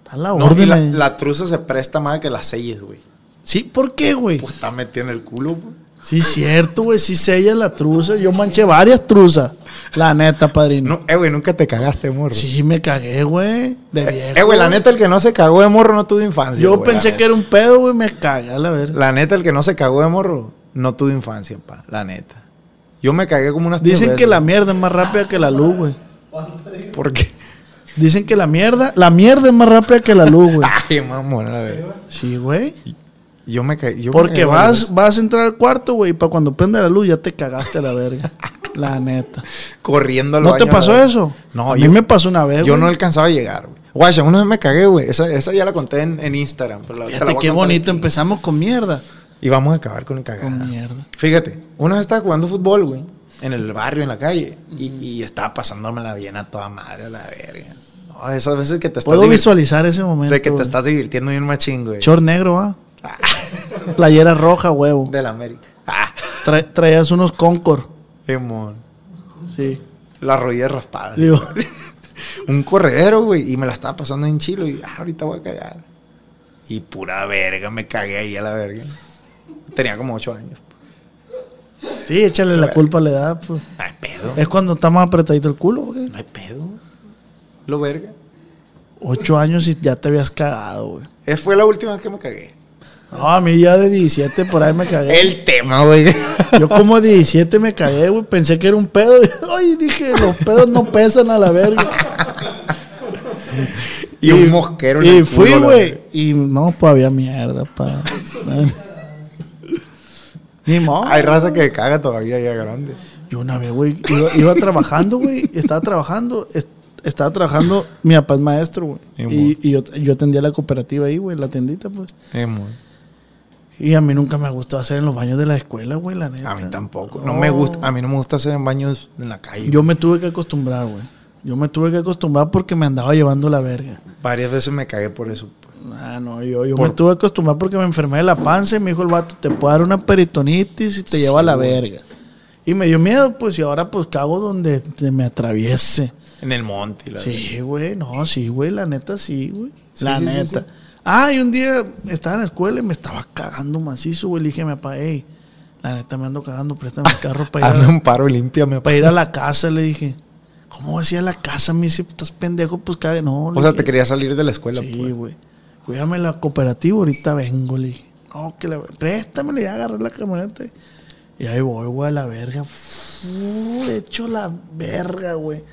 Speaker 2: Está la
Speaker 4: No, y
Speaker 2: orden.
Speaker 4: la,
Speaker 2: ahí.
Speaker 4: la truza se presta más que las selles, güey.
Speaker 2: Sí, ¿por qué, güey?
Speaker 4: Pues está metida en el culo, pues. güey.
Speaker 2: Sí, cierto, güey. Sí, sella la truza. Yo manché varias truzas. La neta, padrino.
Speaker 4: No, eh, güey, nunca te cagaste, morro.
Speaker 2: Sí, me cagué, güey. De viejo.
Speaker 4: eh, güey, la neta, el que no se cagó de morro no tuvo infancia.
Speaker 2: Yo
Speaker 4: güey,
Speaker 2: pensé
Speaker 4: la
Speaker 2: que era un pedo, güey. Me cagué, a la
Speaker 4: neta.
Speaker 2: verga.
Speaker 4: La neta, el que no se cagó de morro no tuvo infancia, pa. La neta. Yo me cagué como unas tres
Speaker 2: Dicen que
Speaker 4: veces,
Speaker 2: la mierda es más rápida que la luz, güey.
Speaker 4: güey. ¿Por qué?
Speaker 2: Dicen que la mierda, la mierda es más rápida que la luz, güey.
Speaker 4: Ay, mamón, la verdad.
Speaker 2: Sí, güey.
Speaker 4: Yo me cagué. yo me
Speaker 2: Porque
Speaker 4: cagué varias
Speaker 2: vas, vas a entrar al cuarto, güey, y para cuando prende la luz ya te cagaste a la verga. La neta.
Speaker 4: veces Corriendo al
Speaker 2: ¿No te
Speaker 4: baño,
Speaker 2: pasó
Speaker 4: güey.
Speaker 2: eso?
Speaker 4: No,
Speaker 2: a mí
Speaker 4: yo
Speaker 2: me pasó una vez,
Speaker 4: Yo
Speaker 2: Eh, güey.
Speaker 4: no alcanzaba a llegar, güey. Guacha, una vez me cagué, güey. Esa, esa ya la conté en, en Instagram. pero la- te la
Speaker 2: Fíjate
Speaker 4: voy a
Speaker 2: qué
Speaker 4: contar
Speaker 2: bonito,
Speaker 4: aquí.
Speaker 2: empezamos con mierda.
Speaker 4: Y vamos a acabar con el cagada.
Speaker 2: Con mierda.
Speaker 4: Fíjate, una vez estaba jugando fútbol, güey, en el barrio, en la calle, y, y estaba pasándomela bien a toda madre, a la verga. No, de esas veces que te estás
Speaker 2: Puedo
Speaker 4: divir-
Speaker 2: visualizar ese momento.
Speaker 4: de que te
Speaker 2: güey.
Speaker 4: estás divirtiendo bien machín, güey.
Speaker 2: Short negro, va. Playera roja, huevo.
Speaker 4: De la América. Ah,
Speaker 2: Tra- traías unos Concord.
Speaker 4: demon.
Speaker 2: Sí.
Speaker 4: Las rodillas raspadas.
Speaker 2: Digo,
Speaker 4: Un corredero, güey, y me la estaba pasando en chilo, y ah, ahorita voy a cagar. Y pura verga, me cagué ahí a la verga. Tenía como ocho años.
Speaker 2: sí, échale la culpa a la edad, pues.
Speaker 4: No hay pedo,
Speaker 2: Es cuando está más apretadito el culo, güey.
Speaker 4: no hay pedo. Lo verga.
Speaker 2: Ocho años y ya te habías cagado, güey.
Speaker 4: Eh, Fue la última vez que me cagué.
Speaker 2: No, a mí ya de 17 por ahí me cagué.
Speaker 4: El tema, güey.
Speaker 2: Yo como 17 me cagué, güey. Pensé que era un pedo. <laughs> Ay, dije, los pedos no pesan a la verga.
Speaker 4: <laughs> Y, un mosquero. en
Speaker 2: Y
Speaker 4: el
Speaker 2: fui,
Speaker 4: culo, la
Speaker 2: güey.
Speaker 4: verga.
Speaker 2: Y no, pues había mierda, pa. Ni modo.
Speaker 4: Hay raza que caga todavía ya grande.
Speaker 2: Yo una vez, güey, iba, iba trabajando, güey. Estaba trabajando. es- estaba trabajando. Mi papá es maestro, güey.
Speaker 4: Sí, mo.
Speaker 2: Y, y yo, yo atendía la cooperativa ahí, güey. La tiendita, pues.
Speaker 4: Eh, muy.
Speaker 2: Y a mí nunca me gustó hacer en los baños de la escuela, güey, la neta.
Speaker 4: A mí tampoco. No me gusta. A mí no me gusta hacer en baños en la calle.
Speaker 2: Yo me tuve que acostumbrar, güey. Yo me tuve que acostumbrar porque me andaba llevando la verga.
Speaker 4: Varias veces me cagué por eso. pues.
Speaker 2: Ah, no, yo, yo
Speaker 4: Por-
Speaker 2: me tuve que acostumbrar porque me enfermé de la panza y me dijo el vato, te puede dar una peritonitis y te lleva a la verga. Y me dio miedo, pues, y ahora pues cago donde te me atraviese.
Speaker 4: En el monte. y La
Speaker 2: Sí, güey, no, sí, güey, la neta, sí, güey.
Speaker 4: Sí,
Speaker 2: la
Speaker 4: sí, sí,
Speaker 2: neta.
Speaker 4: sí.
Speaker 2: Ah, y un día estaba en la escuela y me estaba cagando macizo, güey. Le dije a mi papá, hey, la neta me ando cagando, préstame el carro
Speaker 4: <laughs>
Speaker 2: para ir a
Speaker 4: Hazme un paro, límpiame.
Speaker 2: para ir a la casa, le dije. ¿Cómo decía a la casa? Me dice, estás pendejo, pues cabe. No, le
Speaker 4: O sea,
Speaker 2: dije,
Speaker 4: te quería salir de la escuela.
Speaker 2: Sí,
Speaker 4: pues.
Speaker 2: güey. Cuídame la cooperativa, ahorita vengo, le dije. No, que la... Préstamela y agarré la camioneta. Y ahí voy, güey, a la verga. Fu, De hecho, la verga, güey.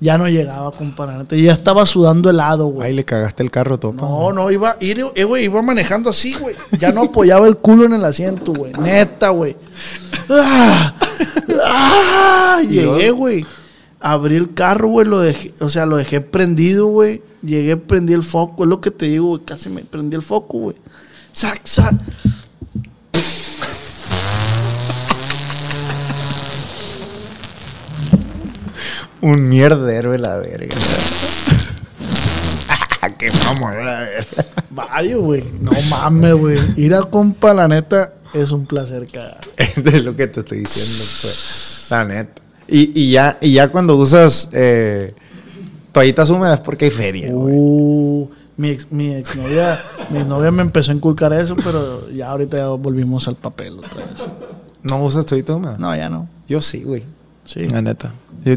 Speaker 2: Ya no llegaba, comparante. Ya estaba sudando helado, güey.
Speaker 4: Ay, le cagaste el carro, topa.
Speaker 2: No, no, iba, ir- eh, güey, iba manejando así, güey. Ya no apoyaba el culo en el asiento, güey. Neta, güey. Ah, ah,
Speaker 4: luego?
Speaker 2: llegué, güey. Abrí el carro, güey, lo dejé, o sea, lo dejé prendido, güey. Llegué, prendí el foco, es lo que te digo, güey, casi me prendí el foco, güey. Sac, sac.
Speaker 4: Un mierdero de la verga. <laughs> Qué vamos de la verga. <laughs>
Speaker 2: Varios, güey. No mames, güey. Ir a compa, la neta, es un placer cagar.
Speaker 4: de lo que te estoy diciendo, pues. La neta. Y, y ya, y ya cuando usas eh, toallitas húmedas porque hay feria. güey.
Speaker 2: Uh, mi, ex, mi exnovia, <laughs> mi novia me empezó a inculcar eso, pero ya ahorita ya volvimos al papel otra vez.
Speaker 4: ¿No usas toallitas húmedas?
Speaker 2: No, ya no.
Speaker 4: Yo sí, güey.
Speaker 2: Sí.
Speaker 4: La neta. Yo-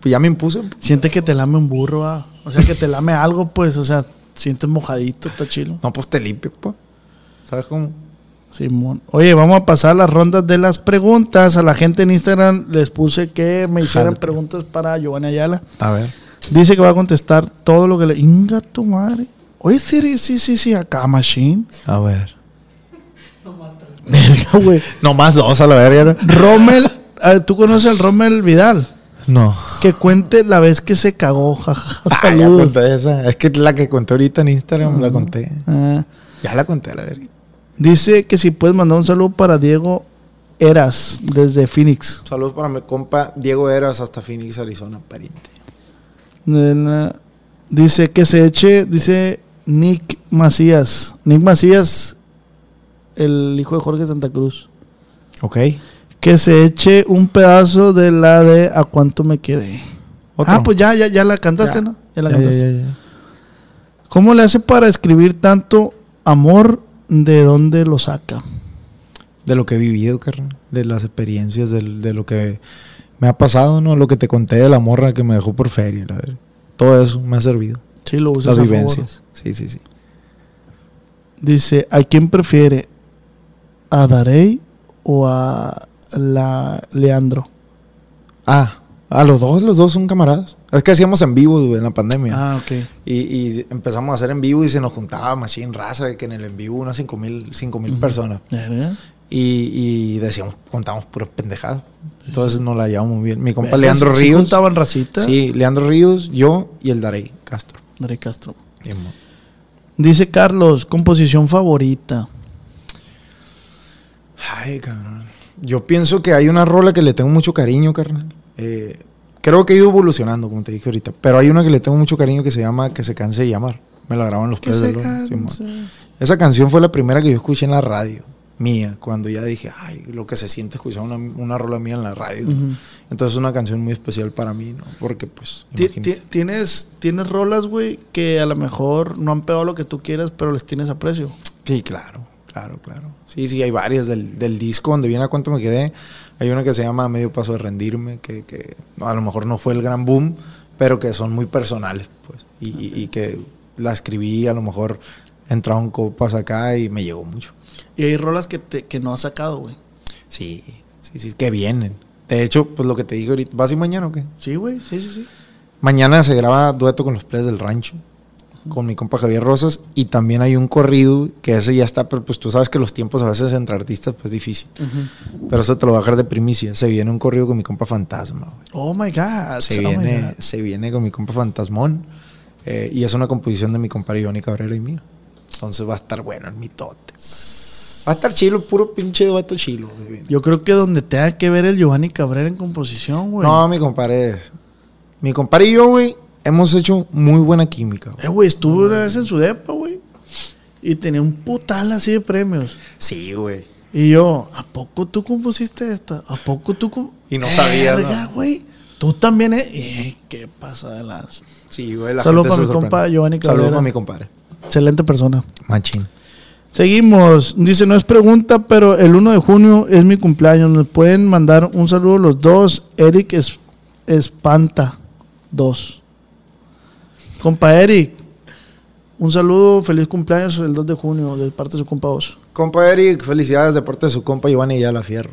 Speaker 4: pues ya me impuse.
Speaker 2: Sientes que te lame un burro, ah. o sea, que te lame algo, pues, o sea, sientes mojadito, está chilo.
Speaker 4: No, pues te limpio, pues. ¿Sabes cómo?
Speaker 2: Simón. Oye, vamos a pasar las rondas de las preguntas. A la gente en Instagram les puse que me hicieran
Speaker 4: Jálate.
Speaker 2: preguntas para Giovanni Ayala.
Speaker 4: A ver.
Speaker 2: Dice que va a contestar todo lo que le. ¡Inga tu madre! Oye, sí, sí, sí, sí, acá, Machine. <laughs>
Speaker 4: A ver.
Speaker 2: Verga, güey.
Speaker 4: Nomás dos a la verga.
Speaker 2: Rommel, eh, ¿tú conoces al Rommel Vidal?
Speaker 4: No.
Speaker 2: Que cuente la vez que se cagó, jaja.
Speaker 4: <laughs> Ah, ya
Speaker 2: Saludos.
Speaker 4: conté esa. Es que la que conté ahorita en Instagram la conté.
Speaker 2: Ah,
Speaker 4: Ya la conté a la verga.
Speaker 2: dice que si puedes mandar un saludo para Diego Eras, desde Phoenix.
Speaker 4: Saludos para mi compa Diego Eras hasta Phoenix, Arizona, pariente.
Speaker 2: De la- Dice que se eche, dice Nick Macías. Nick Macías, el hijo de Jorge Santa Cruz.
Speaker 4: Ok.
Speaker 2: Que se eche un pedazo de la de A cuánto me quedé.
Speaker 4: Otro.
Speaker 2: Ah, pues ya, ya, ya la cantaste,
Speaker 4: Ya.
Speaker 2: ¿no? Ya la cantaste. ¿Cómo le hace para escribir tanto amor? ¿De dónde lo saca?
Speaker 4: De lo que he vivido, carnal. De las experiencias, del- de, lo que me ha pasado, ¿no? Lo que te conté de la morra que me dejó por feria, la verga. Todo eso me ha servido.
Speaker 2: Sí, lo usas
Speaker 4: Las
Speaker 2: a favor.
Speaker 4: vivencias. Sí, sí, sí.
Speaker 2: Dice, ¿a quién prefiere? ¿A Darey o a la Leandro?
Speaker 4: Ah, a los dos, los dos son camaradas. Es que hacíamos en vivo, güey, en la pandemia.
Speaker 2: Ah, ok.
Speaker 4: Y, y empezamos a hacer en vivo y se nos juntaba Machine Raza, de que en el en vivo unas 5 mil cinco mil personas.
Speaker 2: ¿Verdad?
Speaker 4: Y, y decíamos, contábamos puras pendejadas. Entonces nos la llevamos muy bien. Mi compa
Speaker 2: Verga,
Speaker 4: Leandro
Speaker 2: sí- sí
Speaker 4: Ríos.
Speaker 2: juntaban racita?
Speaker 4: Sí, Leandro Ríos, yo y el Darey Castro.
Speaker 2: Darey Castro. Dice Carlos, composición favorita.
Speaker 4: Ay, cabrón. Yo pienso que hay una rola que le tengo mucho cariño, carnal. Eh, creo que he ido evolucionando, como te dije ahorita. Pero hay una que le tengo mucho cariño que se llama Que se canse de llamar. Me la graban los
Speaker 2: Que
Speaker 4: pies
Speaker 2: se
Speaker 4: del Oro, Simón.
Speaker 2: canse.
Speaker 4: Esa canción fue la primera que yo escuché en la radio, mía, cuando ya dije, ay, lo que se siente escuchar una, una rola mía en la radio.
Speaker 2: Ujú.
Speaker 4: Entonces es una canción muy especial para mí, ¿no? Porque pues...
Speaker 2: Ti-
Speaker 4: imagínate.
Speaker 2: ti- ¿Tienes, tienes rolas, güey, que a lo mejor no han pegado lo que tú quieras, pero les tienes aprecio.
Speaker 4: Sí, claro, claro, claro. Sí, sí, hay varias del, del disco donde viene a cuánto me quedé. Hay una que se llama Medio Paso de Rendirme, que, que a lo mejor no fue el gran boom, pero que son muy personales, pues. Y, y- y que la escribí, a lo mejor entraron copas acá y me llegó mucho.
Speaker 2: Y hay rolas que, te, que no has sacado, güey.
Speaker 4: Sí, sí, sí, que vienen. De hecho, pues lo que te dije ahorita, ¿vas y mañana o qué?
Speaker 2: Sí, güey, sí, sí, sí.
Speaker 4: Mañana se graba dueto con los players del rancho, con mi compa Javier Rosas, y también hay un corrido que ese ya está, pero pues tú sabes que los tiempos a veces entre artistas pues es difícil. Pero eso te lo voy a dejar de primicia. Se viene un corrido con mi compa Fantasma, güey.
Speaker 2: Oh my God.
Speaker 4: Se,
Speaker 2: oh my
Speaker 4: viene,
Speaker 2: God.
Speaker 4: se viene con mi compa Fantasmón, eh, y es una composición de mi compa Johnny Cabrera y mía. Entonces va a estar bueno el mitote. Va a estar chilo, puro pinche dueto chilo. güey.
Speaker 2: Yo creo que donde tenga que ver el Giovanni Cabrera en composición, güey.
Speaker 4: No, mi compadre. Mi compadre y yo, güey, hemos hecho muy buena química. güey.
Speaker 2: Eh, güey, estuve una vez en su depa, güey. Y tenía un putal así de premios.
Speaker 4: Sí, güey.
Speaker 2: Y yo, ¿a poco tú compusiste esta? ¿A poco tú com-?"
Speaker 4: Y no sabía,
Speaker 2: Verga,
Speaker 4: ¿no?
Speaker 2: güey. Tú también, eh. Eh, ¿Qué pasa de lanza?
Speaker 4: Sí, güey. la
Speaker 2: Saludos
Speaker 4: gente
Speaker 2: pa'
Speaker 4: se
Speaker 2: mi
Speaker 4: sorprende.
Speaker 2: compa Giovanni
Speaker 4: Saludos
Speaker 2: Cabrera.
Speaker 4: para mi compadre.
Speaker 2: Excelente persona.
Speaker 4: Machín.
Speaker 2: Seguimos. Dice, no es pregunta, pero el 1 de junio es mi cumpleaños. Nos pueden mandar un saludo los dos. Eric Es- Espanta. Dos. Compa Eric. Un saludo, feliz cumpleaños el 2 de junio de parte de su compa Oso.
Speaker 4: Compa Eric, felicidades de parte de su compa Giovanni Yala Fierro.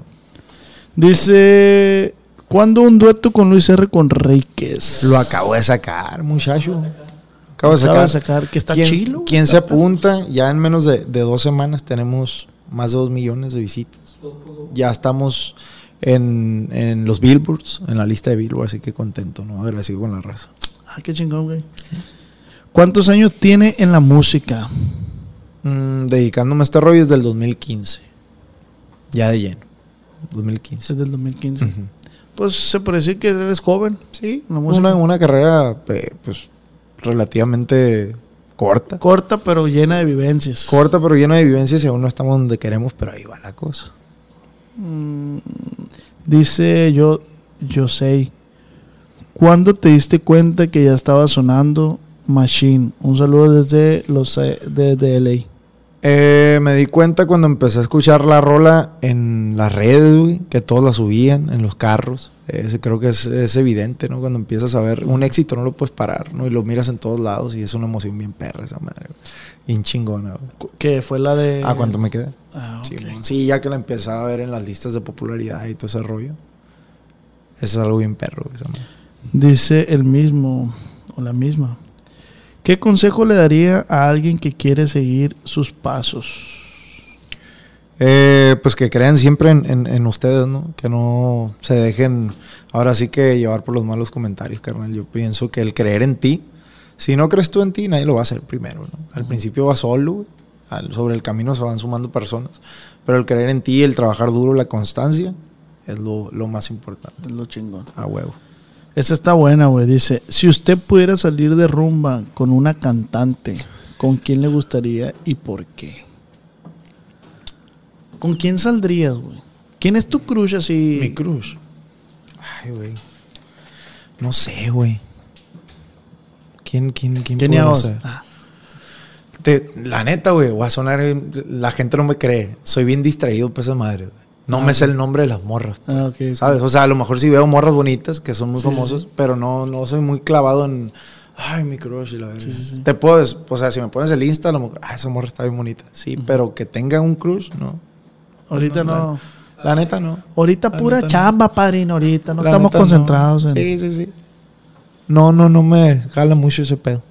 Speaker 2: Dice, ¿cuándo un dueto con Luis R. Conríquez?
Speaker 4: Lo acabo de sacar, muchacho. Acabo de sacar.
Speaker 2: Acaba de sacar, que está
Speaker 4: ¿Quién,
Speaker 2: chilo, güey,
Speaker 4: ¿Quién se
Speaker 2: está-
Speaker 4: apunta? Ya en menos de, de dos semanas tenemos más de dos millones de visitas. Ya estamos en, en los billboards, en la lista de billboards, así que contento, ¿no? Agradecido con la raza.
Speaker 2: Ah, qué chingón, güey. ¿Cuántos años tiene en la música?
Speaker 4: Mm, dedicándome a este rollo desde el 2015. Ya de lleno. 2015.
Speaker 2: Desde del 2015. Pues se puede decir que eres joven. Sí, la música.
Speaker 4: Una, una carrera, eh, pues, relativamente corta.
Speaker 2: corta pero llena de vivencias.
Speaker 4: Corta, pero llena de vivencias y aún no estamos donde queremos, pero ahí va la cosa.
Speaker 2: Mm, Dice yo, yo sé. ¿Cuándo te diste cuenta que ya estaba sonando Machine? Un saludo desde los desde LA.
Speaker 4: Eh, me di cuenta cuando empecé a escuchar la rola en las redes, güey, que todos la subían, en los carros. Ese creo que es, es evidente, ¿no? Cuando empiezas a ver un éxito no lo puedes parar, ¿no? Y lo miras en todos lados y es una emoción bien perra esa madre, güey. Bien chingona, güey.
Speaker 2: Cu- Que fue la de.
Speaker 4: ¿A cuánto me quedé?
Speaker 2: Ah, ok.
Speaker 4: Simón. Sí, ya que la empezaba a ver en las listas de popularidad y todo ese rollo. Es algo bien perro, güey, esa madre.
Speaker 2: Dice el mismo o la misma. ¿Qué consejo le daría a alguien que quiere seguir sus pasos?
Speaker 4: Eh, pues que crean siempre en, en- en ustedes, ¿no? Que no se dejen ahora sí que llevar por los malos comentarios, carnal. Yo pienso que el creer en ti, si no crees tú en ti, nadie lo va a hacer primero, ¿no? Al principio vas solo, güey. Al- sobre el camino se van sumando personas. Pero el creer en ti, el trabajar duro, la constancia, es lo, lo más importante.
Speaker 2: Es lo chingón.
Speaker 4: A huevo.
Speaker 2: Esa está buena, güey. Dice, si usted pudiera salir de rumba con una cantante, ¿con quién le gustaría y por qué? ¿Con quién saldrías, güey? ¿Quién es tu crush así?
Speaker 4: Mi cruz. Ay, güey. No sé, güey. ¿Quién, quién, quién?
Speaker 2: ¿Quién
Speaker 4: podría
Speaker 2: era vos?
Speaker 4: ser?
Speaker 2: Ah,
Speaker 4: Te- la neta, güey, voy a sonar. bien- La gente no me cree. Soy bien distraído, pues, esa madre. güey. No me sé el nombre de las morras,
Speaker 2: ah, ok, ok.
Speaker 4: ¿sabes? O sea, a lo mejor sí veo morras bonitas, que son muy famosas, pero no, no soy muy clavado en. Ay, mi crush y la verdad. Te puedes, o sea, si me pones el Insta, a lo mejor. Ah, esa morra está bien bonita. Sí, pero que tenga un crush, no.
Speaker 2: Ahorita no.
Speaker 4: La neta, no.
Speaker 2: Ahorita
Speaker 4: La
Speaker 2: pura
Speaker 4: neta no.
Speaker 2: chamba, padrino. Ahorita no
Speaker 4: La
Speaker 2: estamos
Speaker 4: neta,
Speaker 2: concentrados
Speaker 4: no.
Speaker 2: en...
Speaker 4: Sí, sí, sí. No, no, no me jala mucho ese pedo.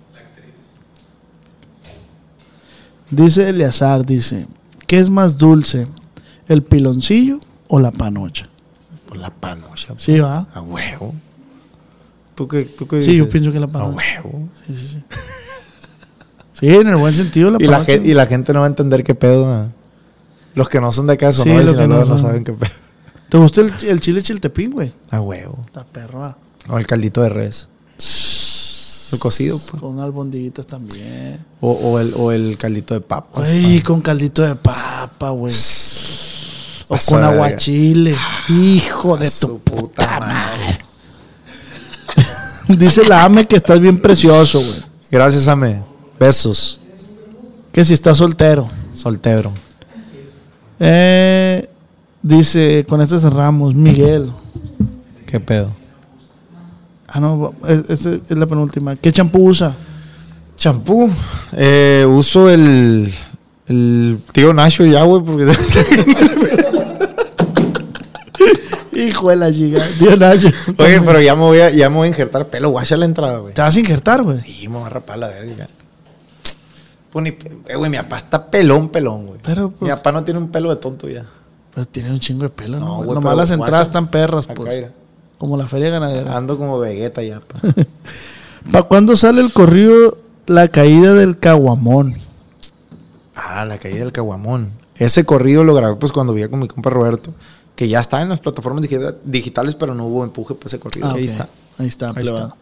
Speaker 2: Dice Eleazar, dice, ¿qué es más dulce? ¿El piloncillo o la panocha?
Speaker 4: Por la panocha.
Speaker 2: Sí, va.
Speaker 4: A huevo. ¿Tú qué, tú qué
Speaker 2: Sí, yo
Speaker 4: dices?
Speaker 2: pienso que la
Speaker 4: A
Speaker 2: panocha.
Speaker 4: huevo.
Speaker 2: Sí, sí, sí. Sí, en el buen sentido la
Speaker 4: Y la,
Speaker 2: panocha.
Speaker 4: gente, y la gente no va a entender qué pedo. ¿no? Los que no son de acá son
Speaker 2: Sí,
Speaker 4: Sonora y
Speaker 2: los que
Speaker 4: Sinaloa
Speaker 2: no
Speaker 4: no,
Speaker 2: son.
Speaker 4: saben qué pedo.
Speaker 2: ¿Te gusta el, el chile chiltepín, güey?
Speaker 4: A huevo.
Speaker 2: Está perro. ah.
Speaker 4: O el caldito de res. El cocido, pues.
Speaker 2: Con albondiguitas también.
Speaker 4: O, o el, o el caldito de papa.
Speaker 2: Güey, con caldito de papa, güey. O
Speaker 4: Pasó
Speaker 2: con
Speaker 4: de Ah,
Speaker 2: aguachile. Hijo de tu
Speaker 4: Su puta madre.
Speaker 2: Dice la AME que estás bien precioso, güey.
Speaker 4: Gracias, Ame. Besos.
Speaker 2: Que si estás soltero.
Speaker 4: Soltero.
Speaker 2: Eh, dice, con este cerramos, Miguel.
Speaker 4: ¿Qué pedo?
Speaker 2: Ah, no, es- esa es la penúltima. ¿Qué champú usa?
Speaker 4: Champú. Eh, uso el, el tío Nacho ya, güey, porque <laughs>
Speaker 2: Hijo de la chica. <laughs> Dios Nacho.
Speaker 4: Oye, pero ya me voy a, ya me voy a injertar pelo. Guacha la entrada, güey.
Speaker 2: Te vas a injertar, güey.
Speaker 4: Sí, me voy a rapar la verga. Pues ni- eh, güey, mi papá está pelón, pelón, güey.
Speaker 2: Pero, pues-
Speaker 4: mi papá no tiene un pelo de tonto ya.
Speaker 2: Pues tiene un chingo de pelo, ¿no?
Speaker 4: No,
Speaker 2: güey?
Speaker 4: güey,
Speaker 2: Nomás
Speaker 4: pero
Speaker 2: las entradas
Speaker 4: guacha.
Speaker 2: están perras,
Speaker 4: Acá,
Speaker 2: pues.
Speaker 4: mira.
Speaker 2: Como la feria ganadera.
Speaker 4: Ando como Vegeta ya, pa.
Speaker 2: ¿Para cuándo sale el corrido La caída del caguamón?
Speaker 4: Ah, la caída del caguamón. Ese corrido lo grabé pues cuando vivía con mi compa Roberto, que ya está en las plataformas digi- digitales, pero no hubo empuje pues ese corrido.
Speaker 2: Ah,
Speaker 4: Ahí
Speaker 2: ok.
Speaker 4: está.
Speaker 2: Ahí está,
Speaker 4: Ahí
Speaker 2: plebada.
Speaker 4: está.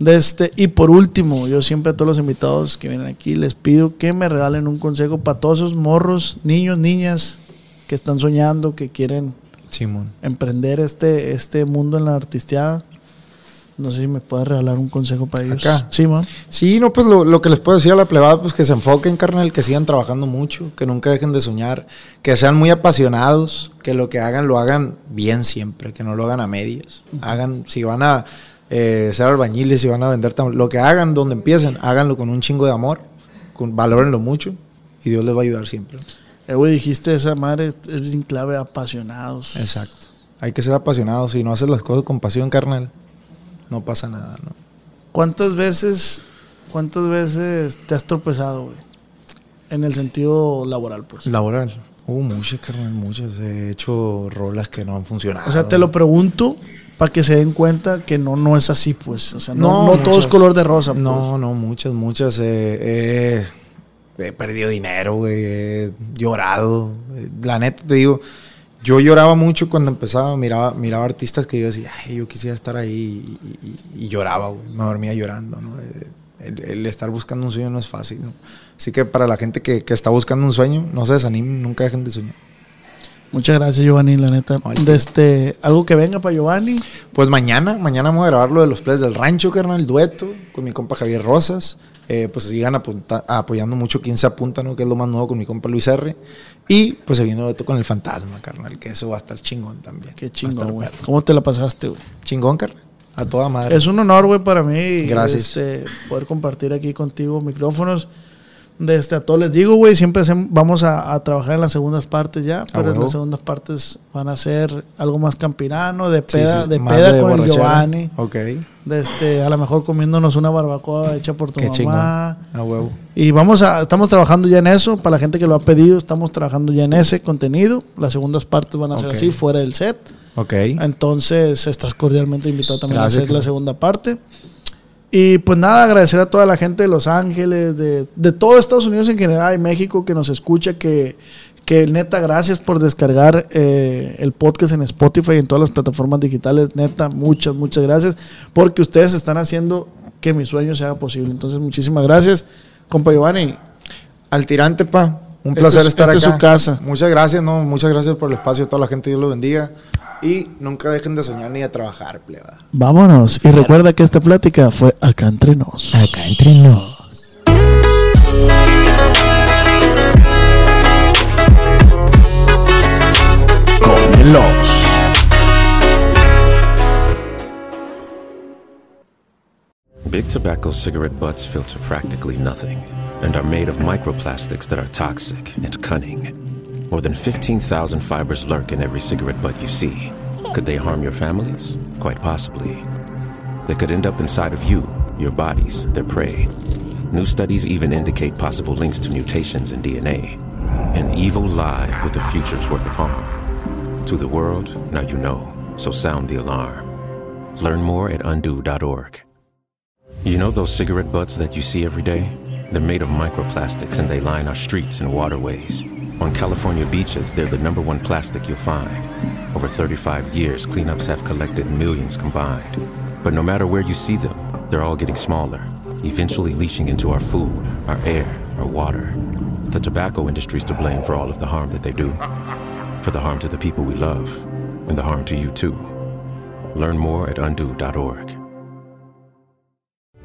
Speaker 2: De este, y por último, yo siempre a todos los invitados que vienen aquí les pido que me regalen un consejo para todos esos morros, niños, niñas que están soñando, que quieren
Speaker 4: Simón.
Speaker 2: emprender este, este mundo en la artisteada. No sé si me puedes regalar un consejo para ellos.
Speaker 4: Acá.
Speaker 2: Sí, man.
Speaker 4: Sí, no, pues lo, lo que les puedo decir a la plebada, pues que se enfoquen, carnal, que sigan trabajando mucho, que nunca dejen de soñar, que sean muy apasionados, que lo que hagan lo hagan bien siempre, que no lo hagan a medias. Hagan, si van a eh, ser albañiles, si van a vender, tam- lo que hagan, donde empiecen, háganlo con un chingo de amor, con, valórenlo mucho y Dios les va a ayudar siempre.
Speaker 2: Eh, güey, dijiste esa madre es es bien clave, apasionados.
Speaker 4: Exacto. Hay que ser apasionados, si no haces las cosas con pasión, carnal, no pasa nada, ¿no?
Speaker 2: ¿Cuántas veces, cuántas veces te has tropezado, güey? En el sentido laboral, pues.
Speaker 4: Laboral. Uh, muchas, carnal, muchas. He hecho rolas que no han funcionado.
Speaker 2: O sea, te lo pregunto para que se den cuenta que no, no es así, pues. O sea, no, no, todo es
Speaker 4: muchas.
Speaker 2: color de rosa. pues.
Speaker 4: No, no, muchas, muchas. eh, eh, he perdido dinero, güey. He llorado. Eh, La neta te digo, yo lloraba mucho cuando empezaba. Miraba, miraba artistas que yo decía, ay, yo quisiera estar ahí y, y- y- y lloraba, güey. Me dormía llorando, ¿no? Eh, el, el estar buscando un sueño no es fácil, ¿no? Así que para la gente que, que está buscando un sueño, no se desanimen, nunca dejen de soñar.
Speaker 2: Muchas gracias, Giovanni, la neta.
Speaker 4: Oye.
Speaker 2: De este, algo que venga para Giovanni.
Speaker 4: Pues mañana, mañana vamos a grabar lo de los plays del rancho, carnal, el dueto con mi compa Javier Rosas. Eh, pues sigan apunta- apoyando mucho quien se apunta, ¿no? Que es lo más nuevo con mi compa Luis R. Y pues se viene el dueto con el fantasma, carnal, que eso va a estar chingón también. Va
Speaker 2: Qué
Speaker 4: a estar
Speaker 2: chingón, güey.
Speaker 4: perro.
Speaker 2: ¿Cómo te la pasaste, güey?
Speaker 4: Chingón, carnal. A toda madre.
Speaker 2: Es un honor, güey, para mí.
Speaker 4: Gracias.
Speaker 2: este, poder compartir aquí contigo micrófonos. De este, a todos les digo, güey, siempre hacem- vamos a, a trabajar en las segundas partes ya, pero en
Speaker 4: huevo.
Speaker 2: las segundas partes van a ser algo más campirano, de
Speaker 4: Sí,
Speaker 2: peda,
Speaker 4: sí,
Speaker 2: de
Speaker 4: más
Speaker 2: peda con el
Speaker 4: borrachera.
Speaker 2: Giovanni.
Speaker 4: Ok.
Speaker 2: De este, a lo mejor comiéndonos una barbacoa hecha por tu
Speaker 4: Qué chingón.
Speaker 2: mamá.
Speaker 4: A huevo.
Speaker 2: Y vamos a, estamos trabajando ya en eso, para la gente que lo ha pedido, estamos trabajando ya en ese contenido. Las segundas partes van a ser
Speaker 4: Ok.
Speaker 2: así, fuera del set.
Speaker 4: Ok.
Speaker 2: Entonces, estás cordialmente invitado también a
Speaker 4: Gracias,
Speaker 2: hacer la
Speaker 4: carnal.
Speaker 2: segunda parte. Y pues nada, agradecer a toda la gente de Los Ángeles, de, de todo Estados Unidos en general y México que nos escucha, que, que neta, gracias por descargar eh, el podcast en Spotify y en todas las plataformas digitales. Neta, muchas, muchas gracias, porque ustedes están haciendo que mi sueño se haga posible. Entonces, muchísimas gracias, compa Giovanni.
Speaker 4: Al tirante, pa. Un
Speaker 2: Este
Speaker 4: placer
Speaker 2: es-
Speaker 4: estar
Speaker 2: esta
Speaker 4: acá.
Speaker 2: es su casa.
Speaker 4: Muchas gracias, no, muchas gracias por el espacio, a toda la gente, Dios los bendiga. Y nunca dejen de soñar ni de trabajar, plebada.
Speaker 2: Vámonos. Y recuerda que esta plática fue acá entre nos.
Speaker 6: Acá entre nos.
Speaker 2: Con los.
Speaker 7: Big tobacco cigarette butts filter practically nothing and are made of microplastics that are toxic and cunning. More than 15,000 fibers lurk in every cigarette butt you see. Could they harm your families? Quite possibly. They could end up inside of you, your bodies, their prey. New studies even indicate possible links to mutations in DNA. An evil lie with a future's worth of harm. To the world, now you know, so sound the alarm. Learn more at undo.org. You know those cigarette butts that you see every day? They're made of microplastics and they line our streets and waterways. On California beaches, they're the number one plastic you'll find. Over 35 years, cleanups have collected millions combined. But no matter where you see them, they're all getting smaller, eventually leaching into our food, our air, our water. The tobacco industry's to blame for all of the harm that they do, for the harm to the people we love, and the harm to you too. Learn more at undo.org.